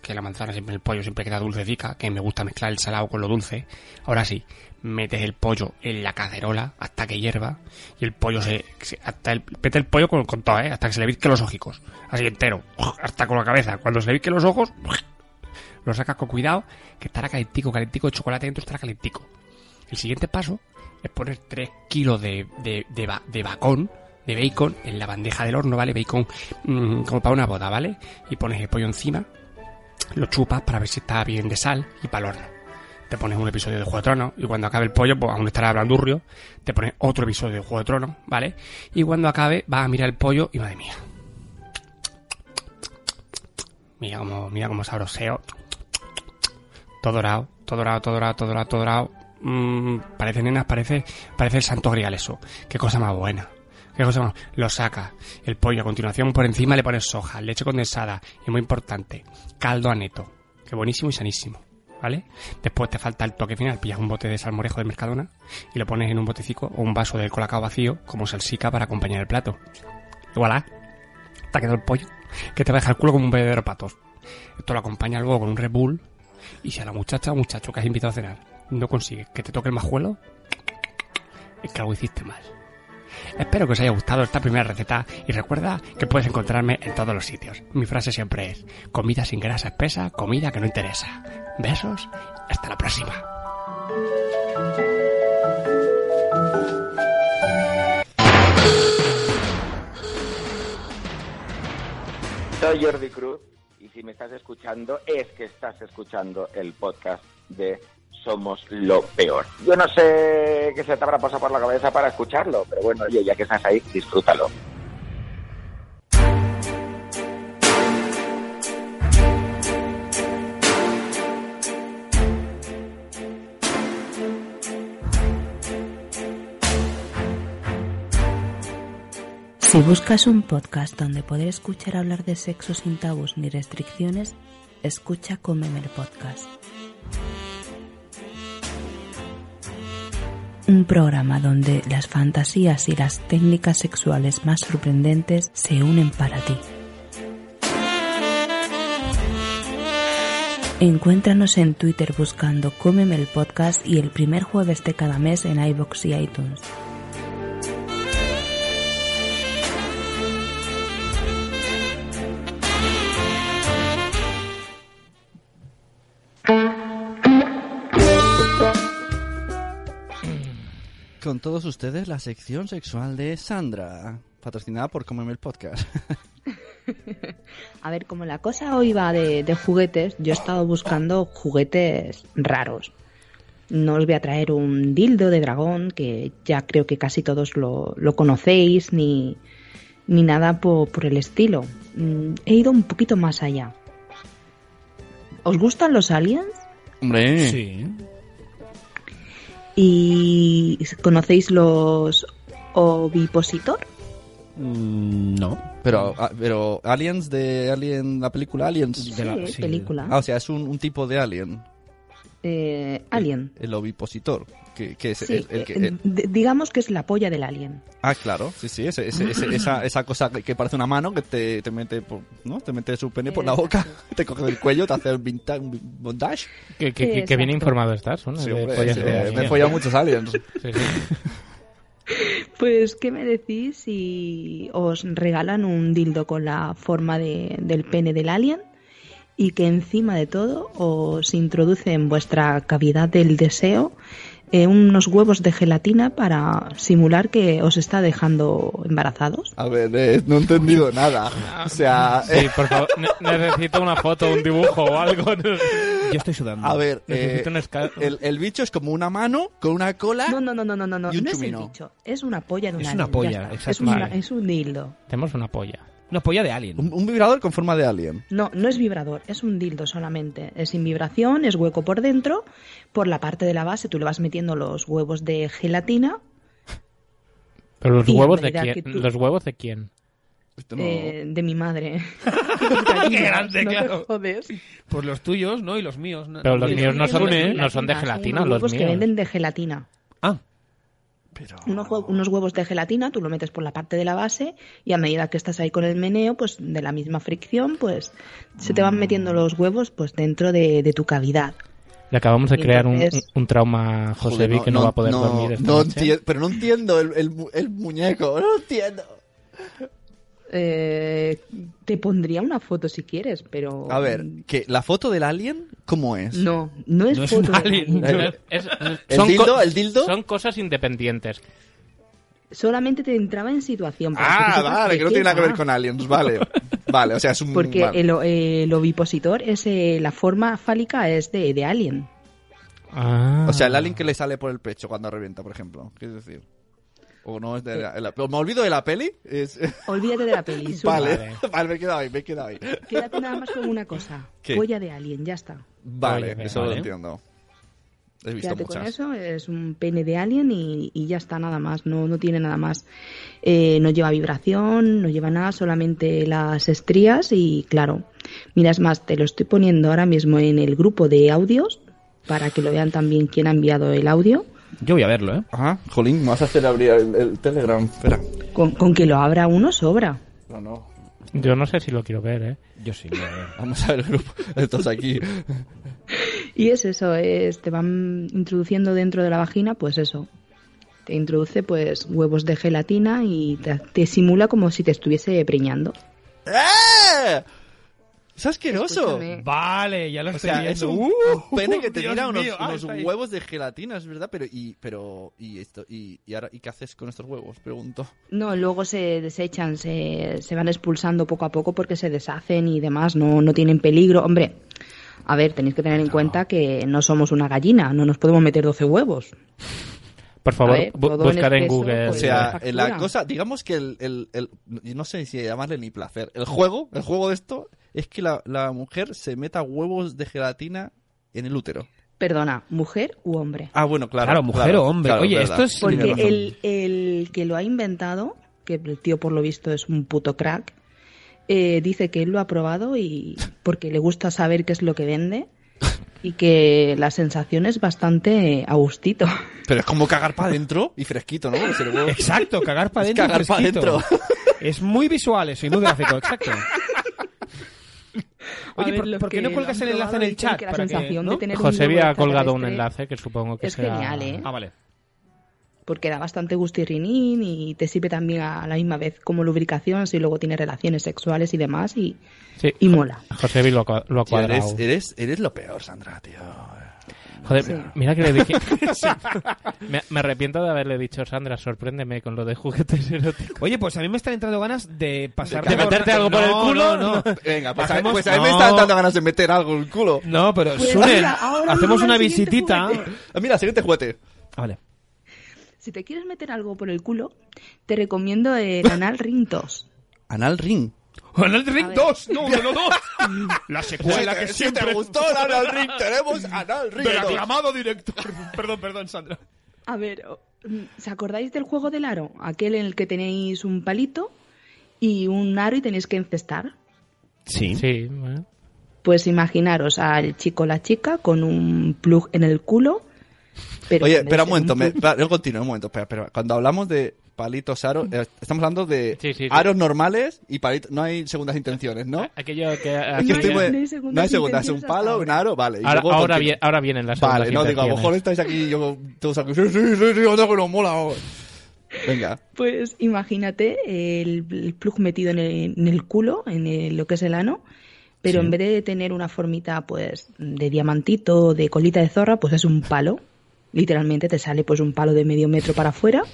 [SPEAKER 17] Que la manzana siempre, el pollo siempre queda dulcecica, que me gusta mezclar el salado con lo dulce. Ahora sí, metes el pollo en la cacerola hasta que hierva y el pollo se. se- hasta el, mete el pollo con, con todo, ¿eh? Hasta que se le virque los ojicos. Así entero, *laughs* hasta con la cabeza. Cuando se le virque los ojos, lo sacas con cuidado, que estará calentico, calentico, el chocolate dentro estará calentico. El siguiente paso es poner 3 kilos de, de, de, ba- de bacon, de bacon, en la bandeja del horno, ¿vale? Bacon mm, como para una boda, ¿vale? Y pones el pollo encima, lo chupas para ver si está bien de sal y para el horno. Te pones un episodio de Juego de Tronos y cuando acabe el pollo, pues aún estará blandurrio, te pones otro episodio de Juego de Tronos, ¿vale? Y cuando acabe vas a mirar el pollo y madre mía. Mira cómo, mira cómo sabroseo. Todo dorado, todo dorado, todo dorado, todo dorado, todo dorado. Mm, parece nenas, parece, parece el santo grial eso. Qué cosa más buena. Qué cosa más. Lo saca. El pollo a continuación por encima le pones soja, leche condensada y muy importante, caldo aneto. Qué buenísimo y sanísimo. ¿Vale? Después te falta el toque final, pillas un bote de salmorejo de Mercadona y lo pones en un botecico o un vaso de colacao vacío como salsica para acompañar el plato. Y voilà, te ha quedado el pollo que te va a dejar el culo como un bebedero de patos. Esto lo acompaña luego con un Red Bull y si a la muchacha o muchacho que has invitado a cenar no consigues que te toque el majuelo, es que algo hiciste mal. Espero que os haya gustado esta primera receta y recuerda que puedes encontrarme en todos los sitios. Mi frase siempre es, comida sin grasa espesa, comida que no interesa. Besos, hasta la próxima.
[SPEAKER 18] Soy Jordi Cruz y si me estás escuchando es que estás escuchando el podcast de Somos lo peor. Yo no sé qué se te habrá pasado por la cabeza para escucharlo, pero bueno, oye, ya que estás ahí, disfrútalo.
[SPEAKER 19] Si buscas un podcast donde poder escuchar hablar de sexo sin tabús ni restricciones, escucha Cómeme el Podcast. Un programa donde las fantasías y las técnicas sexuales más sorprendentes se unen para ti. Encuéntranos en Twitter buscando Cómeme el Podcast y el primer jueves de cada mes en iBox y iTunes.
[SPEAKER 6] Con todos ustedes, la sección sexual de Sandra, patrocinada por Comeme el Podcast. *laughs*
[SPEAKER 4] A ver, como la cosa hoy va de, de juguetes, yo he estado buscando juguetes raros. No os voy a traer un dildo de dragón, que ya creo que casi todos lo, lo conocéis, ni, ni nada po- por el estilo. mm, he ido un poquito más allá. ¿Os gustan los aliens?
[SPEAKER 6] Hombre.
[SPEAKER 7] Sí.
[SPEAKER 4] ¿Y conocéis los ovipositor?
[SPEAKER 6] No. Pero, ah, pero Aliens de Alien, la película Aliens.
[SPEAKER 4] De la- Sí, sí. película.
[SPEAKER 6] Ah, o sea, es un, un tipo de alien.
[SPEAKER 4] Eh, alien.
[SPEAKER 6] El ovipositor. Que, que es
[SPEAKER 4] Sí,
[SPEAKER 6] el, el que-
[SPEAKER 4] eh,
[SPEAKER 6] el-
[SPEAKER 4] d- digamos que es la polla del alien.
[SPEAKER 6] ah, claro. Sí, sí. ese- ese- ese-
[SPEAKER 4] *laughs*
[SPEAKER 6] esa, esa cosa que, que parece una mano que te, te mete por, ¿no? te mete su pene por la boca, *laughs* te coge del cuello, te hace el vintage, un bondage.
[SPEAKER 7] Que, que- que- que bien informado estás, ¿no?
[SPEAKER 6] Sí,
[SPEAKER 7] De
[SPEAKER 6] hombre,
[SPEAKER 7] pollas
[SPEAKER 6] sí,
[SPEAKER 7] de
[SPEAKER 6] me he
[SPEAKER 7] alien.
[SPEAKER 6] follado muchos aliens.
[SPEAKER 4] Pues, ¿qué me decís si os regalan un dildo con la forma de- del pene del alien y que encima de todo os introduce en vuestra cavidad del deseo eh, unos huevos de gelatina para simular que os está dejando embarazados?
[SPEAKER 6] A ver, eh, no he entendido nada. O sea,
[SPEAKER 7] Sí,
[SPEAKER 6] eh,
[SPEAKER 7] por favor, ne- necesito una foto, un dibujo o algo. Yo estoy sudando.
[SPEAKER 6] a ver, eh,
[SPEAKER 7] necesito un
[SPEAKER 6] el, el bicho es como una mano con una cola.
[SPEAKER 4] No, no, no, no, no, no, no,
[SPEAKER 6] Y un
[SPEAKER 4] no es el
[SPEAKER 6] chumino.
[SPEAKER 4] bicho, es una polla de un
[SPEAKER 6] Es
[SPEAKER 4] alien,
[SPEAKER 6] una
[SPEAKER 4] ya
[SPEAKER 6] polla,
[SPEAKER 4] está. es,
[SPEAKER 6] exacto.
[SPEAKER 4] una-
[SPEAKER 6] Vale.
[SPEAKER 4] es un dildo.
[SPEAKER 7] Tenemos una polla.
[SPEAKER 9] Una polla de alien.
[SPEAKER 6] Un, un vibrador con forma de alien.
[SPEAKER 4] No, no es vibrador, es un dildo solamente. Es sin vibración, es hueco por dentro. Por la parte de la base tú le vas metiendo los huevos de gelatina.
[SPEAKER 7] Pero los
[SPEAKER 4] Y a
[SPEAKER 7] huevos de
[SPEAKER 4] medida que
[SPEAKER 7] quién?
[SPEAKER 4] tú-
[SPEAKER 7] ¿Los huevos de quién?
[SPEAKER 4] eh, de
[SPEAKER 6] *laughs*
[SPEAKER 4] mi madre.
[SPEAKER 9] *laughs* ¡Qué grande,
[SPEAKER 4] No te
[SPEAKER 9] claro!
[SPEAKER 4] jodes.
[SPEAKER 9] Pues los tuyos, ¿no? Y los míos.
[SPEAKER 7] Pero los
[SPEAKER 9] Y
[SPEAKER 7] míos no son,
[SPEAKER 9] ¿eh?
[SPEAKER 7] de, no son de gelatina,
[SPEAKER 4] unos
[SPEAKER 7] los
[SPEAKER 4] huevos que
[SPEAKER 7] míos.
[SPEAKER 4] venden de gelatina.
[SPEAKER 9] Ah.
[SPEAKER 4] Unos, hue- unos huevos de gelatina, tú lo metes por la parte de la base y a medida que estás ahí con el meneo, pues de la misma fricción, pues se te
[SPEAKER 7] Mm.
[SPEAKER 4] van metiendo los huevos pues dentro de, de tu cavidad.
[SPEAKER 7] Le acabamos de crear un,
[SPEAKER 4] Entonces-
[SPEAKER 7] un trauma a José
[SPEAKER 6] Joder,
[SPEAKER 7] Vi que no, va a poder
[SPEAKER 6] no,
[SPEAKER 7] dormir esta
[SPEAKER 6] no
[SPEAKER 7] noche.
[SPEAKER 6] entie- Pero no entiendo el, el mu- el muñeco, no entiendo.
[SPEAKER 4] Eh, te pondría una foto si quieres, pero...
[SPEAKER 6] A ver, que ¿la foto del alien cómo es?
[SPEAKER 4] No, no es foto de nadie.
[SPEAKER 6] Eh,
[SPEAKER 7] Es-
[SPEAKER 6] ¿El
[SPEAKER 7] son
[SPEAKER 6] dildo?
[SPEAKER 7] co-
[SPEAKER 6] ¿El dildo?
[SPEAKER 7] Son cosas independientes.
[SPEAKER 4] Solamente te entraba en situación. para que
[SPEAKER 6] Ah,
[SPEAKER 4] tú sepas
[SPEAKER 6] vale,
[SPEAKER 4] de
[SPEAKER 6] que no
[SPEAKER 4] qué
[SPEAKER 6] tiene nada que
[SPEAKER 4] va.
[SPEAKER 6] ver con aliens, vale. Vale, o sea, es un...
[SPEAKER 4] Porque
[SPEAKER 6] vale.
[SPEAKER 4] el, o- el ovipositor es eh, la forma fálica es de, de alien.
[SPEAKER 7] Ah.
[SPEAKER 6] O sea, el alien que le sale por el pecho cuando revienta, por ejemplo. ¿Qué es decir? O no es de la, la- Me olvido de la peli. Es...
[SPEAKER 4] Olvídate de
[SPEAKER 6] *laughs*
[SPEAKER 4] la peli. Sune.
[SPEAKER 6] Vale, vale, me he quedado ahí, me he quedado ahí.
[SPEAKER 4] Quédate nada más con una cosa.
[SPEAKER 6] ¿Qué?
[SPEAKER 4] Polla de alien, ya está.
[SPEAKER 6] Vale,
[SPEAKER 7] Oye,
[SPEAKER 6] eso lo
[SPEAKER 7] vale.
[SPEAKER 6] entiendo. He visto
[SPEAKER 4] Quédate con
[SPEAKER 6] muchas.
[SPEAKER 4] eso, es un pene de alien y, y ya está, nada más, no, no tiene nada más. Eh, no lleva vibración, no lleva nada, solamente las estrías y claro, mira, es más, te lo estoy poniendo ahora mismo en el grupo de audios para que lo vean también quién ha enviado el audio.
[SPEAKER 9] Yo voy a verlo, ¿eh?
[SPEAKER 6] Ajá, jolín, me vas a hacer abrir el, el Telegram. Espera.
[SPEAKER 4] Con, con que lo abra uno sobra.
[SPEAKER 6] No, no.
[SPEAKER 7] Yo no sé si lo quiero ver, ¿eh?
[SPEAKER 9] Yo sí.
[SPEAKER 6] Vamos a ver el grupo. Estos aquí.
[SPEAKER 4] Y es eso, es, te van introduciendo dentro de la vagina, pues eso. Te introduce pues huevos de gelatina y te, te simula como si te estuviese preñando.
[SPEAKER 6] ¡Eh! ¡Es asqueroso!
[SPEAKER 4] Escúchame.
[SPEAKER 9] Vale, ya lo
[SPEAKER 6] O
[SPEAKER 9] estoy
[SPEAKER 6] sea,
[SPEAKER 9] viendo.
[SPEAKER 6] es un,
[SPEAKER 9] ¡Uh!
[SPEAKER 6] un pene que te
[SPEAKER 9] Dios
[SPEAKER 6] tira unos,
[SPEAKER 9] mío, ah,
[SPEAKER 6] unos
[SPEAKER 9] está ahí.
[SPEAKER 6] huevos de gelatina, es verdad, pero y pero y esto y, y ahora y qué haces con estos huevos, pregunto.
[SPEAKER 4] No, luego se desechan, se, se van expulsando poco a poco porque se deshacen y demás, no, no tienen peligro. Hombre, a ver, tenéis que tener en cuenta que no somos una gallina, no nos podemos meter 12 huevos.
[SPEAKER 7] Por favor,
[SPEAKER 4] ver,
[SPEAKER 7] bu-
[SPEAKER 4] todo en este-
[SPEAKER 7] buscar en
[SPEAKER 4] exceso,
[SPEAKER 7] Google.
[SPEAKER 6] O sea,
[SPEAKER 4] Pues factura.
[SPEAKER 6] la cosa, digamos que el, el, el- no sé si llamarle ni placer, el juego, el juego de esto es que la, la mujer se meta huevos de gelatina en el útero.
[SPEAKER 4] Perdona, mujer u hombre.
[SPEAKER 6] Ah, bueno, claro.
[SPEAKER 9] Claro, mujer o hombre. Oye, esto es-
[SPEAKER 4] Porque
[SPEAKER 6] Tienes razón.
[SPEAKER 4] el, el que lo ha inventado, que el tío por lo visto es un puto crack, eh, dice que él lo ha probado y porque le gusta saber qué es lo que vende y que la sensación es bastante a gustito.
[SPEAKER 6] Pero es como cagar para adentro y fresquito, ¿no? Porque se le huevo-
[SPEAKER 9] Exacto, cagar para
[SPEAKER 6] Es
[SPEAKER 9] adentro.
[SPEAKER 6] cagar pa' dentro.
[SPEAKER 9] *laughs* Es muy visual eso y muy gráfico, exacto.
[SPEAKER 4] A
[SPEAKER 9] Oye,
[SPEAKER 4] ver,
[SPEAKER 9] ¿por,
[SPEAKER 4] los
[SPEAKER 9] por qué
[SPEAKER 4] que
[SPEAKER 9] no
[SPEAKER 4] lo
[SPEAKER 9] cuelgas
[SPEAKER 4] han
[SPEAKER 9] el enlace en
[SPEAKER 4] probado
[SPEAKER 9] el
[SPEAKER 4] dicen
[SPEAKER 9] chat?
[SPEAKER 4] que la
[SPEAKER 9] para que-
[SPEAKER 4] sensación
[SPEAKER 9] ¿no?
[SPEAKER 4] de tener
[SPEAKER 7] José
[SPEAKER 4] un
[SPEAKER 7] Vi ha
[SPEAKER 4] huevo
[SPEAKER 7] colgado un
[SPEAKER 4] extraterrestre
[SPEAKER 7] enlace que supongo que
[SPEAKER 4] es
[SPEAKER 7] será-
[SPEAKER 4] genial, ¿eh?
[SPEAKER 9] Ah, vale.
[SPEAKER 4] porque da bastante gustirrinín y te sirve también a la misma vez como lubricación si luego tienes relaciones sexuales y demás y,
[SPEAKER 7] Sí.
[SPEAKER 4] y mola.
[SPEAKER 7] José Vi lo, ha cua- lo ha
[SPEAKER 6] Tío,
[SPEAKER 7] cuadrado.
[SPEAKER 6] eres, eres, eres lo peor, Sandra, tío.
[SPEAKER 7] Joder,
[SPEAKER 6] Sí.
[SPEAKER 7] mira que
[SPEAKER 6] *laughs*
[SPEAKER 7] le
[SPEAKER 4] *laughs*
[SPEAKER 7] dije. me, me arrepiento de haberle dicho, Sandra, sorpréndeme con lo de juguetes eróticos.
[SPEAKER 9] Oye, pues a mí me están entrando ganas de pasar.
[SPEAKER 7] ¿De meterte algo por el culo?
[SPEAKER 9] No, no.
[SPEAKER 6] *laughs* Venga, pues, a,
[SPEAKER 9] Hacemos-
[SPEAKER 6] pues a mí me
[SPEAKER 9] no.
[SPEAKER 6] están dando ganas de meter algo en el culo.
[SPEAKER 9] No, pero
[SPEAKER 4] Pues
[SPEAKER 9] Sune,
[SPEAKER 4] mira, ahora
[SPEAKER 9] hacemos
[SPEAKER 4] vamos
[SPEAKER 9] una
[SPEAKER 4] al siguiente
[SPEAKER 9] visitita.
[SPEAKER 4] juguete.
[SPEAKER 6] Ah, Mira, siguiente juguete.
[SPEAKER 9] Vale.
[SPEAKER 4] Si te quieres meter algo por el culo, te recomiendo el anal rintos.
[SPEAKER 6] Anal ring.
[SPEAKER 9] Anal Ring
[SPEAKER 17] A ver.
[SPEAKER 9] 2, no, no, no, no.
[SPEAKER 4] *laughs*
[SPEAKER 9] La secuela
[SPEAKER 17] Si te- si te
[SPEAKER 9] que siempre
[SPEAKER 17] gustó Anal Ring, tenemos Anal Ring
[SPEAKER 9] Del
[SPEAKER 17] 2.
[SPEAKER 9] aclamado director. *laughs* Perdón, perdón, Sandra.
[SPEAKER 4] A ver, o- mm, ¿se acordáis del juego del aro? Aquel en el que tenéis un palito y un aro y tenéis que encestar.
[SPEAKER 9] Sí.
[SPEAKER 7] Sí, bueno.
[SPEAKER 4] Pues imaginaros al chico o la chica con un plug en el culo. Pero
[SPEAKER 6] Oye,
[SPEAKER 4] en vez
[SPEAKER 6] espera un
[SPEAKER 4] de
[SPEAKER 6] momento, me,
[SPEAKER 4] plug-
[SPEAKER 6] espera, yo continúo un momento. Espera, espera. Cuando hablamos de palitos aros, eh, estamos hablando de aros normales y palitos. No hay segundas intenciones, ¿no?
[SPEAKER 7] Aquello que.
[SPEAKER 6] Aquí
[SPEAKER 7] aquello
[SPEAKER 6] estoy,
[SPEAKER 7] que-
[SPEAKER 6] pues, no hay segundas, es un palo, un aro, vale. y
[SPEAKER 7] Ahora,
[SPEAKER 6] luego
[SPEAKER 7] ahora,
[SPEAKER 6] continu-
[SPEAKER 7] vie- ahora vienen las
[SPEAKER 6] Vale, no,
[SPEAKER 7] segundas
[SPEAKER 6] digo, a lo mejor
[SPEAKER 7] intenciones.
[SPEAKER 6] estáis aquí y yo todos aquí, sí, sí, sí, sí, otra que nos mola. oh. Venga.
[SPEAKER 4] Pues imagínate el, el plug metido en el, en el culo, en el- lo que es el ano, pero
[SPEAKER 6] Sí.
[SPEAKER 4] en vez de tener una formita pues de diamantito o de colita de zorra, pues es un palo. Literalmente te sale pues un palo de medio metro para afuera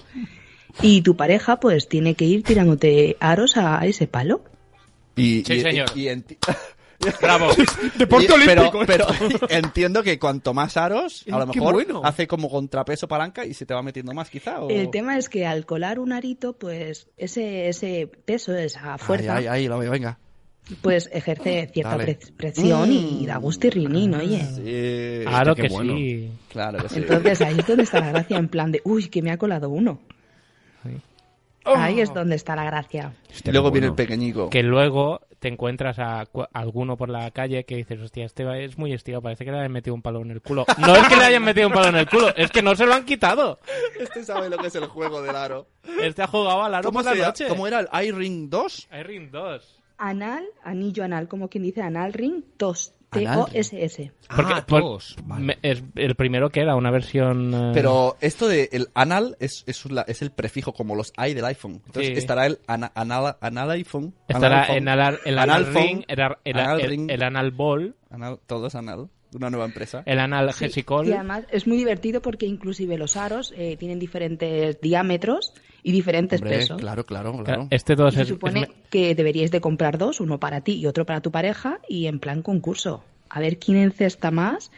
[SPEAKER 4] y tu pareja pues tiene que ir tirándote aros a ese palo.
[SPEAKER 6] Y,
[SPEAKER 7] Sí,
[SPEAKER 6] y- *laughs*
[SPEAKER 7] señor.
[SPEAKER 6] y enti- *laughs*
[SPEAKER 7] Bravo.
[SPEAKER 6] y- pero-
[SPEAKER 7] olímpico,
[SPEAKER 6] Pero, *laughs* entiendo que cuanto más aros, a lo
[SPEAKER 4] Qué
[SPEAKER 6] mejor
[SPEAKER 4] bueno.
[SPEAKER 6] hace como contrapeso palanca y se te va metiendo más, quizá. o-
[SPEAKER 4] El tema es que al colar un arito, pues ese, ese peso, esa fuerza,
[SPEAKER 6] Ay, ay, ay, lo veo, venga.
[SPEAKER 4] pues ejerce cierta
[SPEAKER 6] Dale. Mm. Ah,
[SPEAKER 4] pre- presión y da gusto y rinín, oye.
[SPEAKER 6] Sí,
[SPEAKER 7] Claro
[SPEAKER 6] este, qué
[SPEAKER 7] que sí.
[SPEAKER 6] Claro que sí.
[SPEAKER 4] Entonces ahí es donde está la gracia, en plan de, uy, que me ha colado uno. Ahí
[SPEAKER 6] Oh.
[SPEAKER 4] es donde está la gracia.
[SPEAKER 6] Y luego viene el pequeñico.
[SPEAKER 7] Que luego te encuentras a cua- alguno por la calle que dices, hostia, este va- es muy estirado, parece que le hayan metido un palo en el culo. No es que le hayan metido un palo en el culo, es que no se lo han quitado.
[SPEAKER 6] *laughs* Este sabe lo que es el juego del aro.
[SPEAKER 7] Este ha jugado al aro
[SPEAKER 6] ¿Cómo,
[SPEAKER 7] por la
[SPEAKER 6] se llama?
[SPEAKER 7] noche.
[SPEAKER 6] ¿Cómo era el iRing 2?
[SPEAKER 7] iRing 2.
[SPEAKER 4] Anal, anillo anal, como quien dice, anal ring, tos,
[SPEAKER 6] Anal
[SPEAKER 4] T-O-S-S.
[SPEAKER 7] Porque, por- me- es el primero que era una versión... eh,
[SPEAKER 6] Pero esto de el anal es, es, la- es el prefijo como los i del iPhone. Entonces
[SPEAKER 7] Sí.
[SPEAKER 6] estará el ana- anal, anal iPhone.
[SPEAKER 7] Estará
[SPEAKER 6] anal
[SPEAKER 7] en alar- el anal ring, el ar- el- el- el anal ball.
[SPEAKER 6] Anal, todo es anal. Una nueva empresa.
[SPEAKER 7] El anal
[SPEAKER 6] Sí.
[SPEAKER 7] gesicol.
[SPEAKER 4] Y además es muy divertido porque inclusive los aros eh, tienen diferentes diámetros y diferentes
[SPEAKER 6] Hombre,
[SPEAKER 4] pesos.
[SPEAKER 6] claro, claro,
[SPEAKER 7] Claro,
[SPEAKER 6] claro.
[SPEAKER 7] Este dos
[SPEAKER 4] Y se
[SPEAKER 7] es-
[SPEAKER 4] supone
[SPEAKER 7] es
[SPEAKER 4] que deberíais de comprar dos, uno para ti y otro para tu pareja, y en plan concurso. A ver quién encesta más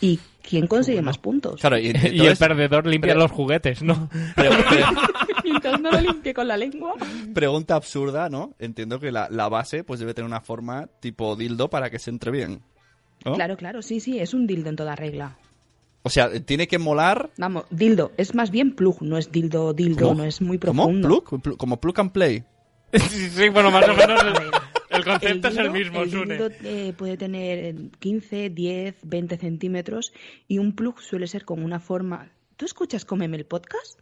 [SPEAKER 4] y quién consigue más
[SPEAKER 6] *laughs*
[SPEAKER 4] puntos.
[SPEAKER 6] Claro, Ah, y,
[SPEAKER 7] *laughs* Y el
[SPEAKER 4] *laughs*
[SPEAKER 7] perdedor limpia los juguetes, ¿no?
[SPEAKER 4] Mientras no lo limpie con la lengua.
[SPEAKER 6] Pregunta absurda, ¿no? Entiendo que la, la base pues debe tener una forma tipo dildo para que se entre bien. ¿no?
[SPEAKER 4] Claro, claro, sí, sí, es un dildo en toda regla.
[SPEAKER 6] O sea, tiene que molar...
[SPEAKER 4] Vamos, dildo, es más bien plug, no es dildo, dildo,
[SPEAKER 6] ¿Cómo?
[SPEAKER 4] no es muy
[SPEAKER 6] ¿Cómo?
[SPEAKER 4] profundo.
[SPEAKER 6] Plug, plu- como plug and play.
[SPEAKER 7] sí, sí, bueno, más o menos el, el concepto es el
[SPEAKER 4] dildo-
[SPEAKER 7] mismo,
[SPEAKER 4] el
[SPEAKER 7] Sune.
[SPEAKER 4] dildo, eh, puede tener eh, 15, 10, 20 centímetros y un plug suele ser con una forma... ¿Tú escuchas Cómeme el podcast?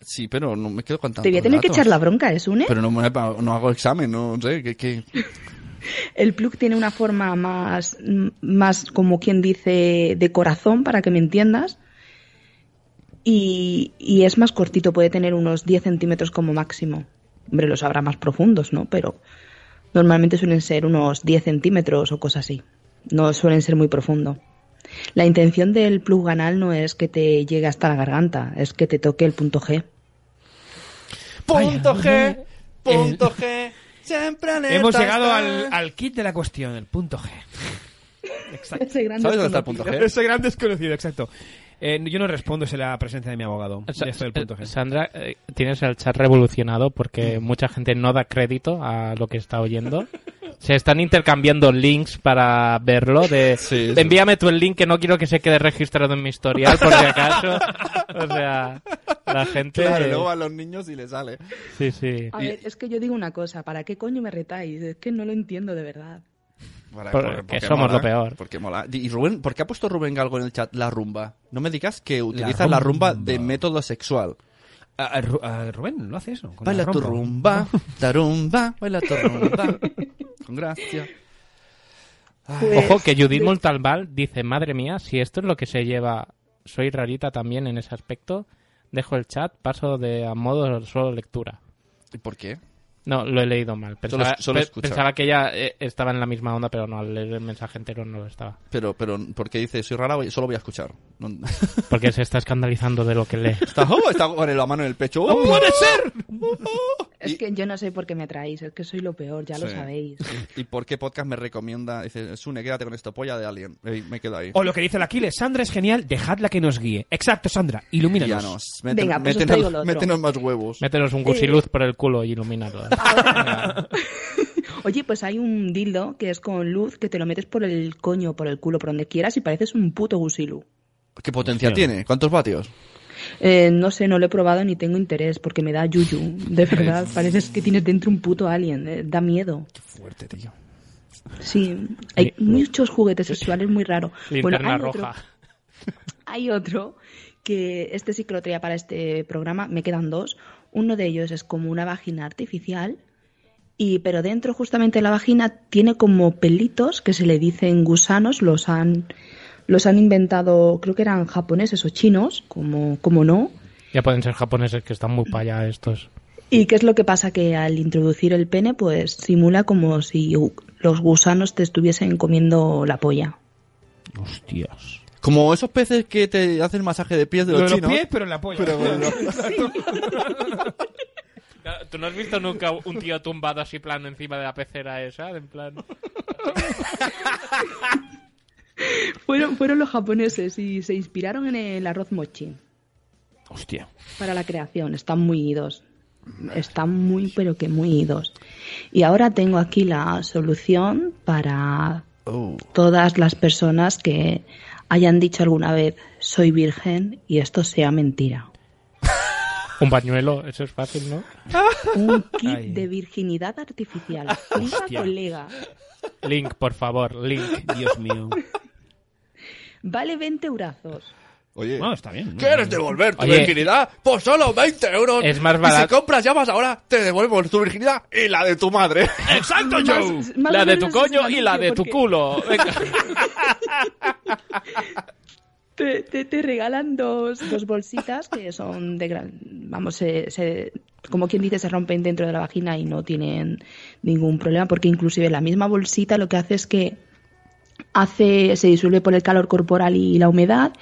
[SPEAKER 6] Sí, pero no me quedo contando.
[SPEAKER 4] Te voy a tener que echar la ¿eh? bronca, ¿es Sune?
[SPEAKER 6] Pero no, me- no hago examen, no sé, ¿qué, qué?
[SPEAKER 4] El plug tiene una forma más, mm, más como quien dice, de corazón, para que me entiendas. Y, y es más cortito, puede tener unos 10 centímetros como máximo. Hombre, los habrá más profundos, ¿no? Pero normalmente suelen ser unos 10 centímetros o cosas así. No suelen ser muy profundo. La intención del plug anal no es que te llegue hasta la garganta, es que te toque el punto G.
[SPEAKER 6] Punto G, punto G, siempre alerta
[SPEAKER 9] Hemos llegado
[SPEAKER 6] está.
[SPEAKER 9] al, al kit de la cuestión, el punto G. Exacto.
[SPEAKER 4] Ese gran
[SPEAKER 6] ¿Sabes dónde está el punto G?
[SPEAKER 9] Ese gran desconocido, exacto. Eh, yo no respondo, es la presencia de mi abogado. Ya está el punto G.
[SPEAKER 7] Sandra, eh, tienes el chat revolucionado porque mucha gente no da crédito a lo que está oyendo. Se están intercambiando links para verlo. De,
[SPEAKER 6] *laughs* sí.
[SPEAKER 7] Envíame tú el link que no quiero que se quede registrado en mi historial, por
[SPEAKER 6] *laughs*
[SPEAKER 7] si acaso. o sea, la gente.
[SPEAKER 6] Claro, luego van los niños y les sale.
[SPEAKER 7] Sí, sí.
[SPEAKER 4] A ver, es que yo digo una cosa, ¿para qué coño me retáis? Es que no lo entiendo de verdad.
[SPEAKER 6] Para-
[SPEAKER 7] Porque somos lo peor.
[SPEAKER 6] Porque mola. Y Rubén, ¿por qué ha puesto Rubén Galgo en el chat la rumba? No me digas que utiliza la rumba, de método sexual.
[SPEAKER 9] Ah, Ru- ah, Rubén, ¿lo hace eso? Con
[SPEAKER 6] Baila
[SPEAKER 9] la
[SPEAKER 6] tu
[SPEAKER 9] rompa.
[SPEAKER 6] rumba, la rumba, baila tu rumba. Con *laughs* gracia. Pues,
[SPEAKER 7] Ojo que Judith Montalbán dice, madre mía, si esto es lo que se lleva, soy rarita también en ese aspecto, dejo el chat, paso de a modo solo lectura.
[SPEAKER 6] ¿Y por qué?
[SPEAKER 7] No, lo he leído mal.
[SPEAKER 6] Solo-
[SPEAKER 7] Pensaba,
[SPEAKER 6] solo
[SPEAKER 7] pe-
[SPEAKER 6] escucha.
[SPEAKER 7] pensaba que ella eh, estaba en la misma onda, pero no, al leer el mensaje entero no lo estaba.
[SPEAKER 6] Pero, pero, ¿por qué dice soy rara? Voy- Solo voy a escuchar. No-
[SPEAKER 7] Porque se está escandalizando de lo que lee.
[SPEAKER 4] *laughs*
[SPEAKER 6] Está, oh, está con la mano en el pecho. ¡Oh!
[SPEAKER 9] ¡No puede ser!
[SPEAKER 4] Es que yo no sé por qué me traéis, es que soy lo peor, ya lo
[SPEAKER 6] Sí. *laughs*
[SPEAKER 4] sabéis.
[SPEAKER 6] ¿Y por qué podcast me recomienda? Dice, Sune, quédate con esto, polla de Alien. Y me quedo ahí.
[SPEAKER 9] O Oh, lo que dice el Aquiles, Sandra es genial, dejadla que nos guíe. Exacto, Sandra, ilumínanos.
[SPEAKER 6] Guíanos, meten- Venga, pues os meten- traigo lo otro. meten más huevos.
[SPEAKER 7] Métenos un
[SPEAKER 4] Eh.
[SPEAKER 7] gusiluz por el culo y ilumínalo.
[SPEAKER 4] Oye, pues hay un dildo que es con luz que te lo metes por el coño, por el culo, por donde quieras y pareces un puto gusilú.
[SPEAKER 6] ¿Qué potencia tiene? ¿Cuántos vatios?
[SPEAKER 4] Eh, no sé, no lo he probado ni tengo interés porque me da yuyu.
[SPEAKER 6] *laughs*
[SPEAKER 4] De verdad, pareces que tienes dentro un puto alien. eh, da miedo. Qué
[SPEAKER 6] fuerte, tío.
[SPEAKER 4] Sí, hay muchos juguetes sexuales muy raros.
[SPEAKER 7] *laughs* Linterna
[SPEAKER 4] hay otro-
[SPEAKER 7] roja.
[SPEAKER 4] *laughs* hay otro que este sí que lo traía para este programa. Me quedan dos. Uno de ellos es como una vagina artificial. Y, pero dentro justamente de la vagina tiene como pelitos que se le dicen gusanos, los han, los han inventado, creo que eran japoneses o chinos, como, como no,
[SPEAKER 7] Ya pueden ser japoneses que están muy para allá estos.
[SPEAKER 4] ¿Y qué es lo que pasa? Que al introducir el pene, pues simula como si u- los gusanos te estuviesen comiendo la polla.
[SPEAKER 6] Hostias. Como esos peces que te hacen masaje de pies de
[SPEAKER 9] Lo
[SPEAKER 6] los,
[SPEAKER 9] de los
[SPEAKER 6] chinos.
[SPEAKER 9] pies, pero en la polla.
[SPEAKER 6] Pero bueno.
[SPEAKER 7] ¿Tú no has visto nunca un tío tumbado así plano encima de la pecera esa? En plan...
[SPEAKER 4] Fueron, fueron los japoneses y se inspiraron en el arroz mochi
[SPEAKER 9] Hostia.
[SPEAKER 4] para la creación. Están muy idos. Están muy, pero que muy idos. Y ahora tengo aquí la solución para todas las personas que hayan dicho alguna vez soy virgen y esto sea mentira.
[SPEAKER 7] Un pañuelo, eso es fácil, ¿no?
[SPEAKER 4] Un kit de virginidad artificial. Flipa,
[SPEAKER 7] Hostia.
[SPEAKER 4] colega.
[SPEAKER 7] Link, por favor, Link.
[SPEAKER 9] Dios mío.
[SPEAKER 4] Vale 20 eurazos.
[SPEAKER 6] Oye.
[SPEAKER 9] Bueno, está bien.
[SPEAKER 6] ¿Quieres devolver tu
[SPEAKER 7] Oye.
[SPEAKER 6] virginidad? Pues solo 20 euros.
[SPEAKER 7] Es más
[SPEAKER 6] Y si
[SPEAKER 7] barato.
[SPEAKER 6] compras llamas ahora, te devuelvo tu virginidad y la de tu madre.
[SPEAKER 7] *laughs* ¡Exacto,
[SPEAKER 6] Joe!
[SPEAKER 4] más
[SPEAKER 7] la
[SPEAKER 4] o
[SPEAKER 7] de
[SPEAKER 4] menos
[SPEAKER 7] tu
[SPEAKER 4] es
[SPEAKER 7] coño
[SPEAKER 4] el
[SPEAKER 7] y la de tu
[SPEAKER 4] anuncio,
[SPEAKER 7] culo. Venga.
[SPEAKER 4] Te, te- te regalan dos, dos bolsitas que son de gran. Vamos, se- se- como quien dice, se rompen dentro de la vagina y no tienen ningún problema, porque inclusive la misma bolsita lo que hace es que hace se disuelve por el calor corporal y la humedad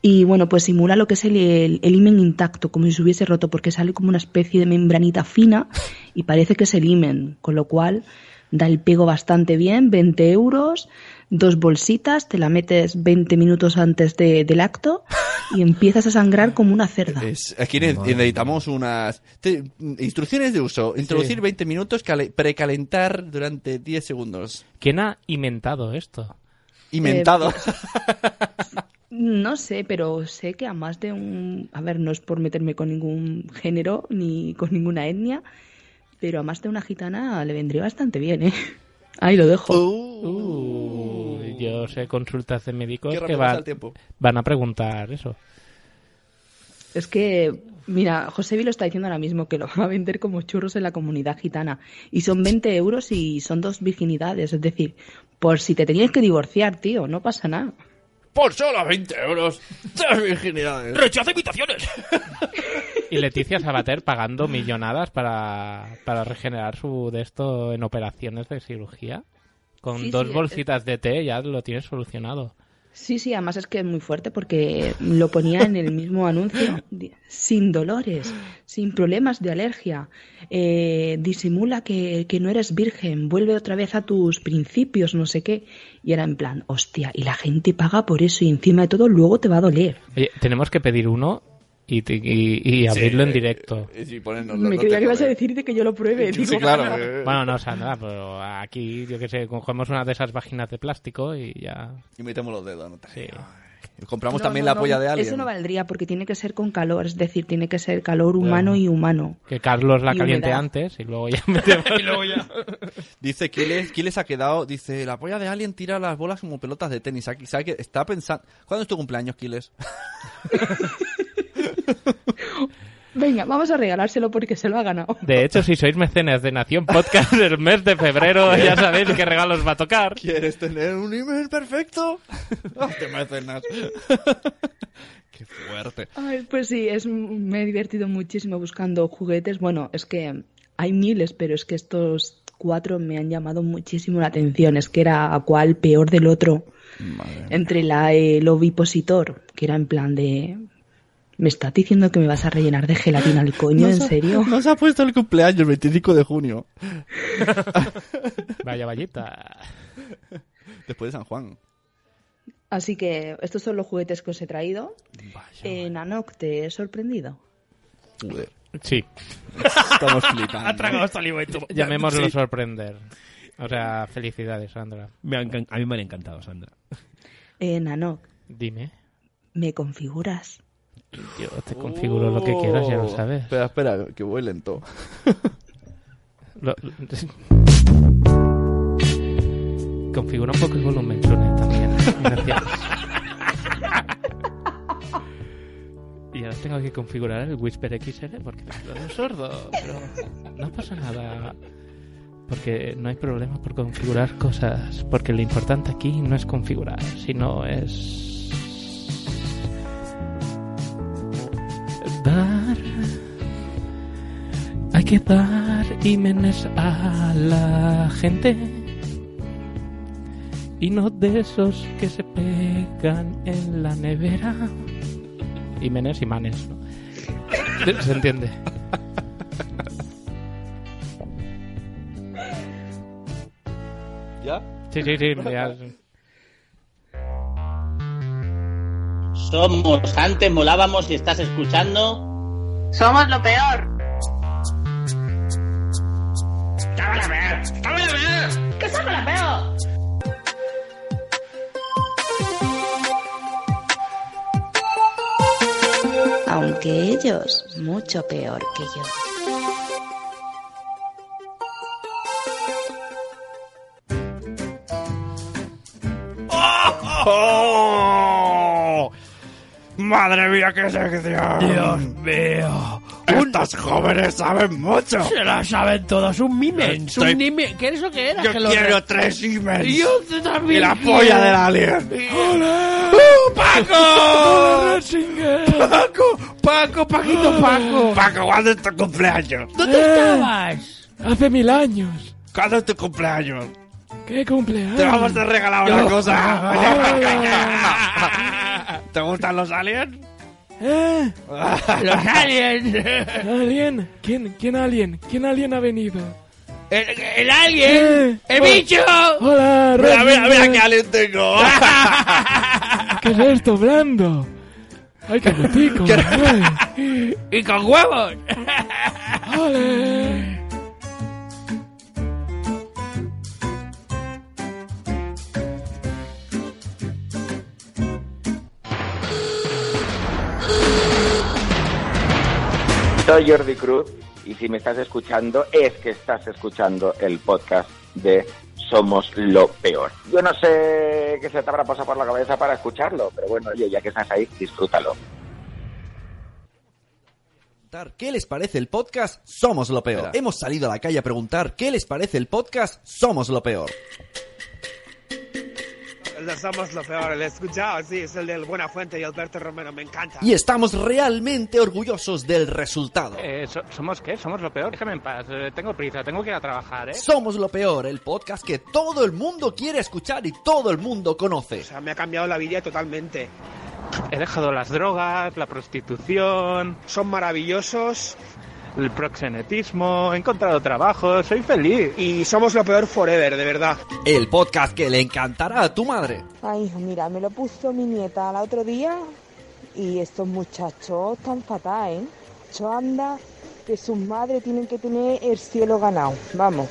[SPEAKER 4] y bueno pues simula lo que es el, el, el himen intacto como si se hubiese roto porque sale como una especie de membranita fina y parece que es el himen con lo cual da el pego bastante bien 20 euros dos bolsitas te la metes 20 minutos antes de- del acto y empiezas a sangrar como una cerda
[SPEAKER 6] Aquí ne- necesitamos unas te- instrucciones de uso. Introducir
[SPEAKER 7] Sí.
[SPEAKER 6] 20 minutos, cale- precalentar durante 10 segundos.
[SPEAKER 7] ¿Quién ha inventado esto?
[SPEAKER 6] Inventado.
[SPEAKER 4] No sé, pero sé que a más de un... A ver, no es por meterme con ningún género ni con ninguna etnia, pero a más de una gitana le vendría bastante bien, ¿eh? *laughs* Ahí lo dejo.
[SPEAKER 7] Uh.
[SPEAKER 4] Uh.
[SPEAKER 7] Uy, Yo sé consultas de médicos que
[SPEAKER 4] Qué rápido pasa
[SPEAKER 7] van,
[SPEAKER 4] el tiempo.
[SPEAKER 7] van a preguntar eso.
[SPEAKER 4] Es que, mira, Josebi lo está diciendo ahora mismo, que lo va a vender como churros en la comunidad gitana. Y son 20 euros y son dos virginidades. Es decir, por si te tenías que divorciar, tío, no pasa nada.
[SPEAKER 6] Por solo 20 euros. Tres virginidades.
[SPEAKER 9] ¡Rechaza invitaciones!
[SPEAKER 7] Y Leticia Sabater pagando millonadas para, para regenerar su de esto en operaciones de cirugía. Con
[SPEAKER 4] Sí,
[SPEAKER 7] dos
[SPEAKER 4] sí,
[SPEAKER 7] bolsitas de té ya lo tienes solucionado.
[SPEAKER 4] Sí, sí, además es que es muy fuerte porque lo ponía en el mismo anuncio. Di- Sin dolores, sin problemas de alergia. eh, disimula que, que no eres virgen, vuelve otra vez a tus principios, no sé qué. Y era en plan, hostia, y la gente paga por eso y encima de todo luego te va a doler.
[SPEAKER 7] Oye, tenemos que pedir uno y, te- y- y abrirlo en directo.
[SPEAKER 6] eh, Y ponernos
[SPEAKER 4] Me creía que ibas a decirte que yo lo pruebe. digo, *laughs*
[SPEAKER 6] eh.
[SPEAKER 7] Bueno, no, Sandra, pero aquí, yo qué sé, cogemos una de esas vaginas de plástico y ya.
[SPEAKER 6] Y metemos los dedos. No te Compramos
[SPEAKER 4] No,
[SPEAKER 6] también
[SPEAKER 4] no,
[SPEAKER 6] la
[SPEAKER 4] no,
[SPEAKER 6] polla de alguien.
[SPEAKER 4] Eso no valdría porque tiene que ser con calor, es decir, tiene que ser calor humano y humano.
[SPEAKER 7] Que Carlos la
[SPEAKER 4] Y
[SPEAKER 7] caliente
[SPEAKER 4] humedad.
[SPEAKER 7] antes y luego ya *laughs* metemos.
[SPEAKER 6] Dice Kiles, Kiles ha quedado, dice, la polla de Alien tira las bolas como pelotas de tenis. Aquí, ¿sabe que Está pensando... ¿Cuándo es tu cumpleaños, Kiles?
[SPEAKER 4] Venga, vamos a regalárselo porque se lo ha ganado.
[SPEAKER 7] De hecho, si sois mecenas de Nación Podcast del mes de febrero, ya sabéis qué regalos va a tocar.
[SPEAKER 6] ¿Quieres tener un email perfecto? Hazte Este mecenas. Qué fuerte.
[SPEAKER 4] Ay, pues sí, es, me he divertido muchísimo buscando juguetes. Bueno, es que hay miles, pero es que estos cuatro me han llamado muchísimo la atención. Es que era a cuál peor del otro. Entre la, el ovipositor, que era en plan de
[SPEAKER 20] ¿Me estás diciendo que me vas a rellenar de gelatina el coño?
[SPEAKER 6] Nos
[SPEAKER 20] ¿En
[SPEAKER 6] ha-
[SPEAKER 20] serio?
[SPEAKER 6] *laughs* Nos ha puesto el cumpleaños, 25 de junio.
[SPEAKER 7] Vaya vallita.
[SPEAKER 6] Después de San Juan.
[SPEAKER 20] Así que estos son los juguetes que os he traído. Eh, Nanok, te he sorprendido.
[SPEAKER 6] Joder.
[SPEAKER 7] Sí.
[SPEAKER 6] Estamos flipando.
[SPEAKER 7] Ha tragado hasta el higo y todo. Llamémoslo
[SPEAKER 21] Sí.
[SPEAKER 7] sorprender. O sea, felicidades, Sandra.
[SPEAKER 21] Me han encan- a mí me han encantado, Sandra.
[SPEAKER 20] Eh, Nanok,
[SPEAKER 7] Dime.
[SPEAKER 20] ¿me configuras?
[SPEAKER 7] Yo te configuro lo que quieras, ya lo sabes.
[SPEAKER 6] Oh, Espera, espera, que voy lento.
[SPEAKER 7] Lo- Configura un poco el volumen, Clunes, también.
[SPEAKER 21] *laughs*
[SPEAKER 7] Gracias. Y ahora tengo que configurar el Whisper XL porque me quedo un sordo. Pero no pasa nada. Porque no hay problema por configurar cosas. Porque lo importante aquí no es configurar, sino es. Dar. Hay que dar imenes a la gente. Y no de esos que se pegan en la nevera. Imenes, imanes. ¿no? Se entiende. *laughs*
[SPEAKER 6] ¿Ya?
[SPEAKER 7] Sí, sí, sí. ya.
[SPEAKER 15] Somos antes molábamos si estás escuchando.
[SPEAKER 22] Somos lo peor.
[SPEAKER 13] ¡Que somos lo peor!
[SPEAKER 5] Aunque ellos, mucho peor que yo.
[SPEAKER 13] ¡Oh!
[SPEAKER 12] ¡Madre mía, qué sección!
[SPEAKER 13] Dios
[SPEAKER 12] mío! ¡Estos jóvenes saben mucho!
[SPEAKER 13] Se la saben todas, un mime,
[SPEAKER 12] Estoy-
[SPEAKER 13] un mime. ¿Qué es lo que era?
[SPEAKER 12] Yo
[SPEAKER 13] que lo-
[SPEAKER 12] quiero tres imens.
[SPEAKER 13] Yo también.
[SPEAKER 12] Y la polla del alien. ¡Uh,
[SPEAKER 13] ¡Hola!
[SPEAKER 12] ¡Paco!
[SPEAKER 13] ¡Paco! ¡Paco, Paquito, Paco!
[SPEAKER 12] Paco, ¿cuándo es tu cumpleaños?
[SPEAKER 13] ¿Dónde estabas?
[SPEAKER 7] Eh, Hace mil años.
[SPEAKER 12] ¿Cuándo es tu cumpleaños?
[SPEAKER 7] ¿Qué cumpleaños?
[SPEAKER 12] Te vamos a regalar una
[SPEAKER 13] Yo-
[SPEAKER 6] *laughs*
[SPEAKER 7] *laughs*
[SPEAKER 12] cosa. ¿Te gustan los aliens?
[SPEAKER 13] Eh,
[SPEAKER 12] Los aliens.
[SPEAKER 7] ¿Alien? ¿Quién, ¿Quién alien? ¿Quién alien ha venido?
[SPEAKER 13] ¡El, el alien!
[SPEAKER 7] Eh,
[SPEAKER 13] ¡El
[SPEAKER 7] hola.
[SPEAKER 13] bicho!
[SPEAKER 7] Hola,
[SPEAKER 13] Mira, mira,
[SPEAKER 7] Rodrigo.
[SPEAKER 13] mira qué
[SPEAKER 12] alien tengo.
[SPEAKER 7] ¿Qué es esto, blando? ¡Ay,
[SPEAKER 12] *laughs*
[SPEAKER 7] qué botico!
[SPEAKER 13] ¡Y con huevos!
[SPEAKER 10] Soy Jordi Cruz y si me estás escuchando es que estás escuchando el podcast de Somos lo Peor. Yo no sé qué se te habrá pasado por la cabeza para escucharlo, pero bueno, oye, ya que estás ahí, disfrútalo.
[SPEAKER 6] preguntar qué les parece el podcast Somos lo Peor. Hemos salido a la calle a preguntar qué les parece el podcast Somos lo Peor.
[SPEAKER 9] Somos lo peor, lo he escuchado, sí, es el del Buena Fuente y Alberto Romero, me encanta.
[SPEAKER 6] Y estamos realmente orgullosos del resultado.
[SPEAKER 7] Eh, ¿Somos qué? ¿Somos lo peor? Déjame en paz. tengo prisa, tengo que ir a trabajar, ¿eh?
[SPEAKER 6] Somos lo Peor, el podcast que todo el mundo quiere escuchar y todo el mundo conoce.
[SPEAKER 9] O sea, me ha cambiado la vida totalmente.
[SPEAKER 7] He dejado las drogas, la prostitución.
[SPEAKER 9] Son maravillosos.
[SPEAKER 7] El proxenetismo, he encontrado trabajo, soy feliz.
[SPEAKER 9] Y somos lo peor forever, de verdad.
[SPEAKER 6] El podcast que le encantará a tu madre.
[SPEAKER 4] Ay, hijo, mira, me lo puso mi nieta el otro día y estos muchachos están fatal, ¿eh? Yo anda que sus madres tienen que tener el cielo ganado. Vamos.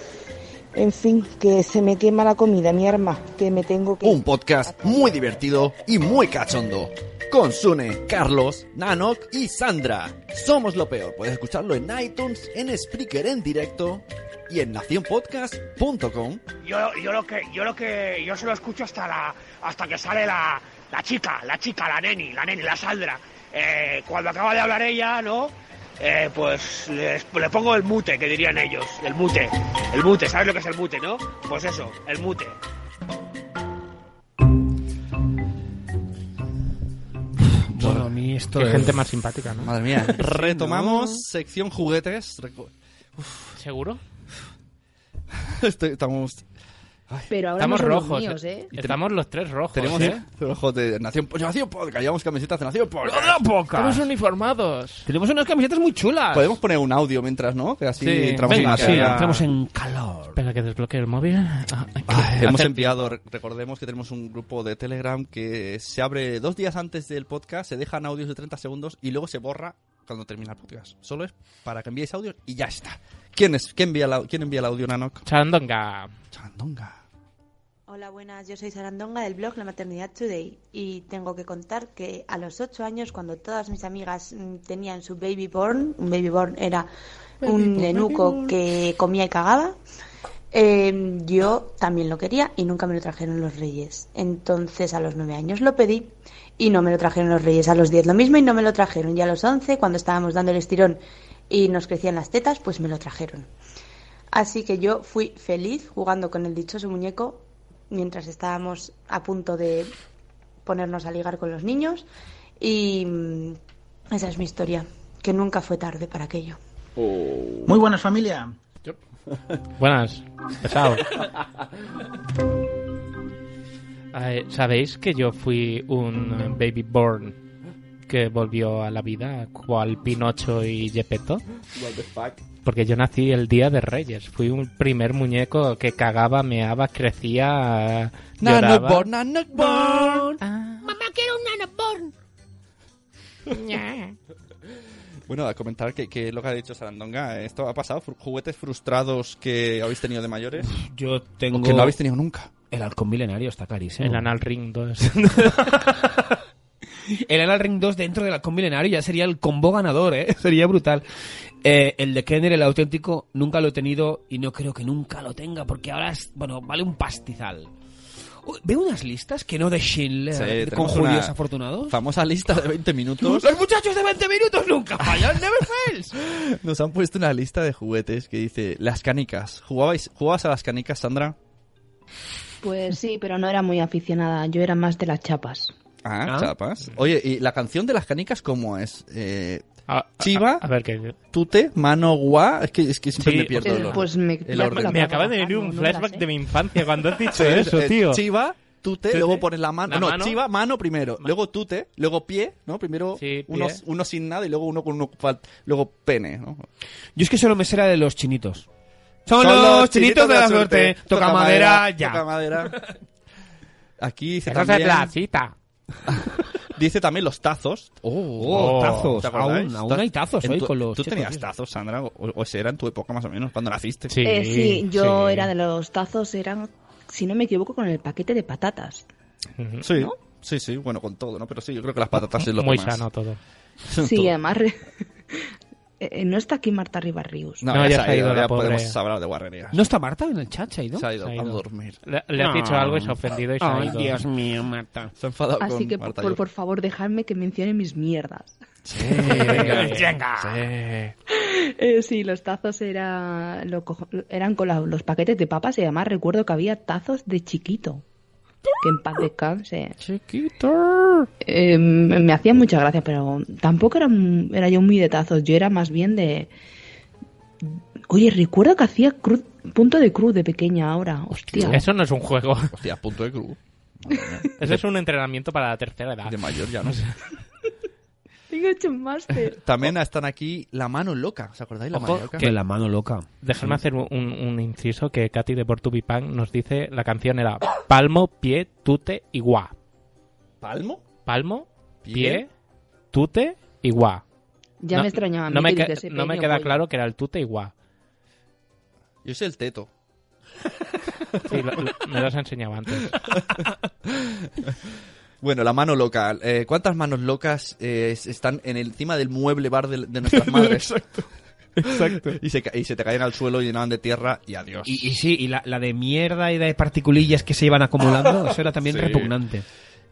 [SPEAKER 4] En fin, que se me quema la comida, mi arma, que me tengo que...
[SPEAKER 6] Un podcast muy divertido y muy cachondo. Con Sune, Carlos, Nanok y Sandra. Somos lo peor. Puedes escucharlo en iTunes, en Spreaker en directo y en nacionpodcast.com.
[SPEAKER 9] Yo, yo lo que, yo lo que, yo se lo escucho hasta la, hasta que sale la, la chica, la chica, la neni, la neni, la Sandra. Eh, cuando acaba de hablar ella, ¿no? Eh, pues les- le pongo el mute, que dirían ellos, el mute, el mute, ¿sabes lo que es el mute, no? Pues eso, el mute.
[SPEAKER 7] Bueno, a mí esto Qué es- gente más simpática, ¿no?
[SPEAKER 6] Madre
[SPEAKER 7] *laughs*
[SPEAKER 6] mía.
[SPEAKER 7] Sí,
[SPEAKER 6] *laughs* Retomamos
[SPEAKER 7] ¿no?
[SPEAKER 6] sección juguetes. Recu- *laughs*
[SPEAKER 7] ¿Seguro?
[SPEAKER 6] Estoy- estamos
[SPEAKER 4] Pero ahora
[SPEAKER 7] Estamos
[SPEAKER 4] no son los
[SPEAKER 7] rojos.
[SPEAKER 4] míos,
[SPEAKER 7] eh.
[SPEAKER 4] ¿eh?
[SPEAKER 7] Estamos los tres rojos.
[SPEAKER 6] Tenemos *laughs*
[SPEAKER 7] ¿eh?
[SPEAKER 6] ojos de Nación, Nación Podcast. Llevamos camisetas de Nación Podcast.
[SPEAKER 1] Estamos uniformados.
[SPEAKER 9] Tenemos unas camisetas muy chulas.
[SPEAKER 6] Podemos poner un audio mientras, ¿no? Que así entramos en
[SPEAKER 7] venga,
[SPEAKER 6] materia.
[SPEAKER 9] calor.
[SPEAKER 7] Espera que desbloquee el móvil. Ah, aquí.
[SPEAKER 6] Ay, hemos
[SPEAKER 7] Hacer-
[SPEAKER 6] enviado, re- recordemos que tenemos un grupo de Telegram que se abre dos días antes del podcast, se dejan audios de 30 segundos y luego se borra cuando termina el podcast. Solo es para que enviéis audios y ya está. ¿Quién, es, quién, envía, el au- quién envía el audio, Nanok?
[SPEAKER 7] Chandonga.
[SPEAKER 6] Chandonga.
[SPEAKER 5] Hola, buenas. Yo soy Sarandonga del blog La Maternidad Today y tengo que contar que a los ocho años, cuando todas mis amigas mm, tenían su baby born, un baby born era un
[SPEAKER 10] Baby born, baby
[SPEAKER 5] nenuco
[SPEAKER 10] born.
[SPEAKER 5] que comía y cagaba, eh, yo también lo quería y nunca me lo trajeron los reyes. Entonces a los nueve años lo pedí y no me lo trajeron los reyes. A los diez lo mismo y no me lo trajeron. Y a los once, cuando estábamos dando el estirón y nos crecían las tetas, pues me lo trajeron. Así que yo fui feliz jugando con el dichoso muñeco mientras estábamos a punto de ponernos a ligar con los niños y mm, esa es mi historia, que nunca fue tarde para aquello.
[SPEAKER 6] em-
[SPEAKER 15] Muy buenas, familia.
[SPEAKER 7] Buenas. Pesado.
[SPEAKER 6] *laughs*
[SPEAKER 7] Ay, Ah, eh, ¿Sabéis que yo fui un eh, baby born que volvió a la vida, cual Pinocho y Gepetto?
[SPEAKER 6] What the fuck?
[SPEAKER 7] Porque yo nací el día de Reyes. Fui un primer muñeco que cagaba, meaba, crecía, lloraba.
[SPEAKER 6] Nanoborn, Nanoborn.
[SPEAKER 13] Mamá, quiero un *laughs* nanoborn.
[SPEAKER 6] Bueno, a comentar que, que lo que ha dicho Sarandonga, esto ha pasado, Fru- juguetes frustrados que habéis tenido de mayores.
[SPEAKER 9] Yo tengo.
[SPEAKER 6] O que no habéis tenido nunca.
[SPEAKER 9] El halcón milenario está carísimo.
[SPEAKER 7] El Anal Ring 2.
[SPEAKER 9] *laughs* el Anal Ring 2 dentro del halcón milenario ya sería el combo ganador, ¿eh? *laughs* Sería brutal. Eh, el de Kenner, el auténtico, nunca lo he tenido y no creo que nunca lo tenga porque ahora, es, bueno, vale un pastizal. Uy, Veo unas listas que no de Schindler
[SPEAKER 6] Sí,
[SPEAKER 9] con
[SPEAKER 6] tenemos
[SPEAKER 9] judíos
[SPEAKER 6] una
[SPEAKER 9] afortunados.
[SPEAKER 6] Famosa lista de 20 minutos.
[SPEAKER 9] Los muchachos de 20 minutos nunca
[SPEAKER 6] Ah.
[SPEAKER 9] fallan, never fails.
[SPEAKER 6] *laughs* Nos han puesto una lista de juguetes que dice las canicas. ¿Jugabais, ¿Jugabas a las canicas, Sandra?
[SPEAKER 4] Pues sí, pero no era muy aficionada. Yo era más de las chapas.
[SPEAKER 6] Ah,
[SPEAKER 4] Ah.
[SPEAKER 6] chapas. Oye, ¿y la canción de las canicas cómo es? Eh,
[SPEAKER 7] Chiva. A, ver qué.
[SPEAKER 6] tute, mano, gua. Es que, es que siempre
[SPEAKER 7] Sí,
[SPEAKER 6] me pierdo
[SPEAKER 7] eh,
[SPEAKER 6] el orden.
[SPEAKER 7] pues me-
[SPEAKER 6] El
[SPEAKER 7] me-
[SPEAKER 6] orden.
[SPEAKER 7] me acaba de venir un flashback de mi infancia cuando
[SPEAKER 6] *laughs*
[SPEAKER 7] has dicho eso, tío.
[SPEAKER 6] Chiva, tute,
[SPEAKER 7] Tute,
[SPEAKER 6] luego pones la mano.
[SPEAKER 7] la
[SPEAKER 6] no,
[SPEAKER 7] mano.
[SPEAKER 6] chiva, mano primero. Luego tute, luego pie, ¿no? Primero
[SPEAKER 7] Sí, pie.
[SPEAKER 6] uno, uno sin nada y luego uno con uno. fal- Luego pene, ¿no?
[SPEAKER 9] Yo es que solo me sé la de los chinitos. Son,
[SPEAKER 6] Son
[SPEAKER 9] los, chinitos, de la suerte. Toca, madera, ya.
[SPEAKER 6] Toca madera. *laughs* Aquí dice
[SPEAKER 9] Esa es
[SPEAKER 6] también...
[SPEAKER 9] la
[SPEAKER 7] cita.
[SPEAKER 6] dice también los tazos.
[SPEAKER 9] Oh, tazos.
[SPEAKER 6] ¿te acordáis?
[SPEAKER 9] Aún- aún hay tazos,
[SPEAKER 6] En
[SPEAKER 9] oye,
[SPEAKER 6] tu-
[SPEAKER 9] con los
[SPEAKER 6] ¿Tú
[SPEAKER 9] chicos,
[SPEAKER 6] tenías
[SPEAKER 9] tío.
[SPEAKER 6] tazos, Sandra? O, o ese era en tu época más o menos, cuando naciste.
[SPEAKER 7] Sí,
[SPEAKER 4] Eh, sí, yo era de los tazos, eran, si no me equivoco, con el paquete de patatas.
[SPEAKER 6] Sí, sí, sí, bueno, con todo, ¿no? Pero sí, yo creo que las patatas es lo que
[SPEAKER 7] Muy
[SPEAKER 6] más.
[SPEAKER 7] sano todo.
[SPEAKER 9] *laughs*
[SPEAKER 4] Sí, además. re- *laughs* Eh, no está aquí Marta Ribarrius.
[SPEAKER 6] No,
[SPEAKER 7] No,
[SPEAKER 6] ya,
[SPEAKER 7] ya
[SPEAKER 6] se
[SPEAKER 7] se ha ido
[SPEAKER 6] ya
[SPEAKER 7] la pobre.
[SPEAKER 6] podemos hablar de guarrerías.
[SPEAKER 9] ¿No está Marta en el chat? ¿Se ha ido?
[SPEAKER 6] Se ha ido,
[SPEAKER 7] Se ha ido.
[SPEAKER 6] a dormir.
[SPEAKER 7] Le- le has dicho algo y se ha ofendido y se ha
[SPEAKER 9] Ah. Ay,
[SPEAKER 7] ido.
[SPEAKER 9] Dios mío, Marta.
[SPEAKER 6] Se ha enfadado
[SPEAKER 4] Así
[SPEAKER 6] con
[SPEAKER 4] que,
[SPEAKER 6] Marta
[SPEAKER 4] por,
[SPEAKER 6] Llor.
[SPEAKER 4] por favor, dejadme que mencione mis mierdas. *laughs*
[SPEAKER 6] Sí, venga.
[SPEAKER 9] *laughs* Venga.
[SPEAKER 6] Sí.
[SPEAKER 4] Eh, sí, los tazos era, lo cojo- eran con la- los paquetes de papas y además recuerdo que había tazos de chiquito. Que en paz descanse. Em,
[SPEAKER 7] Chiquito.
[SPEAKER 4] me, me hacían mucha gracia, pero tampoco era, m- era yo muy de tazos. Yo era más bien de. Oye, recuerdo que hacía cruz- punto de cruz de pequeña ahora. Hostia.
[SPEAKER 7] Eso no es un juego.
[SPEAKER 6] Hostia, punto de
[SPEAKER 7] *laughs*
[SPEAKER 6] cruz.
[SPEAKER 7] Eso es un entrenamiento para la tercera edad.
[SPEAKER 6] De mayor ya no sé.
[SPEAKER 4] Tengo hecho un máster.
[SPEAKER 6] *laughs* También están aquí la mano loca. ¿Os acordáis la
[SPEAKER 7] Ojo,
[SPEAKER 6] mano loca?
[SPEAKER 9] Que la mano loca.
[SPEAKER 7] Déjame hacer un, un inciso que Katy de Portubipan nos dice la canción era Palmo, pie, tute y guá.
[SPEAKER 6] ¿Palmo?
[SPEAKER 7] Palmo, pie,
[SPEAKER 4] Pie.
[SPEAKER 7] tute y guá.
[SPEAKER 4] Ya me extrañaba a mí
[SPEAKER 7] No me,
[SPEAKER 4] que
[SPEAKER 7] que-
[SPEAKER 4] dijese
[SPEAKER 7] no me
[SPEAKER 4] peño
[SPEAKER 7] queda
[SPEAKER 4] pollo.
[SPEAKER 7] claro que era el tute y guá.
[SPEAKER 6] Yo soy el teto.
[SPEAKER 7] Sí, lo- lo- me lo has enseñado antes.
[SPEAKER 6] *laughs* Bueno, la mano loca. Eh, ¿Cuántas manos locas eh, es- están en el- encima del mueble bar de, de
[SPEAKER 7] *laughs*
[SPEAKER 6] nuestras madres? Exacto. Y, se, ca- y se te caen al suelo llenaban de tierra y adiós.
[SPEAKER 9] Y, y sí, y la, la de mierda y de particulillas que se
[SPEAKER 6] *laughs*
[SPEAKER 9] iban acumulando, eso era también
[SPEAKER 6] Sí.
[SPEAKER 9] repugnante.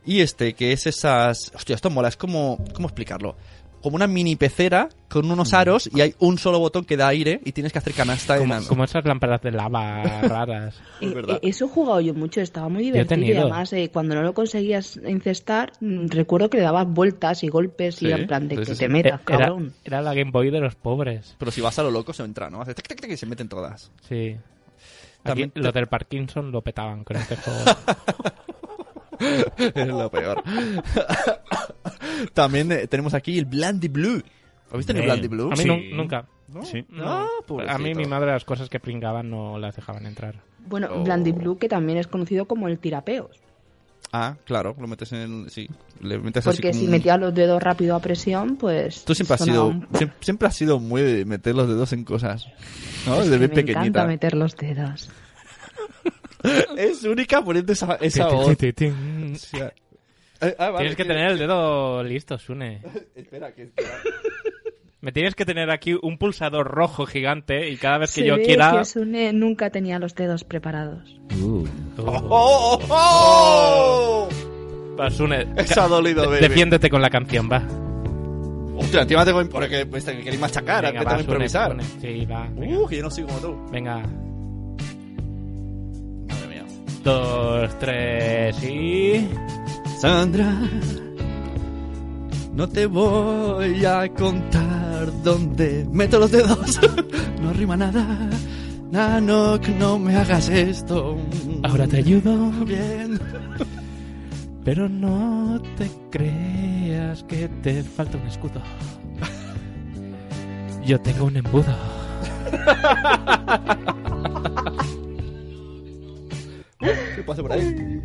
[SPEAKER 6] Y este, que es esas... Hostia, esto mola, es como... ¿Cómo explicarlo? Como una mini pecera con unos aros y hay un solo botón que da aire y tienes que hacer canasta
[SPEAKER 7] Mm. Como,
[SPEAKER 6] enano.
[SPEAKER 7] como esas lámparas de lava *laughs* raras.
[SPEAKER 4] Eh, eh, eso he jugado yo mucho, estaba muy
[SPEAKER 7] he
[SPEAKER 4] divertido. Y
[SPEAKER 7] tenido.
[SPEAKER 4] además, eh, cuando no lo conseguías encestar, mm, recuerdo que le dabas vueltas y golpes
[SPEAKER 6] Sí,
[SPEAKER 4] y era en plan de que
[SPEAKER 6] entonces
[SPEAKER 4] te
[SPEAKER 6] es-
[SPEAKER 4] metas,
[SPEAKER 7] Eh, Era-
[SPEAKER 4] cabrón.
[SPEAKER 7] Era, la Game Boy de los pobres.
[SPEAKER 6] Pero si vas a lo loco se entra, ¿no? Hace tac, tac, tac y se meten todas.
[SPEAKER 7] Sí. Aquí,
[SPEAKER 6] También
[SPEAKER 7] los del Parkinson lo petaban con este juego.
[SPEAKER 6] *laughs* es lo peor. También eh, tenemos aquí el Blandy Blue. ¿Habéis tenido
[SPEAKER 7] Bien.
[SPEAKER 6] Blandy Blue?
[SPEAKER 7] A mí nun- nunca.
[SPEAKER 6] ¿No?
[SPEAKER 7] Sí.
[SPEAKER 6] Ah, pobrecito.
[SPEAKER 7] a mí mi madre las cosas que pringaban no las dejaban entrar.
[SPEAKER 4] Bueno,
[SPEAKER 6] Oh.
[SPEAKER 4] Blandy Blue, que también es conocido como el tirapeos.
[SPEAKER 6] Ah, claro, lo metes en el... Sí, le metes así
[SPEAKER 4] Porque
[SPEAKER 6] como
[SPEAKER 4] si
[SPEAKER 6] un-
[SPEAKER 4] metías los dedos rápido a presión, pues.
[SPEAKER 6] Tú siempre has
[SPEAKER 4] sonaba
[SPEAKER 6] sido...
[SPEAKER 4] un-
[SPEAKER 6] siem- Siempre has sido muy de meter los dedos en cosas. ¿No?
[SPEAKER 4] Es
[SPEAKER 6] Desde
[SPEAKER 4] que
[SPEAKER 6] bien
[SPEAKER 4] me
[SPEAKER 6] pequeñita.
[SPEAKER 4] encanta meter los dedos.
[SPEAKER 6] *laughs* Es única poniendo esa, esa
[SPEAKER 7] Ti, ti,
[SPEAKER 6] voz.
[SPEAKER 7] ti, ti.
[SPEAKER 6] O sea, eh, ah, vale,
[SPEAKER 7] Tienes que
[SPEAKER 6] mira.
[SPEAKER 7] tener el dedo
[SPEAKER 6] *laughs*
[SPEAKER 7] listo, Sune.
[SPEAKER 6] Espera, que... espera.
[SPEAKER 7] Me tienes que tener aquí un pulsador rojo gigante y cada vez que
[SPEAKER 4] Se
[SPEAKER 7] yo
[SPEAKER 4] ve
[SPEAKER 7] quiera... Uh.
[SPEAKER 4] que Sune nunca tenía los dedos preparados.
[SPEAKER 6] ¡Oh, oh, oh!
[SPEAKER 7] Va, Sune,
[SPEAKER 6] *laughs* Eso ha dolido,
[SPEAKER 7] de-
[SPEAKER 6] baby.
[SPEAKER 7] Defiéndete con la canción, va.
[SPEAKER 6] Hostia, encima tengo... Porque pues, te queréis machacar,
[SPEAKER 7] Venga,
[SPEAKER 6] empezamos
[SPEAKER 7] va,
[SPEAKER 6] a
[SPEAKER 7] Sune,
[SPEAKER 6] improvisar.
[SPEAKER 7] Sune. Sí, va.
[SPEAKER 6] Uh, que yo no soy como tú.
[SPEAKER 7] Venga.
[SPEAKER 6] Madre mía.
[SPEAKER 7] Dos, tres y...
[SPEAKER 6] Sandra, no te voy a contar dónde meto los dedos. *laughs* No rima nada. Nanoc, no me hagas esto.
[SPEAKER 7] Ahora te ayudo.
[SPEAKER 6] Bien.
[SPEAKER 7] Pero no te creas que te falta un escudo. Yo tengo un embudo.
[SPEAKER 6] ¿Qué pasa por ahí?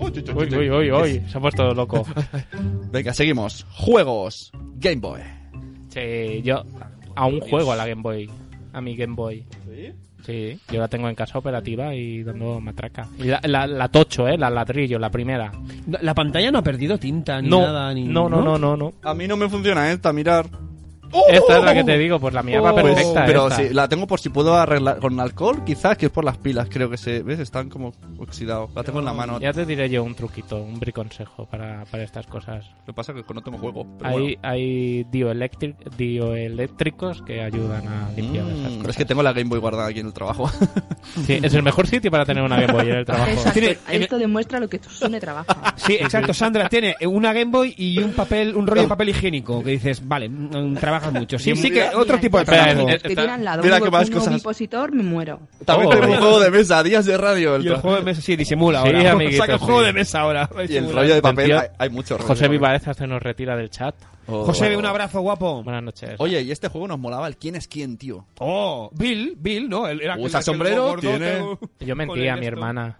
[SPEAKER 7] Uy, uy, uy, uy. Se ha puesto loco.
[SPEAKER 6] *laughs* Venga, seguimos. Juegos. Game Boy.
[SPEAKER 7] Sí, yo aún juego a la Game Boy. A mi Game Boy.
[SPEAKER 6] ¿Sí?
[SPEAKER 7] Sí, yo la tengo en casa operativa y dando matraca. Y la, la- la tocho, ¿eh? La ladrillo, la primera.
[SPEAKER 9] La pantalla no ha perdido tinta ni
[SPEAKER 7] No,
[SPEAKER 9] nada. Ni,
[SPEAKER 7] no, no, no, no, no.
[SPEAKER 6] A mí no me funciona esta, mirar. Oh.
[SPEAKER 7] Esta es la que te digo, pues la mía va
[SPEAKER 6] Pues,
[SPEAKER 7] perfecta.
[SPEAKER 6] pero
[SPEAKER 7] esta.
[SPEAKER 6] sí, la tengo por si puedo arreglar con alcohol, quizás, que es por las pilas, creo que se. ¿Ves? Están como oxidados. La tengo en la mano.
[SPEAKER 7] Ya te diré yo un truquito, un briconsejo para, para estas cosas.
[SPEAKER 6] Lo que pasa es que no tengo juego. Pero
[SPEAKER 7] hay
[SPEAKER 6] bueno.
[SPEAKER 7] hay dioelectric- dioeléctricos que ayudan a limpiar esas
[SPEAKER 6] Mm,
[SPEAKER 7] cosas.
[SPEAKER 6] es que tengo la Game Boy guardada aquí en el trabajo.
[SPEAKER 7] *laughs* Sí, es el mejor sitio para tener una Game Boy en el trabajo.
[SPEAKER 4] Exacto.
[SPEAKER 9] Tiene-
[SPEAKER 4] Esto demuestra lo que Sune trabaja.
[SPEAKER 9] Sí, exacto. Sandra tiene una Game Boy y un papel, un rollo de papel higiénico que dices, vale, mm, trabajas mucho. Sí, sí que otro tipo de trabajo.
[SPEAKER 4] Los que tiran la
[SPEAKER 9] eh, Mira que
[SPEAKER 4] doble
[SPEAKER 9] más
[SPEAKER 4] con un
[SPEAKER 9] cosas.
[SPEAKER 4] ovipositor, me muero.
[SPEAKER 6] También
[SPEAKER 9] Oh.
[SPEAKER 6] tengo un juego de mesa, días *laughs* de radio.
[SPEAKER 9] Y el
[SPEAKER 6] tra-
[SPEAKER 9] juego de mesa, sí, disimula
[SPEAKER 7] *laughs*
[SPEAKER 9] ahora.
[SPEAKER 7] Sí, amiguito,
[SPEAKER 9] Saca el
[SPEAKER 7] sí.
[SPEAKER 9] juego de mesa ahora.
[SPEAKER 6] Y el rollo de papel,
[SPEAKER 7] Atención.
[SPEAKER 6] hay, hay mucho rollo
[SPEAKER 7] José
[SPEAKER 6] de papel.
[SPEAKER 7] Vivareza se nos retira del chat.
[SPEAKER 9] José, un abrazo, guapo.
[SPEAKER 7] Buenas noches.
[SPEAKER 6] Oh, Oye, y este juego nos molaba el quién es quién, tío.
[SPEAKER 9] Oh, Bill, Bill, ¿no? El, era aquel-
[SPEAKER 6] Usa
[SPEAKER 9] aquel
[SPEAKER 6] sombrero,
[SPEAKER 9] gordote,
[SPEAKER 6] tiene-
[SPEAKER 9] uh,
[SPEAKER 7] Yo
[SPEAKER 9] con
[SPEAKER 7] mentía
[SPEAKER 9] el
[SPEAKER 7] a mi
[SPEAKER 9] esto.
[SPEAKER 7] hermana.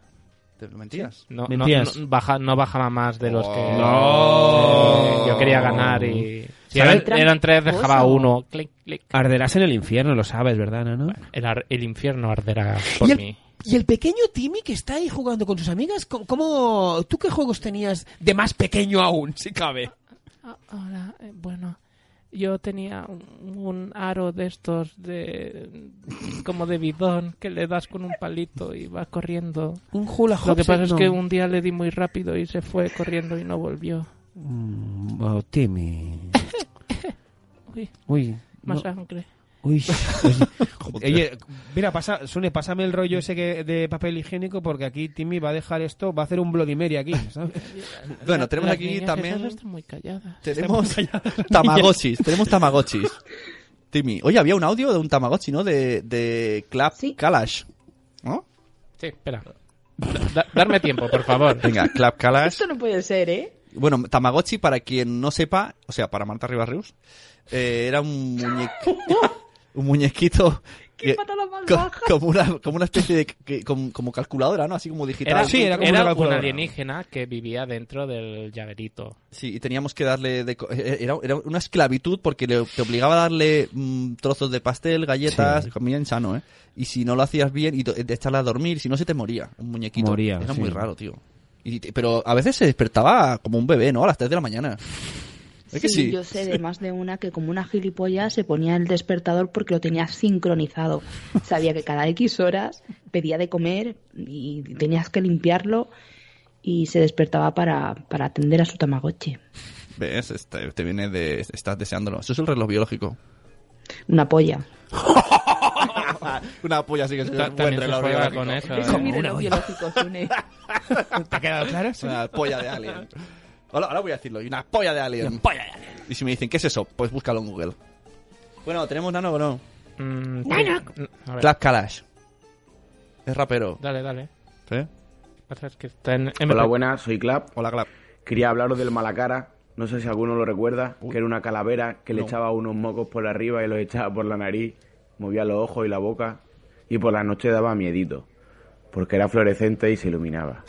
[SPEAKER 6] ¿Te mentías?
[SPEAKER 7] No, no-
[SPEAKER 9] Mentías. Oh.
[SPEAKER 7] no baja, no bajaba más de los que.
[SPEAKER 9] No.
[SPEAKER 7] Yo quería ganar y. Si
[SPEAKER 9] ¿Sabes?
[SPEAKER 7] eran, eran tres, dejaba uno. Clic, clic.
[SPEAKER 9] Arderás en el infierno, lo sabes, ¿verdad, Nano?
[SPEAKER 7] El, ar- el infierno arderá por
[SPEAKER 9] el-
[SPEAKER 7] mí.
[SPEAKER 9] Y el pequeño Timmy que está ahí jugando con sus amigas, ¿cómo- ¿cómo, ¿tú qué juegos tenías de más pequeño aún, si cabe?
[SPEAKER 1] Ahora, eh, bueno, yo tenía un, un aro de estos de como de bidón que le das con un palito y va corriendo.
[SPEAKER 9] Un hula
[SPEAKER 1] Lo
[SPEAKER 9] hoop,
[SPEAKER 1] que pasa
[SPEAKER 9] sí,
[SPEAKER 1] es
[SPEAKER 9] no.
[SPEAKER 1] que un día le di muy rápido y se fue corriendo y no volvió.
[SPEAKER 9] Oh, Timmy.
[SPEAKER 1] Uy,
[SPEAKER 9] Uy.
[SPEAKER 1] más sangre.
[SPEAKER 9] Uy, Oye, mira, pasa, Sune, pásame el rollo ese que, de papel higiénico porque aquí Timmy va a dejar esto, va a hacer un Bloody Mary aquí, ¿sabes?
[SPEAKER 6] Bueno, tenemos *laughs*
[SPEAKER 1] Las
[SPEAKER 6] aquí
[SPEAKER 1] niñas esas
[SPEAKER 6] también.
[SPEAKER 1] están muy calladas.
[SPEAKER 6] Tenemos *laughs* Tamagotchis, tenemos
[SPEAKER 7] *laughs*
[SPEAKER 6] Tamagotchis. Timmy, oye, había un audio de un Tamagotchi, ¿no? De, de Clap Kalash. ¿No?
[SPEAKER 7] Sí, espera. Da- darme tiempo, por favor.
[SPEAKER 6] Venga, Clap Kalash.
[SPEAKER 4] Esto no puede ser, ¿eh?
[SPEAKER 6] Bueno, Tamagotchi, para quien no sepa, o sea, para Marta Rivas Rius, eh, era un muñequito. un muñequito. que- co- como, una, como una especie de. que- como, como calculadora, ¿no? Así como digital.
[SPEAKER 7] Era, era un alienígena que vivía dentro del llaverito.
[SPEAKER 6] Sí, y teníamos que darle. de co- eh, era, era una esclavitud porque le- te obligaba a darle mm, trozos de pastel, galletas, comida insano, ¿eh? Y si no lo hacías bien, y to- eh, de echarla a dormir, si no se te moría un muñequito.
[SPEAKER 9] Moría,
[SPEAKER 6] era
[SPEAKER 9] sí.
[SPEAKER 6] muy raro, tío. Y te- pero a veces se despertaba como un bebé, ¿no? A las 3 de la mañana. Es que sí.
[SPEAKER 4] yo sé de más de una que como una gilipollas se ponía el despertador porque lo tenía sincronizado. Sabía que cada X horas pedía de comer y tenías que limpiarlo y se despertaba para, para atender a su tamagotchi.
[SPEAKER 6] ¿Ves? Este- te viene de. Estás deseándolo. Eso es el reloj biológico.
[SPEAKER 4] Una polla.
[SPEAKER 6] *laughs* Una polla así que se
[SPEAKER 7] Ta- también se juega con eso, ¿eh? Eso mire lo
[SPEAKER 4] biológico, Sune.
[SPEAKER 9] ¿Te ha quedado claro?
[SPEAKER 6] Una polla de alien. Ahora, ahora voy a decirlo. y Una polla de alien.
[SPEAKER 9] Una polla de alien.
[SPEAKER 6] Y si me dicen, ¿qué es eso? Pues búscalo en Google. Bueno, ¿tenemos nano o no?
[SPEAKER 7] Mm,
[SPEAKER 13] Nano.
[SPEAKER 7] a ver.
[SPEAKER 6] Clap Kalash. Es rapero.
[SPEAKER 7] Dale, dale.
[SPEAKER 6] ¿Sí?
[SPEAKER 7] Pasa es que está en
[SPEAKER 3] Hola,
[SPEAKER 7] MP3.
[SPEAKER 3] buenas, soy Clap.
[SPEAKER 6] Hola, Clap.
[SPEAKER 3] Quería hablaros del Malacara. No sé si alguno lo recuerda, que era una calavera que le
[SPEAKER 6] No.
[SPEAKER 3] echaba unos mocos por arriba y los echaba por la nariz, movía los ojos y la boca, y por la noche daba miedito, porque era fluorescente y se iluminaba.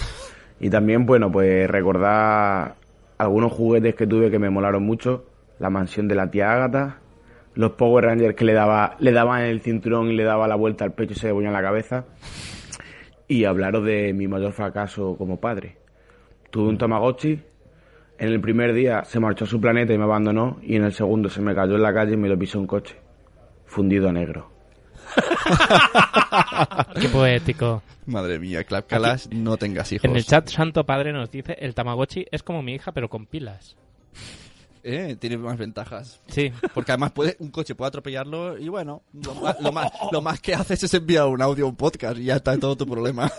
[SPEAKER 3] Y también, bueno, pues recordar algunos juguetes que tuve que me molaron mucho, la mansión de la tía Ágata, los Power Rangers que le daba, le daban el cinturón y le daba la vuelta al pecho y se le ponía en la cabeza, y hablaros de mi mayor fracaso como padre. Tuve un Tamagotchi. En el primer día se marchó a su planeta y me abandonó. Y en el segundo se me cayó en la calle y me lo pisó un coche. Fundido a negro.
[SPEAKER 7] Qué poético.
[SPEAKER 6] *laughs* Madre mía, Clap Calas, no tengas hijos.
[SPEAKER 7] En el chat, Santo Padre nos dice: el Tamagotchi es como mi hija, pero con pilas.
[SPEAKER 6] Eh, tiene más ventajas.
[SPEAKER 7] Sí.
[SPEAKER 6] Porque además puede, un coche puede atropellarlo y bueno, lo ma- lo más, lo más que haces es enviar un audio a un podcast y ya está todo tu
[SPEAKER 7] *laughs*
[SPEAKER 6] problema.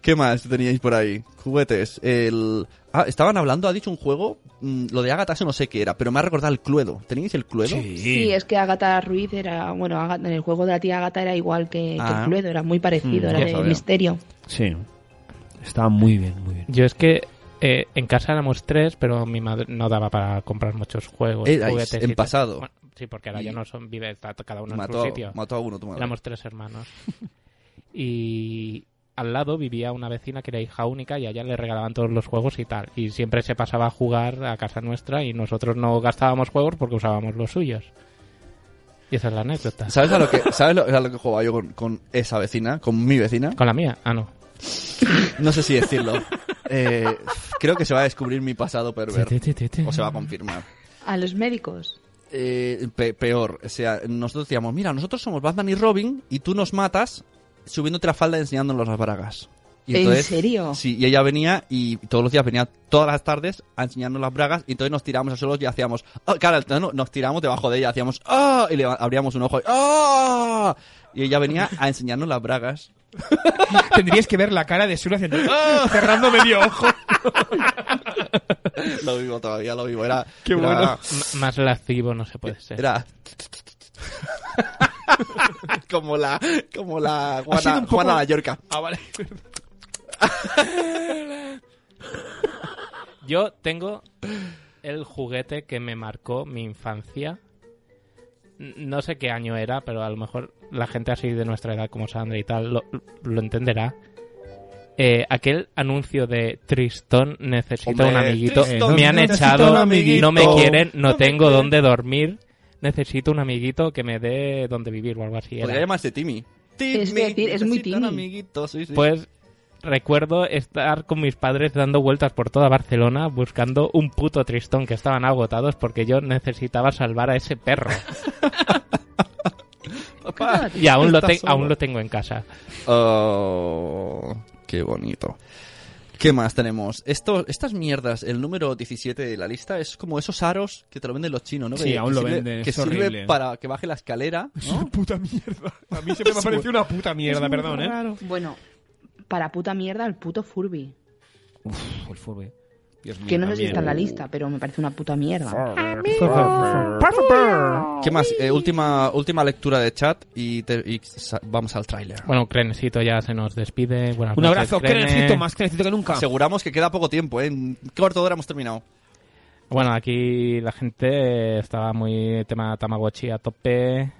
[SPEAKER 6] ¿Qué más teníais por ahí? Juguetes. El... Ah, estaban hablando, ha dicho un juego, mm, lo de Agatha, eso no sé qué era, pero me ha recordado el Cluedo. ¿Teníais el Cluedo?
[SPEAKER 4] Sí, es que Agatha Ruiz era, bueno, Aga- en el juego de la tía Agatha era igual que, que
[SPEAKER 6] Ah.
[SPEAKER 4] el Cluedo, era muy parecido,
[SPEAKER 6] Mm,
[SPEAKER 4] era
[SPEAKER 6] ya
[SPEAKER 4] de
[SPEAKER 6] sabía.
[SPEAKER 4] misterio.
[SPEAKER 9] Sí. Estaba muy bien,
[SPEAKER 7] *laughs*
[SPEAKER 9] muy bien.
[SPEAKER 7] Yo es que eh, en casa éramos tres, pero mi madre no daba para comprar muchos juegos.
[SPEAKER 6] Erais,
[SPEAKER 7] juguetes y
[SPEAKER 6] en
[SPEAKER 7] tal.
[SPEAKER 6] pasado.
[SPEAKER 7] Bueno, sí, porque ahora
[SPEAKER 6] Y-
[SPEAKER 7] ya no son, vive está cada uno
[SPEAKER 6] mató,
[SPEAKER 7] en su sitio.
[SPEAKER 6] mató a uno tu madre.
[SPEAKER 7] Éramos tres hermanos. y al lado vivía una vecina que era hija única y a ella le regalaban todos los juegos y tal. Y siempre se pasaba a jugar a casa nuestra y nosotros no gastábamos juegos porque usábamos los suyos. Y esa es la anécdota.
[SPEAKER 6] ¿Sabes a lo que, ¿sabes lo- a lo que jugaba yo con, con esa vecina? ¿Con mi vecina?
[SPEAKER 7] ¿Con la mía? Ah, no.
[SPEAKER 6] No sé si decirlo. Eh, creo que se va a descubrir mi pasado perver.
[SPEAKER 7] Ti, ti, ti, ti.
[SPEAKER 6] O se va a confirmar.
[SPEAKER 4] A los médicos.
[SPEAKER 6] Eh, pe- peor, o sea, nosotros decíamos, mira, nosotros somos Batman y Robin y tú nos matas subiéndote la falda y enseñándonos las bragas. Y
[SPEAKER 4] ¿En serio?
[SPEAKER 6] Sí, y ella venía y todos los días venía todas las tardes a enseñarnos las bragas y entonces nos tiramos a solos y hacíamos, "Ah", claro, entonces no- nos tiramos debajo de ella, hacíamos, ah, y le abríamos un ojo y, ah, y ella venía a enseñarnos las bragas.
[SPEAKER 12] Tendrías que ver la cara de Sura haciendo
[SPEAKER 9] *laughs*
[SPEAKER 12] ¡Ah! cerrando medio ojo.
[SPEAKER 6] *laughs* lo vivo todavía, lo vivo. Era,
[SPEAKER 7] Qué
[SPEAKER 6] era-
[SPEAKER 7] bueno. M- más lascivo no se puede ser.
[SPEAKER 6] Era. como la. Como la.
[SPEAKER 7] Ha sido
[SPEAKER 6] Juana,
[SPEAKER 7] un poco-
[SPEAKER 6] Juana Mallorca. *laughs*
[SPEAKER 7] Ah, vale. Yo tengo el juguete que me marcó mi infancia. N- No sé qué año era, pero a lo mejor la gente así de nuestra edad, como Sandra y tal, lo, lo entenderá. Eh, aquel anuncio de Tristón necesita
[SPEAKER 13] Hombre,
[SPEAKER 7] un amiguito.
[SPEAKER 13] Tristón,
[SPEAKER 7] me han
[SPEAKER 13] necesito
[SPEAKER 7] echado,
[SPEAKER 13] un amiguito.
[SPEAKER 7] no me quieren, no,
[SPEAKER 13] No me
[SPEAKER 7] tengo
[SPEAKER 13] quieren.
[SPEAKER 7] dónde dormir. Necesito un amiguito que me dé donde vivir o algo así. era.
[SPEAKER 6] Podría llamarse Timmy.
[SPEAKER 4] Es decir, es muy
[SPEAKER 6] necesitan
[SPEAKER 4] tini.
[SPEAKER 6] amiguitos, sí, sí.
[SPEAKER 7] Pues recuerdo estar con mis padres dando vueltas por toda Barcelona buscando un puto tristón que estaban agotados porque yo necesitaba salvar a ese perro.
[SPEAKER 6] *laughs* Papá,
[SPEAKER 7] y aún lo,
[SPEAKER 6] estás
[SPEAKER 7] te-
[SPEAKER 6] solo.
[SPEAKER 7] aún lo tengo en casa.
[SPEAKER 6] Oh, qué bonito. ¿Qué más tenemos? Eh, Esto, estas mierdas, el número 17 de la lista, es como esos aros que te lo venden los chinos, ¿no?
[SPEAKER 9] Sí,
[SPEAKER 6] que,
[SPEAKER 9] aún
[SPEAKER 6] que
[SPEAKER 9] lo
[SPEAKER 6] sirve-
[SPEAKER 9] venden,
[SPEAKER 6] Que
[SPEAKER 9] es
[SPEAKER 6] sirve
[SPEAKER 9] horrible.
[SPEAKER 6] para que baje la escalera. ¿no?
[SPEAKER 9] Puta mierda. *laughs* A
[SPEAKER 6] *laughs*
[SPEAKER 9] mí siempre me ha parecido una puta mierda, perdón, ¿eh?
[SPEAKER 4] Bueno, para puta mierda el puto Furby,
[SPEAKER 9] Uf, el eh. furbe. Dios mío,
[SPEAKER 4] que no sé si
[SPEAKER 9] también.
[SPEAKER 4] está en la lista, pero me parece una puta mierda.
[SPEAKER 6] ¿Qué más? Eh, última, última lectura de chat y, te- y sa- vamos al tráiler.
[SPEAKER 7] Bueno, Crenecito ya se nos despide. Buenas
[SPEAKER 6] Un
[SPEAKER 7] noches,
[SPEAKER 6] abrazo,
[SPEAKER 7] Crene.
[SPEAKER 6] Crenecito,
[SPEAKER 12] Más necesito que nunca.
[SPEAKER 6] Aseguramos que queda poco tiempo, ¿eh? En corto hora hemos terminado.
[SPEAKER 7] Bueno, aquí la gente estaba muy tema Tamagotchi a tope.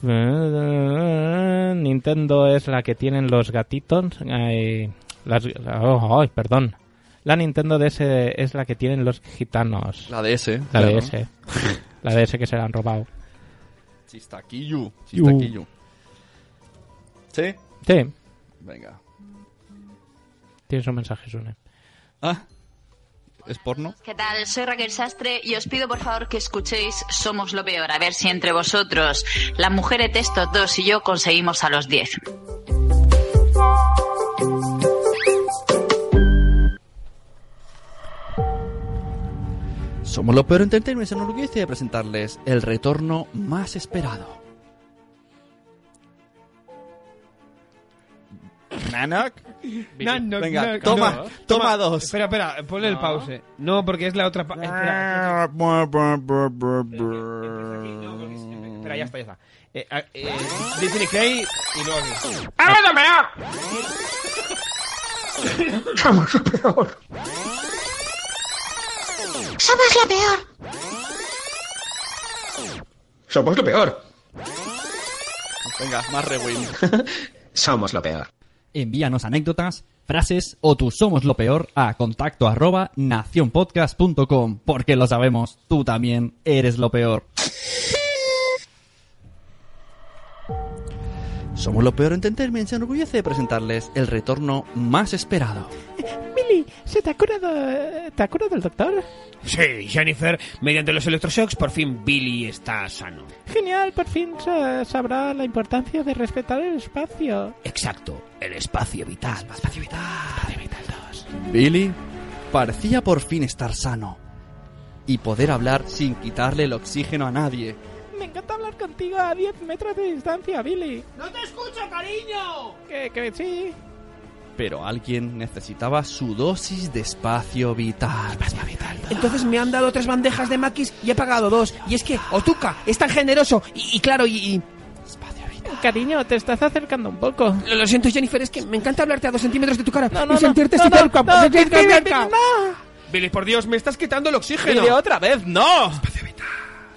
[SPEAKER 7] Nintendo es la que tienen los gatitos. Ay, las- oh, ay, perdón. La Nintendo DS es la que tienen los gitanos.
[SPEAKER 6] La DS,
[SPEAKER 7] La
[SPEAKER 6] claro.
[SPEAKER 7] DS. La DS que se la han robado.
[SPEAKER 6] Chistaquillo.
[SPEAKER 7] Yu.
[SPEAKER 6] Chistaquillo. ¿Sí?
[SPEAKER 7] Sí,
[SPEAKER 6] Venga.
[SPEAKER 7] tienes un mensaje, Sune.
[SPEAKER 6] Ah, ¿es porno?
[SPEAKER 11] ¿Qué tal? Soy Raquel Sastre y os pido por favor que escuchéis Somos lo Peor, a ver si entre vosotros, las mujeres de estos dos y yo conseguimos a los 10.
[SPEAKER 6] Somos lo peor entertainment, se enorgullece de presentarles el retorno más esperado. ¿Nanak? Venga, toma, toma dos.
[SPEAKER 12] Espera, espera, ponle el
[SPEAKER 7] Ah,
[SPEAKER 12] pause.
[SPEAKER 6] Ah.
[SPEAKER 12] No, porque es la otra parte.
[SPEAKER 6] Brr, brr, brr, brr, brr.
[SPEAKER 9] Espera, ya está, ya está. Eh, ah, eh, Disney Clay y luego aquí.
[SPEAKER 13] ¡Vamos a peor!
[SPEAKER 9] ¡Somos lo peor!
[SPEAKER 13] ¡Somos lo peor!
[SPEAKER 8] ¡Somos lo peor!
[SPEAKER 6] Venga, más rewind.
[SPEAKER 8] *laughs* Somos lo peor.
[SPEAKER 10] Envíanos anécdotas, frases o tu somos lo peor a contacto arroba nacionpodcast.com porque lo sabemos, tú también eres lo peor.
[SPEAKER 6] Somos lo peor en entenderme, se enorgullece de presentarles el retorno más esperado.
[SPEAKER 7] Milly, ¿se te ha curado, te ha curado el doctor?
[SPEAKER 9] Sí, Jennifer, mediante los electroshocks, por fin Billy está sano.
[SPEAKER 7] Genial, por fin sa- sabrá la importancia de respetar el espacio.
[SPEAKER 9] Exacto, el espacio vital.
[SPEAKER 6] Espacio vital. Billy parecía por fin estar sano y poder hablar sin quitarle el oxígeno a nadie.
[SPEAKER 7] Me encanta hablar contigo a 10 metros de distancia, Billy.
[SPEAKER 13] ¡No te escucho, cariño!
[SPEAKER 7] Que, que sí.
[SPEAKER 6] Pero alguien necesitaba su dosis de espacio vital.
[SPEAKER 9] Entonces me han dado tres bandejas de maquis y he pagado dos. Y es que Otuka es tan generoso. Y, y claro, y, y-
[SPEAKER 7] Cariño, te estás acercando un poco.
[SPEAKER 9] Lo, lo siento, Jennifer, es que me encanta hablarte a dos centímetros de tu cara
[SPEAKER 7] No, no,
[SPEAKER 9] y
[SPEAKER 7] no,
[SPEAKER 9] sentirte
[SPEAKER 7] no,
[SPEAKER 9] así
[SPEAKER 7] no,
[SPEAKER 9] todo el cuerpo.
[SPEAKER 7] no,
[SPEAKER 9] cerca,
[SPEAKER 7] Billy,
[SPEAKER 9] cerca.
[SPEAKER 7] Billy, no.
[SPEAKER 9] Billy, por Dios, me estás quitando el oxígeno.
[SPEAKER 6] Billy, otra vez, no.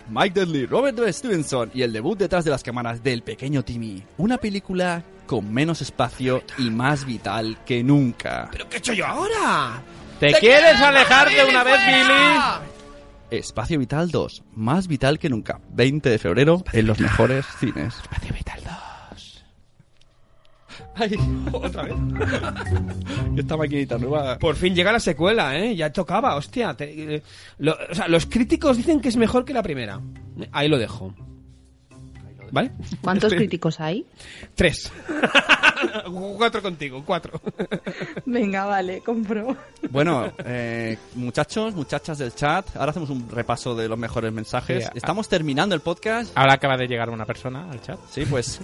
[SPEAKER 6] Mike Dudley, Robert Downey Stevenson y el debut detrás de las cámaras del pequeño Timmy. Una película con menos espacio y más vital que nunca.
[SPEAKER 9] ¿Pero qué he hecho yo ahora?
[SPEAKER 7] ¿Te, quieres alejar de una vez, Billy?
[SPEAKER 6] Espacio Vital 2, más vital que nunca. 20 de febrero en los mejores cines. Espacio Vital 2. Ay, otra vez. *laughs* Esta maquinita nueva.
[SPEAKER 9] Por fin llega la secuela, ¿eh? Ya tocaba, hostia. te- eh, lo- o sea, los críticos dicen que es mejor que la primera. Ahí lo dejo. ¿Vale? *laughs*
[SPEAKER 4] ¿Cuántos
[SPEAKER 9] Espe-
[SPEAKER 4] críticos hay?
[SPEAKER 9] Tres. cuatro contigo, cuatro.
[SPEAKER 5] Venga, vale, compro.
[SPEAKER 6] Bueno, eh, muchachos, muchachas del chat, ahora hacemos un repaso de los mejores mensajes.
[SPEAKER 7] Sí, a-
[SPEAKER 6] Estamos terminando el podcast.
[SPEAKER 7] Ahora acaba de llegar una persona al chat.
[SPEAKER 6] Sí,
[SPEAKER 7] *laughs*
[SPEAKER 6] pues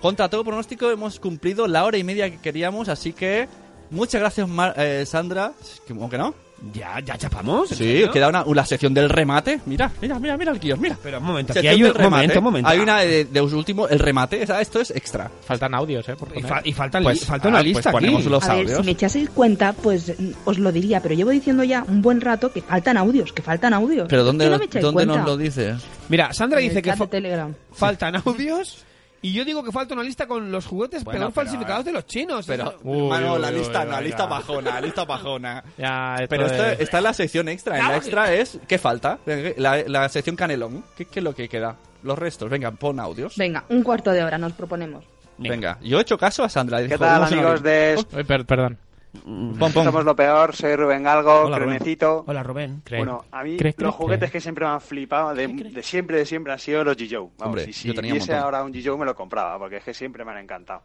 [SPEAKER 6] contra todo pronóstico hemos cumplido la hora y media que queríamos, así que muchas gracias Mar- eh, Sandra. ¿Cómo que no?
[SPEAKER 9] ¿Ya, ya chapamos? ¿En
[SPEAKER 6] Sí,
[SPEAKER 9] serio?
[SPEAKER 6] queda una, una sección del remate. Mira, mira, mira, mira el guión, mira.
[SPEAKER 9] Pero un momento, aquí
[SPEAKER 6] Sección
[SPEAKER 9] hay
[SPEAKER 6] del
[SPEAKER 9] un momento, un momento.
[SPEAKER 6] Hay una de, de los últimos, el remate, ¿sabes? esto es extra.
[SPEAKER 7] Faltan audios, ¿eh? Por
[SPEAKER 9] Y,
[SPEAKER 7] poner.
[SPEAKER 9] fa- y falta, li-
[SPEAKER 6] Pues,
[SPEAKER 9] falta una
[SPEAKER 6] ah, pues
[SPEAKER 9] lista aquí.
[SPEAKER 6] ponemos los
[SPEAKER 4] A ver,
[SPEAKER 6] audios.
[SPEAKER 4] si me echaseis cuenta, pues mm, os lo diría, pero llevo diciendo ya un buen rato que faltan audios, que faltan audios.
[SPEAKER 6] Pero
[SPEAKER 4] ¿Por
[SPEAKER 6] ¿dónde,
[SPEAKER 4] qué no me echáis
[SPEAKER 6] ¿dónde
[SPEAKER 4] cuenta?
[SPEAKER 6] nos lo dices?
[SPEAKER 9] Mira, Sandra
[SPEAKER 4] En el
[SPEAKER 9] dice que
[SPEAKER 4] chat de
[SPEAKER 9] fa-
[SPEAKER 4] Telegram.
[SPEAKER 9] faltan audios y yo digo que falta una lista con los juguetes
[SPEAKER 6] Bueno,
[SPEAKER 9] peor
[SPEAKER 6] pero,
[SPEAKER 9] falsificados de los chinos.
[SPEAKER 6] Pero,
[SPEAKER 7] Uy,
[SPEAKER 6] mano,
[SPEAKER 7] uy,
[SPEAKER 6] la
[SPEAKER 7] uy,
[SPEAKER 6] lista
[SPEAKER 7] uy,
[SPEAKER 6] no, la
[SPEAKER 7] uy,
[SPEAKER 6] lista
[SPEAKER 7] ya.
[SPEAKER 6] bajona, la lista bajona.
[SPEAKER 7] Ya, esto
[SPEAKER 6] Pero esto
[SPEAKER 7] es-
[SPEAKER 6] está en la sección extra. En la extra es. ¿Qué falta? La, la sección Canelón. ¿Qué, qué es lo que queda? Los restos. Venga, pon audios.
[SPEAKER 4] Venga, un cuarto de hora nos proponemos.
[SPEAKER 6] Venga, yo he hecho caso a Sandra.
[SPEAKER 12] ¿Qué tal, amigos de
[SPEAKER 7] Uy, per- perdón.
[SPEAKER 6] Pon, pon.
[SPEAKER 12] Somos lo peor? Soy Rubén Galgo,
[SPEAKER 9] Hola, Rubén.
[SPEAKER 12] Crenecito.
[SPEAKER 9] Hola, Rubén.
[SPEAKER 7] Cre-
[SPEAKER 12] Bueno, a mí
[SPEAKER 7] cre- cre-
[SPEAKER 12] los juguetes
[SPEAKER 7] cre.
[SPEAKER 12] que siempre me han flipado, de, de siempre, de siempre, han sido los G-Joe. Vamos,
[SPEAKER 6] Hombre,
[SPEAKER 12] y si
[SPEAKER 6] yo tenía un
[SPEAKER 12] viese
[SPEAKER 6] montón.
[SPEAKER 12] ahora un G-Joe me lo compraba, porque es que siempre me han encantado.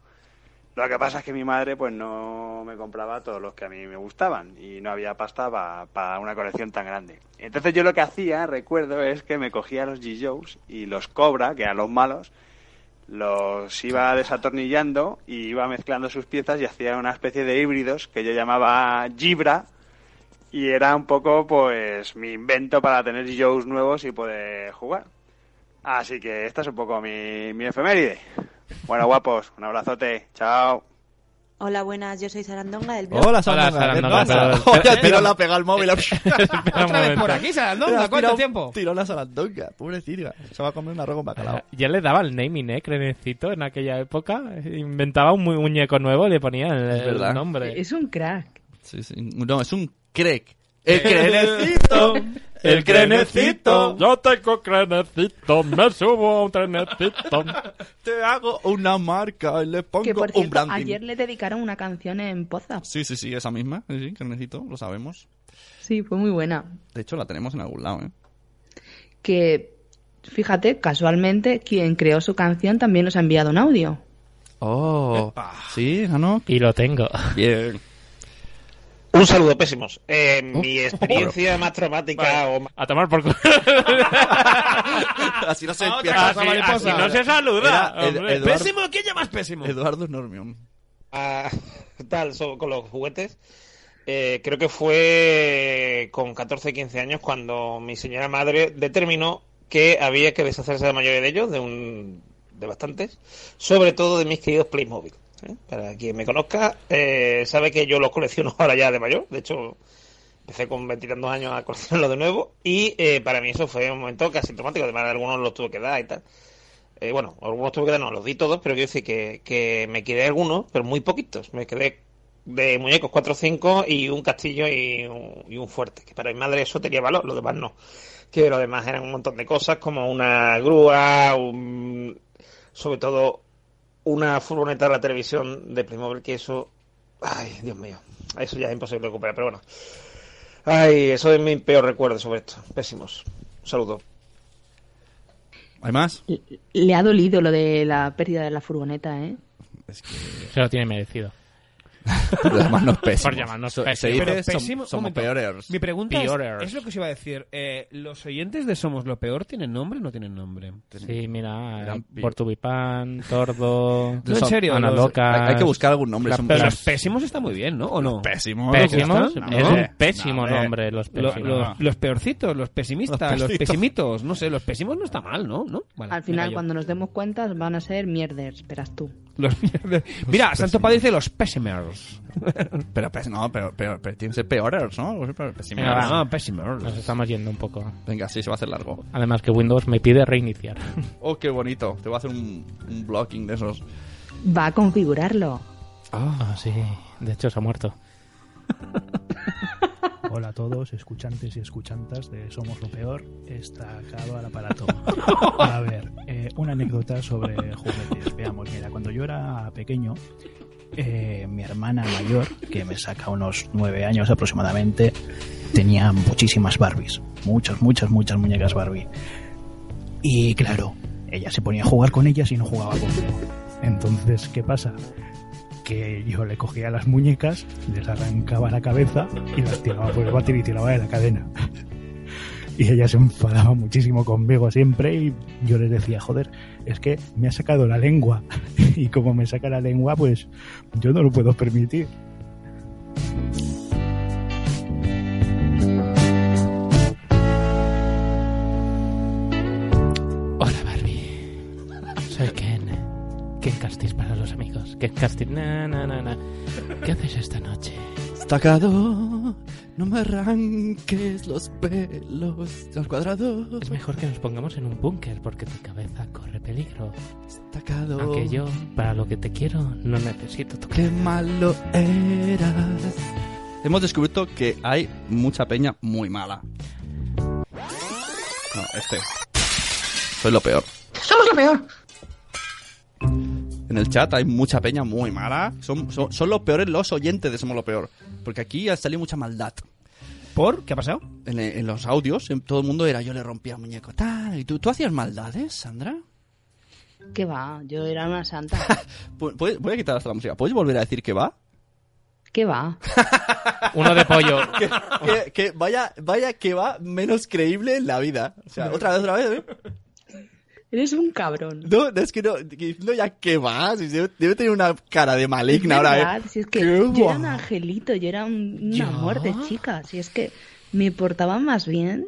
[SPEAKER 12] Lo que pasa es que mi madre pues no me compraba todos los que a mí me gustaban y no había pasta para una colección tan grande. Entonces yo lo que hacía, recuerdo, es que me cogía los G-Joes y los Cobra, que eran los malos, los iba desatornillando y iba mezclando sus piezas y hacía una especie de híbridos que yo llamaba Gibra y era un poco pues mi invento para tener Joes nuevos y poder jugar. Así que esta es un poco mi, mi efeméride. Bueno, guapos, un abrazote, chao.
[SPEAKER 5] Hola, buenas, yo soy Sarandonga del blog.
[SPEAKER 6] Hola,
[SPEAKER 7] Sandra.
[SPEAKER 6] Sandra.
[SPEAKER 7] Sarandonga, perdón.
[SPEAKER 6] Oye, tiró la pega al
[SPEAKER 7] *laughs*
[SPEAKER 6] móvil.
[SPEAKER 7] Espera un
[SPEAKER 9] Otra vez
[SPEAKER 7] momento.
[SPEAKER 9] por aquí, Sarandonga. ¿Cuánto tiempo?
[SPEAKER 6] Tiró la Sarandonga. Pobre tira. Se va a comer un arroz con
[SPEAKER 7] *laughs*
[SPEAKER 6] bacalao.
[SPEAKER 7] Ya le daba el naming, ¿eh? Crenecito en aquella época. Inventaba un mu- muñeco nuevo y le ponía el,
[SPEAKER 6] Es
[SPEAKER 7] el
[SPEAKER 6] verdad.
[SPEAKER 7] nombre.
[SPEAKER 4] Es un crack.
[SPEAKER 6] Sí, sí. No, es un crec. El crenecito.
[SPEAKER 7] El crenecito. Yo tengo crenecito. Me subo a un trenecito.
[SPEAKER 6] *laughs* Te hago una marca y le pongo
[SPEAKER 4] Que por
[SPEAKER 6] un
[SPEAKER 4] cierto,
[SPEAKER 6] branding.
[SPEAKER 4] ayer le dedicaron una canción en Poza.
[SPEAKER 6] Sí, sí, sí, esa misma. Sí, sí, Crenecito, lo sabemos.
[SPEAKER 4] Sí, fue muy buena.
[SPEAKER 6] De hecho, la tenemos en algún lado, ¿eh?
[SPEAKER 4] Que, fíjate, casualmente, quien creó su canción también nos ha enviado un audio.
[SPEAKER 6] Oh. Sí, Hanok.
[SPEAKER 7] Y lo tengo.
[SPEAKER 6] Bien.
[SPEAKER 23] Un saludo, pésimos. Eh,
[SPEAKER 6] Oh.
[SPEAKER 23] mi experiencia más traumática o más...
[SPEAKER 7] A tomar por culo. Ah,
[SPEAKER 6] Así no se
[SPEAKER 9] Otra
[SPEAKER 6] empieza.
[SPEAKER 9] cosa, mariposa.
[SPEAKER 7] así no se saluda.
[SPEAKER 6] Era Ed-
[SPEAKER 7] hombre.
[SPEAKER 6] Eduardo-
[SPEAKER 9] ¿Pésimo? ¿Quién llamas pésimo?
[SPEAKER 6] Eduardo Normion.
[SPEAKER 23] ah, *laughs* tal so- con los juguetes. Eh, creo que fue con 14, 15 años cuando mi señora madre determinó que había que deshacerse de la mayoría de ellos, de, un, de bastantes, sobre todo de mis queridos Playmobil. ¿eh? Para quien me conozca, eh, sabe que yo los colecciono *laughs* ahora ya de mayor, de hecho empecé con 22 años a coleccionarlo de nuevo y eh, para mí eso fue un momento casi traumático, además algunos los tuve que dar y tal. Eh, bueno, algunos tuve que dar, no, los di todos, pero quiero decir que, que me quedé algunos, pero muy poquitos. Me quedé de muñecos 4 o 5 y un castillo y un, y un fuerte, que para mi madre eso tenía valor, lo demás no. Que lo demás eran un montón de cosas como una grúa, un, sobre todo una furgoneta de la televisión de Playmobil, que eso, ay, Dios mío, eso ya es imposible recuperar, pero bueno. Ay, eso es mi peor recuerdo sobre esto. Pésimos. Un saludo.
[SPEAKER 6] ¿Hay más?
[SPEAKER 4] Le ha dolido lo de la pérdida de la furgoneta, ¿eh?
[SPEAKER 7] Es que... Se lo
[SPEAKER 6] *laughs*
[SPEAKER 7] tiene merecido.
[SPEAKER 6] llamarnos pésimos.
[SPEAKER 7] Por llamarnos
[SPEAKER 6] So-
[SPEAKER 7] pésimos.
[SPEAKER 6] se dice,
[SPEAKER 7] Pero
[SPEAKER 6] som-
[SPEAKER 9] Pésimo-
[SPEAKER 6] somos
[SPEAKER 9] un momento.
[SPEAKER 6] peores.
[SPEAKER 9] Mi pregunta es,
[SPEAKER 7] Peores.
[SPEAKER 9] es lo que os iba a decir. eh, ¿Los oyentes de Somos lo Peor tienen nombre o no tienen nombre?
[SPEAKER 7] Sí, mira,
[SPEAKER 9] Gran
[SPEAKER 7] eh,
[SPEAKER 9] pi-
[SPEAKER 7] Portubipan, Tordo,
[SPEAKER 9] No, en serio,
[SPEAKER 7] Ana
[SPEAKER 9] los-
[SPEAKER 7] Loca.
[SPEAKER 6] hay- hay que buscar algún nombre, son-
[SPEAKER 9] Pero
[SPEAKER 6] Las-
[SPEAKER 9] los pésimos está muy bien, ¿no? ¿O no?
[SPEAKER 6] pésimos.
[SPEAKER 7] Pésimos,
[SPEAKER 9] ¿No? Eh,
[SPEAKER 7] es
[SPEAKER 9] ¿No?
[SPEAKER 7] un pésimo
[SPEAKER 6] No, hombre.
[SPEAKER 7] nombre, los
[SPEAKER 9] Lo-
[SPEAKER 7] pésimos.
[SPEAKER 9] los, los peorcitos, los pesimistas,
[SPEAKER 6] Los
[SPEAKER 9] los,
[SPEAKER 6] peorcitos.
[SPEAKER 9] pesimitos, no sé, los pésimos no está mal, ¿no? ¿No? Vale,
[SPEAKER 4] Al
[SPEAKER 9] me
[SPEAKER 4] final,
[SPEAKER 9] callo.
[SPEAKER 4] cuando nos demos cuenta, van a ser mierders, verás tú.
[SPEAKER 9] Los mierda- Mira, Santo Padre dice los pésimers.
[SPEAKER 6] *laughs* Pero, pes- no, pero, pero, pero tienen que ser peores, ¿no? Algo así, pero pésimos.
[SPEAKER 7] Venga, va.
[SPEAKER 9] Ah, pésimers.
[SPEAKER 7] Nos estamos yendo un poco.
[SPEAKER 6] Venga, sí, se va a hacer largo.
[SPEAKER 7] Además que Windows me pide reiniciar.
[SPEAKER 6] Oh, qué bonito. Te voy a hacer un, un blocking de esos.
[SPEAKER 4] Va a configurarlo.
[SPEAKER 7] Ah, sí. De hecho, se ha muerto.
[SPEAKER 14] Hola a todos, escuchantes y escuchantas de Somos lo Peor. Está acabado el aparato. A ver, eh, una anécdota sobre juguetes. Veamos, mira, cuando yo era pequeño, eh, mi hermana mayor, que me saca unos nueve años aproximadamente, tenía muchísimas Barbies. Muchas, muchas, muchas muñecas Barbie. Y claro, ella se ponía a jugar con ellas y no jugaba conmigo. Entonces, ¿qué pasa? que yo le cogía las muñecas, les arrancaba la cabeza y las tiraba por el váter y tiraba de la cadena. Y ella se enfadaba muchísimo conmigo siempre y yo les decía, joder, es que me ha sacado la lengua. *laughs* Y como me saca la lengua, pues yo no lo puedo permitir.
[SPEAKER 7] Hola, Barbie. Soy Ken. Ken Castis para los amigos. Ken Castis. Na, na, na, na. ¿Qué haces esta noche?
[SPEAKER 6] Estacado, no me arranques los pelos al cuadrado.
[SPEAKER 7] Es mejor que nos pongamos en un búnker porque tu cabeza corre peligro.
[SPEAKER 6] Estacado.
[SPEAKER 7] Aunque yo, para lo que te quiero, no necesito tu
[SPEAKER 6] Qué malo eras. Hemos descubierto que hay mucha peña muy mala. No, este. Soy lo peor.
[SPEAKER 24] Somos lo peor.
[SPEAKER 6] En el chat hay mucha peña muy mala. Son, son, son los peores los oyentes de Somos lo Peor. Porque aquí ha salido mucha maldad.
[SPEAKER 9] ¿Por? ¿Qué ha pasado?
[SPEAKER 6] En, en los audios, en- todo el mundo era yo le rompía el muñeco tal. ¿Y tú, tú hacías maldades, Sandra?
[SPEAKER 4] ¿Qué va? Yo era una santa.
[SPEAKER 6] *laughs* Pu- puedes- Voy a quitar hasta la música. ¿Puedes volver a decir que va?
[SPEAKER 4] ¿Qué va?
[SPEAKER 7] Uno de pollo.
[SPEAKER 6] *laughs* que, que- que vaya, vaya que va menos creíble en la vida. O sea, otra vez, otra vez. ¿eh?
[SPEAKER 4] Eres un cabrón.
[SPEAKER 6] No, no, es que no, que no ya que va. si debe, debe tener una cara de maligna
[SPEAKER 4] Es
[SPEAKER 6] ahora. ¿eh?
[SPEAKER 4] verdad, si es que
[SPEAKER 6] Qué
[SPEAKER 4] yo era
[SPEAKER 6] guau.
[SPEAKER 4] un angelito, yo era un, un amor de chica. Si es que me portaba más bien.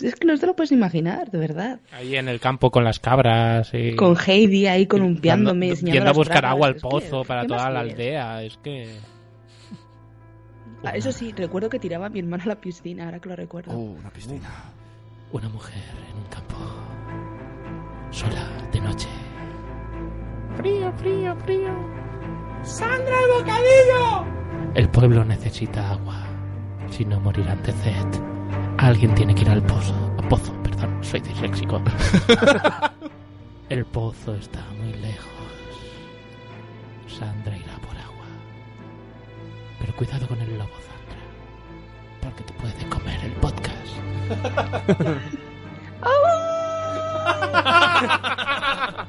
[SPEAKER 4] Es que no te lo puedes imaginar, de verdad.
[SPEAKER 7] Ahí en el campo con las cabras y...
[SPEAKER 4] Con Heidi ahí columpiándome.
[SPEAKER 7] Dando-
[SPEAKER 4] enseñando
[SPEAKER 7] Mm. Yendo a
[SPEAKER 4] las
[SPEAKER 7] buscar
[SPEAKER 4] bragas.
[SPEAKER 7] agua al
[SPEAKER 4] Es que,
[SPEAKER 7] pozo para
[SPEAKER 4] ¿qué
[SPEAKER 7] toda
[SPEAKER 4] más
[SPEAKER 7] la
[SPEAKER 4] quieres?
[SPEAKER 7] aldea. Es que...
[SPEAKER 4] Ah, Eso sí, recuerdo que tiraba a mi hermana a la piscina, ahora que lo recuerdo.
[SPEAKER 6] Oh,
[SPEAKER 13] Uh,
[SPEAKER 6] una piscina.
[SPEAKER 7] Una mujer en un campo. Sola, de noche.
[SPEAKER 13] Frío, frío, frío. ¡Sandra el bocadillo!
[SPEAKER 7] El pueblo necesita agua. Si no morirán de sed. Alguien tiene que ir al pozo. a Pozo, perdón, soy disléxico. El pozo está muy lejos. Sandra irá por agua. Pero cuidado con el lobo, Sandra. Porque te puede comer el podcast.
[SPEAKER 6] *laughs*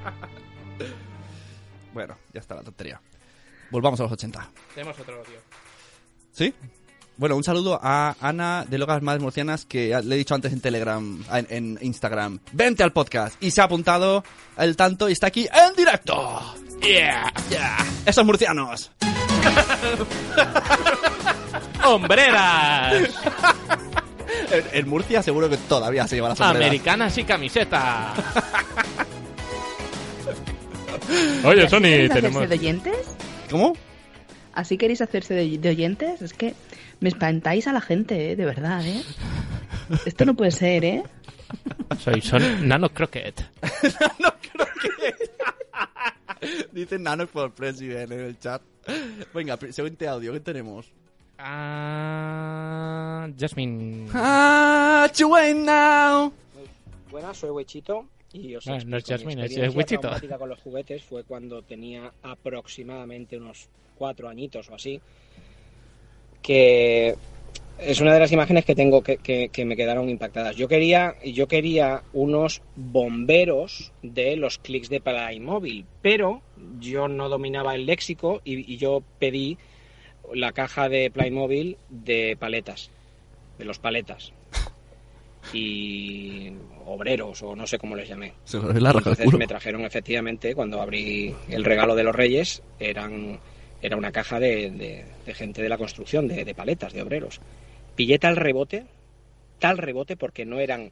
[SPEAKER 6] Bueno, ya está la tontería. Volvamos a los 80.
[SPEAKER 7] Tenemos otro odio.
[SPEAKER 6] ¿Sí? Bueno, un saludo a Ana de Logas Madres Murcianas, que ya le he dicho antes en Telegram, en, en Instagram. Vente al podcast. Y se ha apuntado al tanto y está aquí en directo. Yeah, yeah. Esos murcianos. *laughs*
[SPEAKER 7] ¡Hombreras!
[SPEAKER 6] En, en Murcia seguro que todavía se lleva la sombrera.
[SPEAKER 7] Americanas y camiseta. Oye, Sony,
[SPEAKER 4] ¿Queréis
[SPEAKER 7] tenemos.
[SPEAKER 4] hacerse de oyentes?
[SPEAKER 6] ¿Cómo?
[SPEAKER 4] ¿Así queréis hacerse de, de oyentes? Es que me espantáis a la gente, ¿eh? de verdad, ¿eh? Esto no puede ser,
[SPEAKER 7] *laughs*
[SPEAKER 4] ¿eh?
[SPEAKER 7] Soy Sony Nano Croquet.
[SPEAKER 6] *laughs* Dicen nanos por president en el chat. Venga, pre- siguiente audio, ¿qué tenemos?
[SPEAKER 7] Ah, Jasmine.
[SPEAKER 6] Ah, now.
[SPEAKER 16] Buenas, soy Huechito y os
[SPEAKER 7] No, Ah, no
[SPEAKER 16] explico,
[SPEAKER 7] es Jasmine,
[SPEAKER 16] mi
[SPEAKER 7] es
[SPEAKER 16] experiencia
[SPEAKER 7] Huechito.
[SPEAKER 16] traumática con los juguetes fue cuando tenía aproximadamente unos cuatro añitos o así, que es una de las imágenes que tengo que, que- que me quedaron impactadas. Yo quería, yo quería unos bomberos de los clics de Playmobil, pero yo no dominaba el léxico y, y yo pedí la caja de Playmobil de paletas, de los paletas. Y obreros, o no sé cómo les llamé.
[SPEAKER 6] Se nos ve la raja del
[SPEAKER 16] Entonces
[SPEAKER 6] culo.
[SPEAKER 16] me trajeron efectivamente, cuando abrí el regalo de los Reyes, eran, era una caja de, de- de gente de la construcción, de, de paletas, de obreros. Pillé tal rebote, tal rebote, porque no eran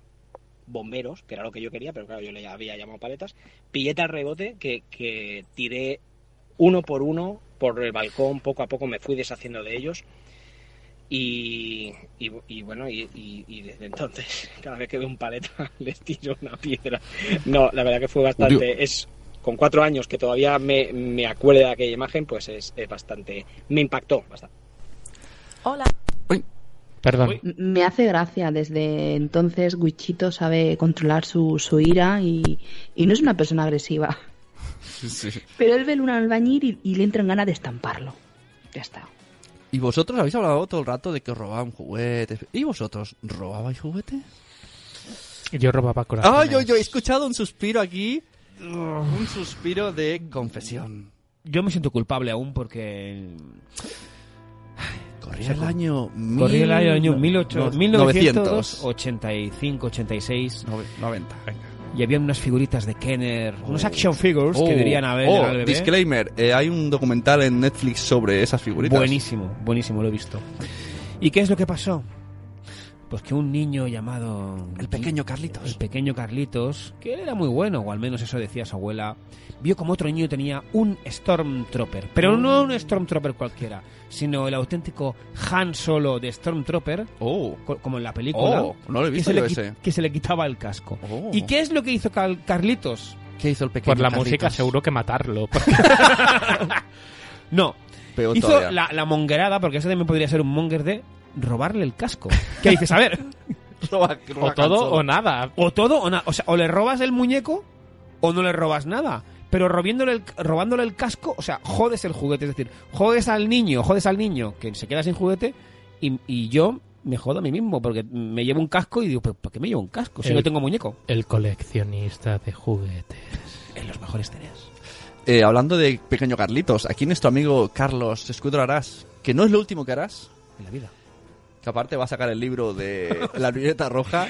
[SPEAKER 16] bomberos, que era lo que yo quería, pero claro, yo le había llamado paletas. Pillé tal rebote que, que tiré uno por uno por el balcón, poco a poco me fui deshaciendo de ellos. Y, y- y bueno, y, y- y desde entonces, *laughs* cada vez que veo un paleta, *laughs* les tiro una piedra. No, la verdad que fue bastante.
[SPEAKER 6] Dios.
[SPEAKER 16] Es con cuatro años que todavía me, me acuerdo de aquella imagen, pues es, es bastante. Me impactó bastante.
[SPEAKER 4] Hola.
[SPEAKER 7] Perdón.
[SPEAKER 4] M- Me hace gracia. Desde entonces, Guichito sabe controlar su, su ira y, y no es una persona agresiva. Pero él ve un albañil y, y le entran ganas de estamparlo. Ya está.
[SPEAKER 6] Y vosotros habéis hablado todo el rato de que os robaban juguetes. ¿Y vosotros robabais juguetes?
[SPEAKER 7] Yo robaba
[SPEAKER 6] Ay,
[SPEAKER 7] corazones.
[SPEAKER 6] yo, yo he escuchado un suspiro aquí. Un suspiro de confesión.
[SPEAKER 9] Yo me siento culpable aún porque.
[SPEAKER 6] Corría el año.
[SPEAKER 9] Corría el año
[SPEAKER 6] mil-
[SPEAKER 9] 1800,
[SPEAKER 6] no-
[SPEAKER 9] 1900, 85, 86.
[SPEAKER 6] 90. venga.
[SPEAKER 9] Y había unas figuritas de Kenner, unos
[SPEAKER 6] Oh.
[SPEAKER 9] action figures
[SPEAKER 6] Oh,
[SPEAKER 9] que dirían a ver.
[SPEAKER 6] oh,
[SPEAKER 9] al bebé.
[SPEAKER 6] disclaimer, eh, hay un documental en Netflix sobre esas figuritas.
[SPEAKER 9] Buenísimo, buenísimo, lo he visto. ¿Y qué es lo que pasó? Pues que un niño llamado... El pequeño Carlitos. El pequeño Carlitos, que él era muy bueno, o al menos eso decía su abuela, vio como otro niño tenía un Stormtrooper. Pero no un Stormtrooper cualquiera, sino el auténtico Han Solo de Stormtrooper, co- como en la película.
[SPEAKER 6] Oh, no lo he visto
[SPEAKER 9] que se
[SPEAKER 6] yo
[SPEAKER 9] le, qui-
[SPEAKER 6] ese.
[SPEAKER 9] Que se le quitaba el casco. ¿Y qué es lo que hizo Cal- Carlitos?
[SPEAKER 6] Oh. ¿Qué hizo el
[SPEAKER 7] Por la música, seguro que matarlo. porque-
[SPEAKER 9] No.
[SPEAKER 6] Peor
[SPEAKER 9] hizo
[SPEAKER 6] todavía.
[SPEAKER 9] la, la monguerada, porque eso también podría ser un monger de robarle el casco. ¿Qué dices?
[SPEAKER 6] *laughs*
[SPEAKER 9] A ver.
[SPEAKER 7] o todo o nada.
[SPEAKER 9] O todo o nada. O sea, o le robas el muñeco o no le robas nada. Pero robiéndole el- robándole el casco, o sea, jodes el juguete. Es decir, jodes al niño, jodes al niño que se queda sin juguete y, y yo me jodo a mí mismo porque me llevo un casco y digo, ¿pero para qué me llevo un casco si
[SPEAKER 7] El-
[SPEAKER 9] no tengo muñeco?
[SPEAKER 7] *laughs* El coleccionista de juguetes.
[SPEAKER 9] En los mejores tenías.
[SPEAKER 6] Eh, hablando de pequeño Carlitos, aquí nuestro amigo Carlos Escudero Arás, que no es lo último que harás,
[SPEAKER 9] En la vida.
[SPEAKER 6] que aparte va a sacar el libro
[SPEAKER 9] *laughs*
[SPEAKER 6] de La violeta roja.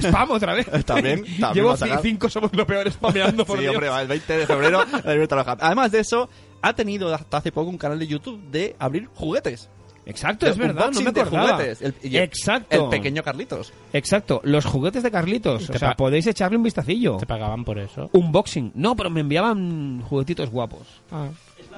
[SPEAKER 9] Spam otra vez.
[SPEAKER 6] *laughs*
[SPEAKER 9] *laughs*
[SPEAKER 6] También, también va
[SPEAKER 9] Llevo
[SPEAKER 6] a sacar.
[SPEAKER 9] cinco somos lo peor spameando por
[SPEAKER 6] sí,
[SPEAKER 9] Dios.
[SPEAKER 6] hombre, va, el 20 de febrero, La libreta roja. Además de eso, ha tenido hasta hace poco un canal de YouTube de abrir juguetes.
[SPEAKER 9] Exacto,
[SPEAKER 6] De
[SPEAKER 9] es verdad, no
[SPEAKER 6] unboxing
[SPEAKER 9] me
[SPEAKER 6] de
[SPEAKER 9] acordaba.
[SPEAKER 6] juguetes. El- y-
[SPEAKER 9] Exacto.
[SPEAKER 6] El pequeño Carlitos.
[SPEAKER 9] Exacto, los juguetes de Carlitos. O
[SPEAKER 7] Te
[SPEAKER 9] sea,
[SPEAKER 7] pa-
[SPEAKER 9] podéis echarle un vistacillo.
[SPEAKER 7] ¿Te pagaban por eso?
[SPEAKER 9] Unboxing. No, pero me enviaban juguetitos guapos.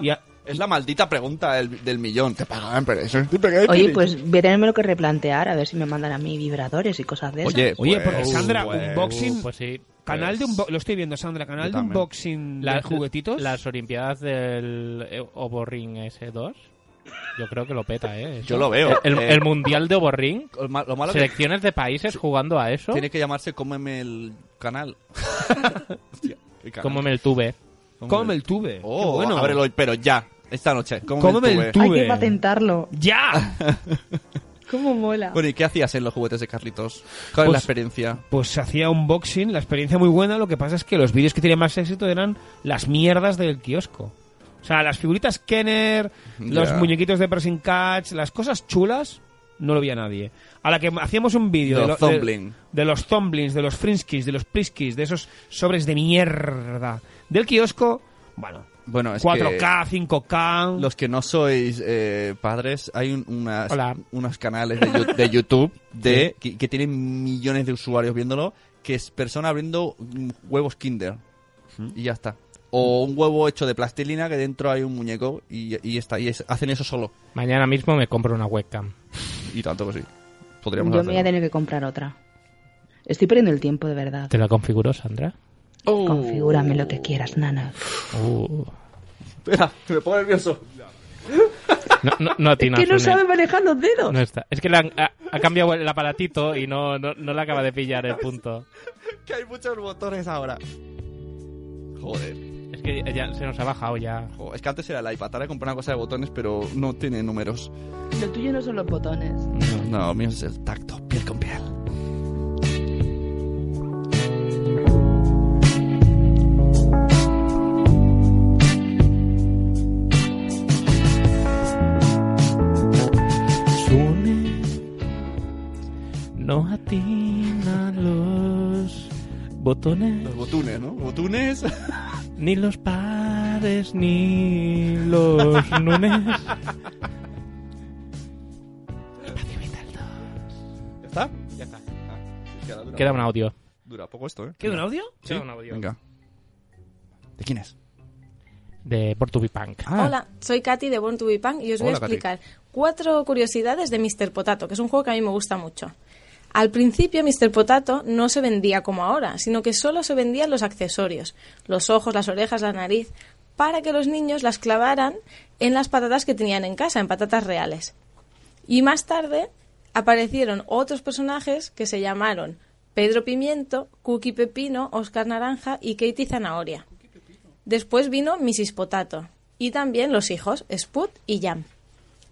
[SPEAKER 9] Y a-
[SPEAKER 6] Es la maldita pregunta del, del millón. Te pagaban, pero eso es
[SPEAKER 4] Oye, pues voy a tenerme lo que replantear, a ver si me mandan a mí vibradores y cosas de esas.
[SPEAKER 6] Oye,
[SPEAKER 9] Oye,
[SPEAKER 6] pues,
[SPEAKER 9] porque Sandra,
[SPEAKER 6] pues,
[SPEAKER 9] unboxing.
[SPEAKER 7] Pues sí.
[SPEAKER 9] canal de unboxing. Lo estoy viendo, Sandra. Canal
[SPEAKER 6] Yo
[SPEAKER 9] de
[SPEAKER 6] también.
[SPEAKER 9] unboxing de
[SPEAKER 7] La-
[SPEAKER 9] juguetitos.
[SPEAKER 7] Las Olimpiadas del eh, Oborring S2. Yo creo que lo peta, ¿eh? eso.
[SPEAKER 6] Yo lo veo.
[SPEAKER 7] El,
[SPEAKER 6] Eh,
[SPEAKER 7] el Mundial de Oborring.
[SPEAKER 6] lo ma- lo malo que
[SPEAKER 7] Selecciones de países jugando a eso.
[SPEAKER 6] tiene que llamarse Cómeme el
[SPEAKER 7] *laughs*
[SPEAKER 6] canal. Hostia, el canal.
[SPEAKER 7] Cómeme el tube.
[SPEAKER 9] Cómeme el tube.
[SPEAKER 6] Oh,
[SPEAKER 9] Qué bueno.
[SPEAKER 6] ábrelo, pero ya. Esta noche. Cómeme,
[SPEAKER 9] Cómeme el
[SPEAKER 6] tube.
[SPEAKER 4] Hay que
[SPEAKER 9] tuve.
[SPEAKER 4] patentarlo.
[SPEAKER 9] ¡Ya!
[SPEAKER 4] *laughs* ¿Cómo mola?
[SPEAKER 6] Bueno, ¿y qué hacías en los juguetes de Carlitos? ¿Cuál es
[SPEAKER 9] Pues-
[SPEAKER 6] la experiencia?
[SPEAKER 9] Pues se hacía unboxing, la experiencia muy buena. Lo que pasa es que los vídeos que tenían más éxito eran las mierdas del kiosco. O sea, las figuritas Kenner, los
[SPEAKER 6] Ya.
[SPEAKER 9] muñequitos de Pressing Catch, las cosas chulas, no lo veía nadie. A la que hacíamos un vídeo
[SPEAKER 6] Los
[SPEAKER 9] de, lo-
[SPEAKER 6] Thumblin.
[SPEAKER 9] de, de los Thumblins, de los Frinskis, de los Priskis, de esos sobres de mierda del kiosco, bueno,
[SPEAKER 6] Bueno, es
[SPEAKER 9] 4K,
[SPEAKER 6] que
[SPEAKER 9] 5K.
[SPEAKER 6] Los que no sois eh, padres, hay un- unas-
[SPEAKER 9] Hola.
[SPEAKER 6] unos canales de, Yu- de YouTube de que, que tienen millones de usuarios viéndolo, que es persona abriendo mm, huevos Kinder. Y ya está. O un huevo hecho de plastilina que dentro hay un muñeco y, y ya está. Y es- hacen eso solo.
[SPEAKER 7] Mañana mismo me compro una webcam.
[SPEAKER 6] Y tanto que sí.
[SPEAKER 4] Yo
[SPEAKER 6] Podríamos
[SPEAKER 4] me
[SPEAKER 6] hacerlo.
[SPEAKER 4] voy a tener que comprar otra. Estoy perdiendo el tiempo, de verdad.
[SPEAKER 7] ¿Te la configuró Sandra?
[SPEAKER 6] Oh.
[SPEAKER 4] Configúrame lo que quieras, nana.
[SPEAKER 7] Uh.
[SPEAKER 6] *laughs* Espera, me pongo nervioso.
[SPEAKER 7] No, no, no atinas
[SPEAKER 4] que no
[SPEAKER 7] una.
[SPEAKER 4] sabe manejar los dedos.
[SPEAKER 7] No está. Es que le han- ha, ha cambiado el aparatito y no, no, no le acaba de pillar el punto.
[SPEAKER 6] Que hay muchos botones ahora. Joder.
[SPEAKER 7] Es que ya se nos ha bajado ya.
[SPEAKER 6] Jo, es que antes era el iPad, ahora he comprado una cosa de botones, pero no tiene números.
[SPEAKER 4] Lo tuyo no son los botones.
[SPEAKER 6] No, mío es el tacto, piel con piel.
[SPEAKER 7] No atinan los botones.
[SPEAKER 6] Los botunes, ¿no?
[SPEAKER 7] *laughs*
[SPEAKER 6] Botunes.
[SPEAKER 7] Ni los pares ni los *laughs* nunes.
[SPEAKER 6] ¿Ya está? Ya está. es que ahora dura
[SPEAKER 7] Queda
[SPEAKER 6] poco.
[SPEAKER 7] un audio.
[SPEAKER 6] Dura poco esto, ¿eh?
[SPEAKER 9] ¿Queda un audio?
[SPEAKER 6] Sí.
[SPEAKER 7] Queda un audio.
[SPEAKER 6] Venga. ¿De quién es? Ah.
[SPEAKER 7] De Portubi Punk.
[SPEAKER 25] Hola, soy Katy de Born to Be Punk y os voy
[SPEAKER 7] Ah. Hola,
[SPEAKER 25] a
[SPEAKER 7] Katy.
[SPEAKER 25] explicar cuatro curiosidades de Mr. Potato, que es un juego que a mí me gusta mucho. Al principio Mr. Potato no se vendía como ahora, sino que solo se vendían los accesorios, los ojos, las orejas, la nariz, para que los niños las clavaran en las patatas que tenían en casa, en patatas reales. Y más tarde aparecieron otros personajes que se llamaron Pedro Pimiento, Cookie Pepino, Oscar Naranja y Katie Zanahoria. Después vino Mrs. Potato y también los hijos Spud y Jam.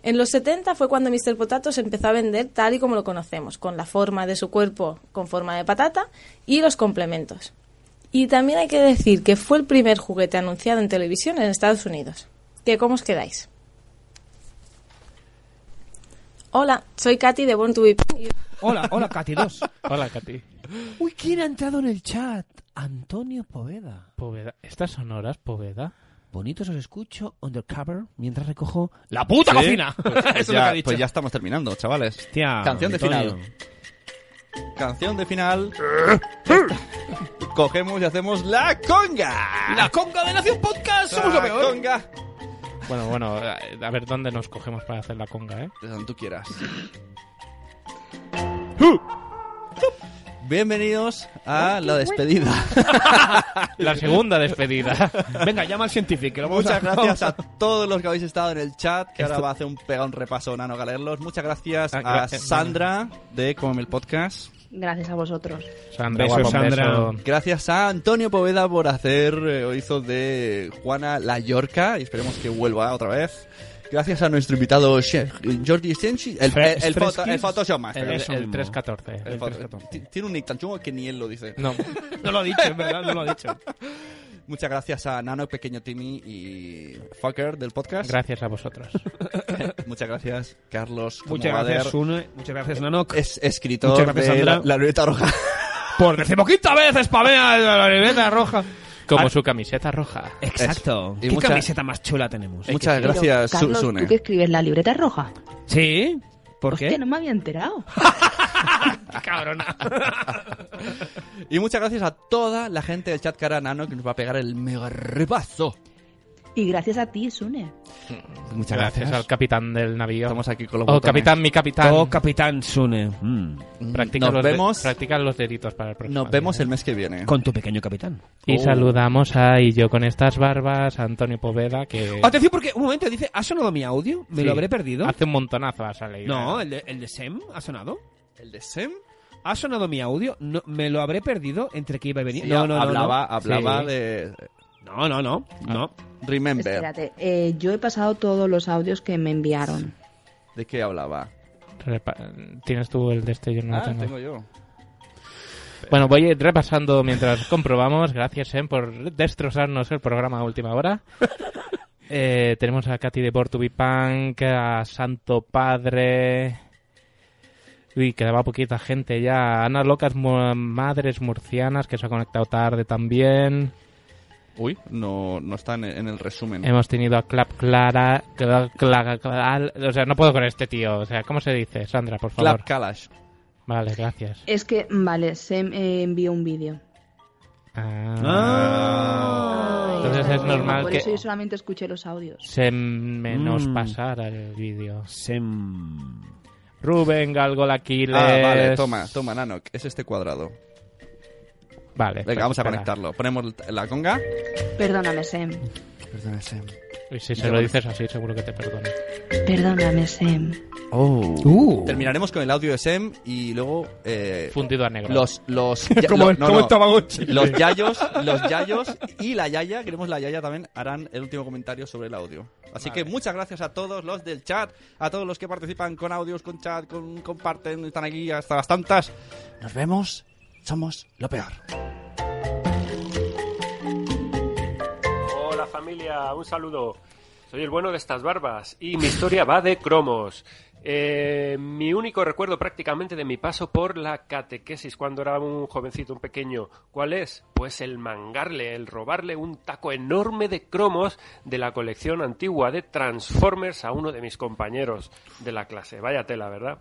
[SPEAKER 25] En los 70 fue cuando Mr. Potato se empezó a vender tal y como lo conocemos, con la forma de su cuerpo con forma de patata y los complementos. Y también hay que decir que fue el primer juguete anunciado en televisión en Estados Unidos. ¿Qué cómo os quedáis? Hola, soy Katy de Born to Be Punk y-
[SPEAKER 9] Hola, hola, Katy 2.
[SPEAKER 7] *laughs* Hola, Katy.
[SPEAKER 9] Uy, ¿quién ha entrado en el chat? Antonio Poveda.
[SPEAKER 7] Poveda. ¿Estas son horas, Poveda?
[SPEAKER 9] Bonitos os escucho undercover mientras recojo la puta
[SPEAKER 6] ¿Sí?
[SPEAKER 9] cocina.
[SPEAKER 6] Pues,
[SPEAKER 9] *laughs* Eso
[SPEAKER 6] pues
[SPEAKER 9] es lo
[SPEAKER 6] ya,
[SPEAKER 9] que ha dicho.
[SPEAKER 6] pues ya estamos terminando, chavales.
[SPEAKER 9] Hostia,
[SPEAKER 6] Canción de
[SPEAKER 9] Antonio.
[SPEAKER 6] final. Canción de final. Cogemos y hacemos la conga.
[SPEAKER 9] La conga de Nación Podcast. Somos lo
[SPEAKER 6] La
[SPEAKER 9] peor.
[SPEAKER 6] conga.
[SPEAKER 7] Bueno, bueno, a a ver dónde nos cogemos para hacer la conga, ¿eh?
[SPEAKER 6] Desde donde tú quieras. Bienvenidos a la despedida.
[SPEAKER 9] *laughs*
[SPEAKER 7] La segunda despedida.
[SPEAKER 9] Venga, llama al científico. que lo vamos
[SPEAKER 6] Muchas
[SPEAKER 9] a-
[SPEAKER 6] gracias a todos los que habéis estado en el chat, que ahora
[SPEAKER 9] Esto-
[SPEAKER 6] va a hacer un pega un repaso Nano Galerlos. Muchas gracias
[SPEAKER 7] Ah,
[SPEAKER 6] a
[SPEAKER 7] gracias,
[SPEAKER 6] Sandra de Come el Podcast.
[SPEAKER 4] Gracias a vosotros.
[SPEAKER 7] Sandra,
[SPEAKER 6] Besos,
[SPEAKER 7] guapo,
[SPEAKER 6] Sandra.
[SPEAKER 7] beso.
[SPEAKER 6] Gracias a Antonio Poveda por hacer eh, oízos de Juana La Yorca y esperemos que vuelva otra vez. Gracias a nuestro invitado Che- Jordi Sensi, el,
[SPEAKER 7] Fre-
[SPEAKER 6] el, el, foto-
[SPEAKER 7] Fresquis.
[SPEAKER 6] el Photoshop Master.
[SPEAKER 7] El-
[SPEAKER 6] Eso
[SPEAKER 7] el
[SPEAKER 6] mismo.
[SPEAKER 7] 314,
[SPEAKER 6] El
[SPEAKER 7] el
[SPEAKER 6] foto-
[SPEAKER 7] 314.
[SPEAKER 6] Tiene un nick tan chungo que ni él lo dice.
[SPEAKER 7] No.
[SPEAKER 9] No lo ha dicho, en verdad, no lo ha dicho.
[SPEAKER 6] *laughs* Muchas gracias a Nano, Pequeño Timmy y Fucker del podcast.
[SPEAKER 7] Gracias a vosotros.
[SPEAKER 6] Muchas gracias, Carlos.
[SPEAKER 9] Muchas
[SPEAKER 6] Comovader,
[SPEAKER 9] gracias, Sune. Muchas gracias, Nanok.
[SPEAKER 6] eh, Es escritor
[SPEAKER 9] Muchas gracias,
[SPEAKER 6] de
[SPEAKER 9] Sandra.
[SPEAKER 6] la, la Luneta roja.
[SPEAKER 9] *laughs* Por decimoquinta vez spamea la libreta roja.
[SPEAKER 7] Como
[SPEAKER 9] Ah,
[SPEAKER 7] su camiseta roja.
[SPEAKER 9] Exacto.
[SPEAKER 6] Y
[SPEAKER 9] ¿Qué
[SPEAKER 6] mucha-
[SPEAKER 9] camiseta más chula tenemos?
[SPEAKER 6] Muchas gracias,
[SPEAKER 4] Carlos,
[SPEAKER 6] Su- Sune.
[SPEAKER 4] ¿tú que escribes la libreta roja?
[SPEAKER 9] ¿Sí? ¿Por
[SPEAKER 4] Hostia,
[SPEAKER 9] qué?
[SPEAKER 4] no me
[SPEAKER 6] *laughs*
[SPEAKER 4] había enterado.
[SPEAKER 9] Cabrona.
[SPEAKER 6] Y muchas gracias a toda la gente del chat cara a Nano que nos va a pegar el mega repaso.
[SPEAKER 4] Y gracias a ti, Sune.
[SPEAKER 6] Pues Muchas
[SPEAKER 7] Gracias,
[SPEAKER 6] gracias.
[SPEAKER 7] al capitán del navío.
[SPEAKER 6] Estamos aquí con los
[SPEAKER 7] Oh,
[SPEAKER 6] botones.
[SPEAKER 7] capitán, mi capitán.
[SPEAKER 9] Oh, Capitán Sune. Mm.
[SPEAKER 7] Practica
[SPEAKER 6] Nos
[SPEAKER 7] los de-
[SPEAKER 6] vemos.
[SPEAKER 7] practica los deditos para el próximo.
[SPEAKER 6] Nos
[SPEAKER 7] día,
[SPEAKER 6] vemos
[SPEAKER 7] ¿eh?
[SPEAKER 6] el mes que viene.
[SPEAKER 9] Con tu pequeño capitán.
[SPEAKER 7] Y
[SPEAKER 6] Oh.
[SPEAKER 7] saludamos a y yo con estas barbas, a Antonio Poveda, que
[SPEAKER 6] Oh,
[SPEAKER 9] Atención, porque un momento dice: ¿ha sonado mi audio? ¿Me
[SPEAKER 7] Sí.
[SPEAKER 9] lo habré perdido?
[SPEAKER 7] hace un montonazo ha salido.
[SPEAKER 9] No, el de, el de Sem ha sonado.
[SPEAKER 6] ¿El de Sem?
[SPEAKER 9] ¿Ha sonado mi audio? No, ¿Me lo habré perdido entre que iba y venía?
[SPEAKER 6] Sí,
[SPEAKER 9] no, no, no,
[SPEAKER 6] hablaba,
[SPEAKER 9] no.
[SPEAKER 6] hablaba
[SPEAKER 9] Sí.
[SPEAKER 6] de Ah.
[SPEAKER 9] No, no, no. no.
[SPEAKER 6] Remember.
[SPEAKER 4] Espérate, eh, yo he pasado todos los audios que me enviaron.
[SPEAKER 6] ¿De qué hablaba?
[SPEAKER 7] Repa- Tienes tú el de este, yo no
[SPEAKER 6] ah,
[SPEAKER 7] lo tengo.
[SPEAKER 6] tengo este. yo.
[SPEAKER 7] Bueno, voy a ir repasando mientras comprobamos. Gracias, Sem, por destrozarnos el programa a última
[SPEAKER 6] *laughs*
[SPEAKER 7] hora. Eh, tenemos a Katy de Bortubi Punk, a Santo Padre. Uy, quedaba poquita gente ya. Ana Locas Mu- Madres Murcianas, que se ha conectado tarde también.
[SPEAKER 6] Uy, no, no está en, en el resumen.
[SPEAKER 1] Hemos tenido a Clap Clara. Clap, Clara, Clara- o sea, no puedo con este tío. O sea, ¿cómo se dice, Sandra, por favor?
[SPEAKER 6] Clap Kalash.
[SPEAKER 1] Vale, gracias.
[SPEAKER 4] Es que, vale, se eh, envió un vídeo.
[SPEAKER 1] Ah. Entonces es normal
[SPEAKER 4] Por
[SPEAKER 1] que
[SPEAKER 4] eso yo solamente escuché los audios.
[SPEAKER 1] se me nos
[SPEAKER 4] Mm.
[SPEAKER 1] pasara el vídeo. Rubén Galgolaquiles.
[SPEAKER 6] Ah, vale, toma, toma, Nanok. Es este cuadrado.
[SPEAKER 1] Vale.
[SPEAKER 6] Venga,
[SPEAKER 1] pues
[SPEAKER 6] vamos a
[SPEAKER 1] espera.
[SPEAKER 6] conectarlo. Ponemos la conga.
[SPEAKER 4] Perdóname, Sem.
[SPEAKER 6] Perdona, Sam.
[SPEAKER 1] Y si se lo dices así, seguro que te perdona.
[SPEAKER 4] Perdóname, Sem.
[SPEAKER 6] Oh.
[SPEAKER 1] Uh.
[SPEAKER 6] Terminaremos con el audio de Sem y luego. eh,
[SPEAKER 1] Fundido a negro.
[SPEAKER 6] Los.
[SPEAKER 9] *laughs*
[SPEAKER 6] los
[SPEAKER 1] Como el- como el Tamagotchi.
[SPEAKER 6] Los yayos, los yayos y la yaya, queremos la yaya también, harán el último comentario sobre el audio. Así
[SPEAKER 1] Vale.
[SPEAKER 6] que muchas gracias a todos los del chat, a todos los que participan con audios, con chat, con comparten, están aquí hasta las tantas. Nos vemos, somos
[SPEAKER 9] *laughs*
[SPEAKER 6] lo *laughs* peor.
[SPEAKER 18] Hola familia, un saludo. Soy el bueno de estas barbas y mi historia va de cromos. Eh, mi único recuerdo prácticamente de mi paso por la catequesis cuando era un jovencito, un pequeño, ¿cuál es? Pues el mangarle, el robarle un taco enorme de cromos de la colección antigua de Transformers a uno de mis compañeros de la clase. Vaya tela, ¿verdad?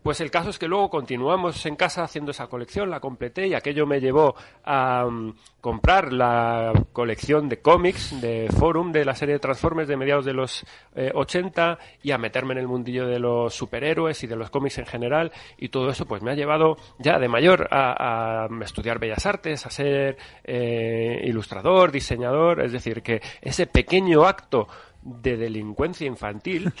[SPEAKER 18] Pues el caso es que luego continuamos en casa haciendo esa colección, la completé y aquello me llevó a mm, comprar la colección de cómics de Forum de la serie de Transformers de mediados de los eh, 80 y a meterme en el mundillo de los superhéroes y de los cómics en general y todo eso pues me ha llevado ya de mayor a, a estudiar bellas artes, a ser eh, ilustrador, diseñador, es decir que ese pequeño acto de delincuencia infantil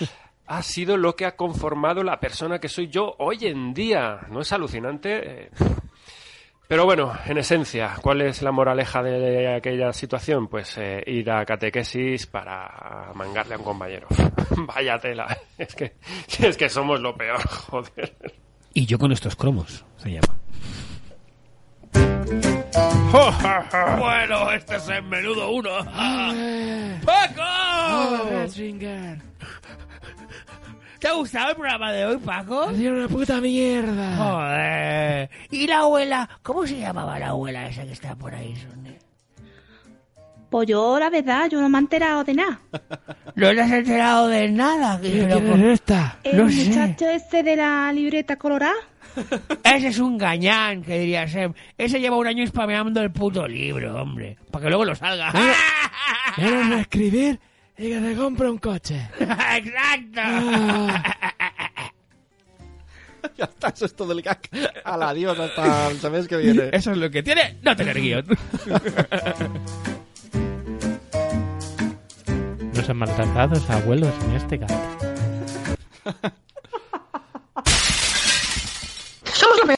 [SPEAKER 18] ha sido lo que ha conformado la persona que soy yo hoy en día. ¿No es alucinante? Eh, Pero bueno, en esencia, ¿cuál es la moraleja de aquella situación? Pues eh, ir a catequesis para mangarle a un compañero. *laughs* Vaya tela, es que, es que somos lo peor, *laughs* joder.
[SPEAKER 9] Y yo con estos cromos, se
[SPEAKER 6] *laughs*
[SPEAKER 9] llama.
[SPEAKER 13] bueno, este es el menudo uno. ¡Paco! ¿Te ha gustado el programa de hoy, Paco? Tiene una puta mierda. Joder. ¿Y la abuela? ¿Cómo se llamaba la abuela esa que está por ahí?
[SPEAKER 19] Pues yo, la verdad, yo no me he enterado de nada.
[SPEAKER 13] No te has enterado de nada. Que
[SPEAKER 19] ¿Quién
[SPEAKER 13] es esta?
[SPEAKER 19] El
[SPEAKER 13] no sé.
[SPEAKER 19] muchacho este de la libreta colorada.
[SPEAKER 13] Ese es un gañán, que diría Sem. Ese lleva un año spameando el puto libro, hombre. Para que luego lo salga.
[SPEAKER 26] Vamos a escribir y que te compre un
[SPEAKER 13] *laughs*
[SPEAKER 26] coche.
[SPEAKER 13] ¡Exacto!
[SPEAKER 6] Ya está, eso es todo el gag. Al adiós, hasta el mes que viene.
[SPEAKER 9] Eso es lo que tiene no tener guión.
[SPEAKER 26] *laughs*
[SPEAKER 1] Los maltratados abuelos en este caso.
[SPEAKER 13] Somos lo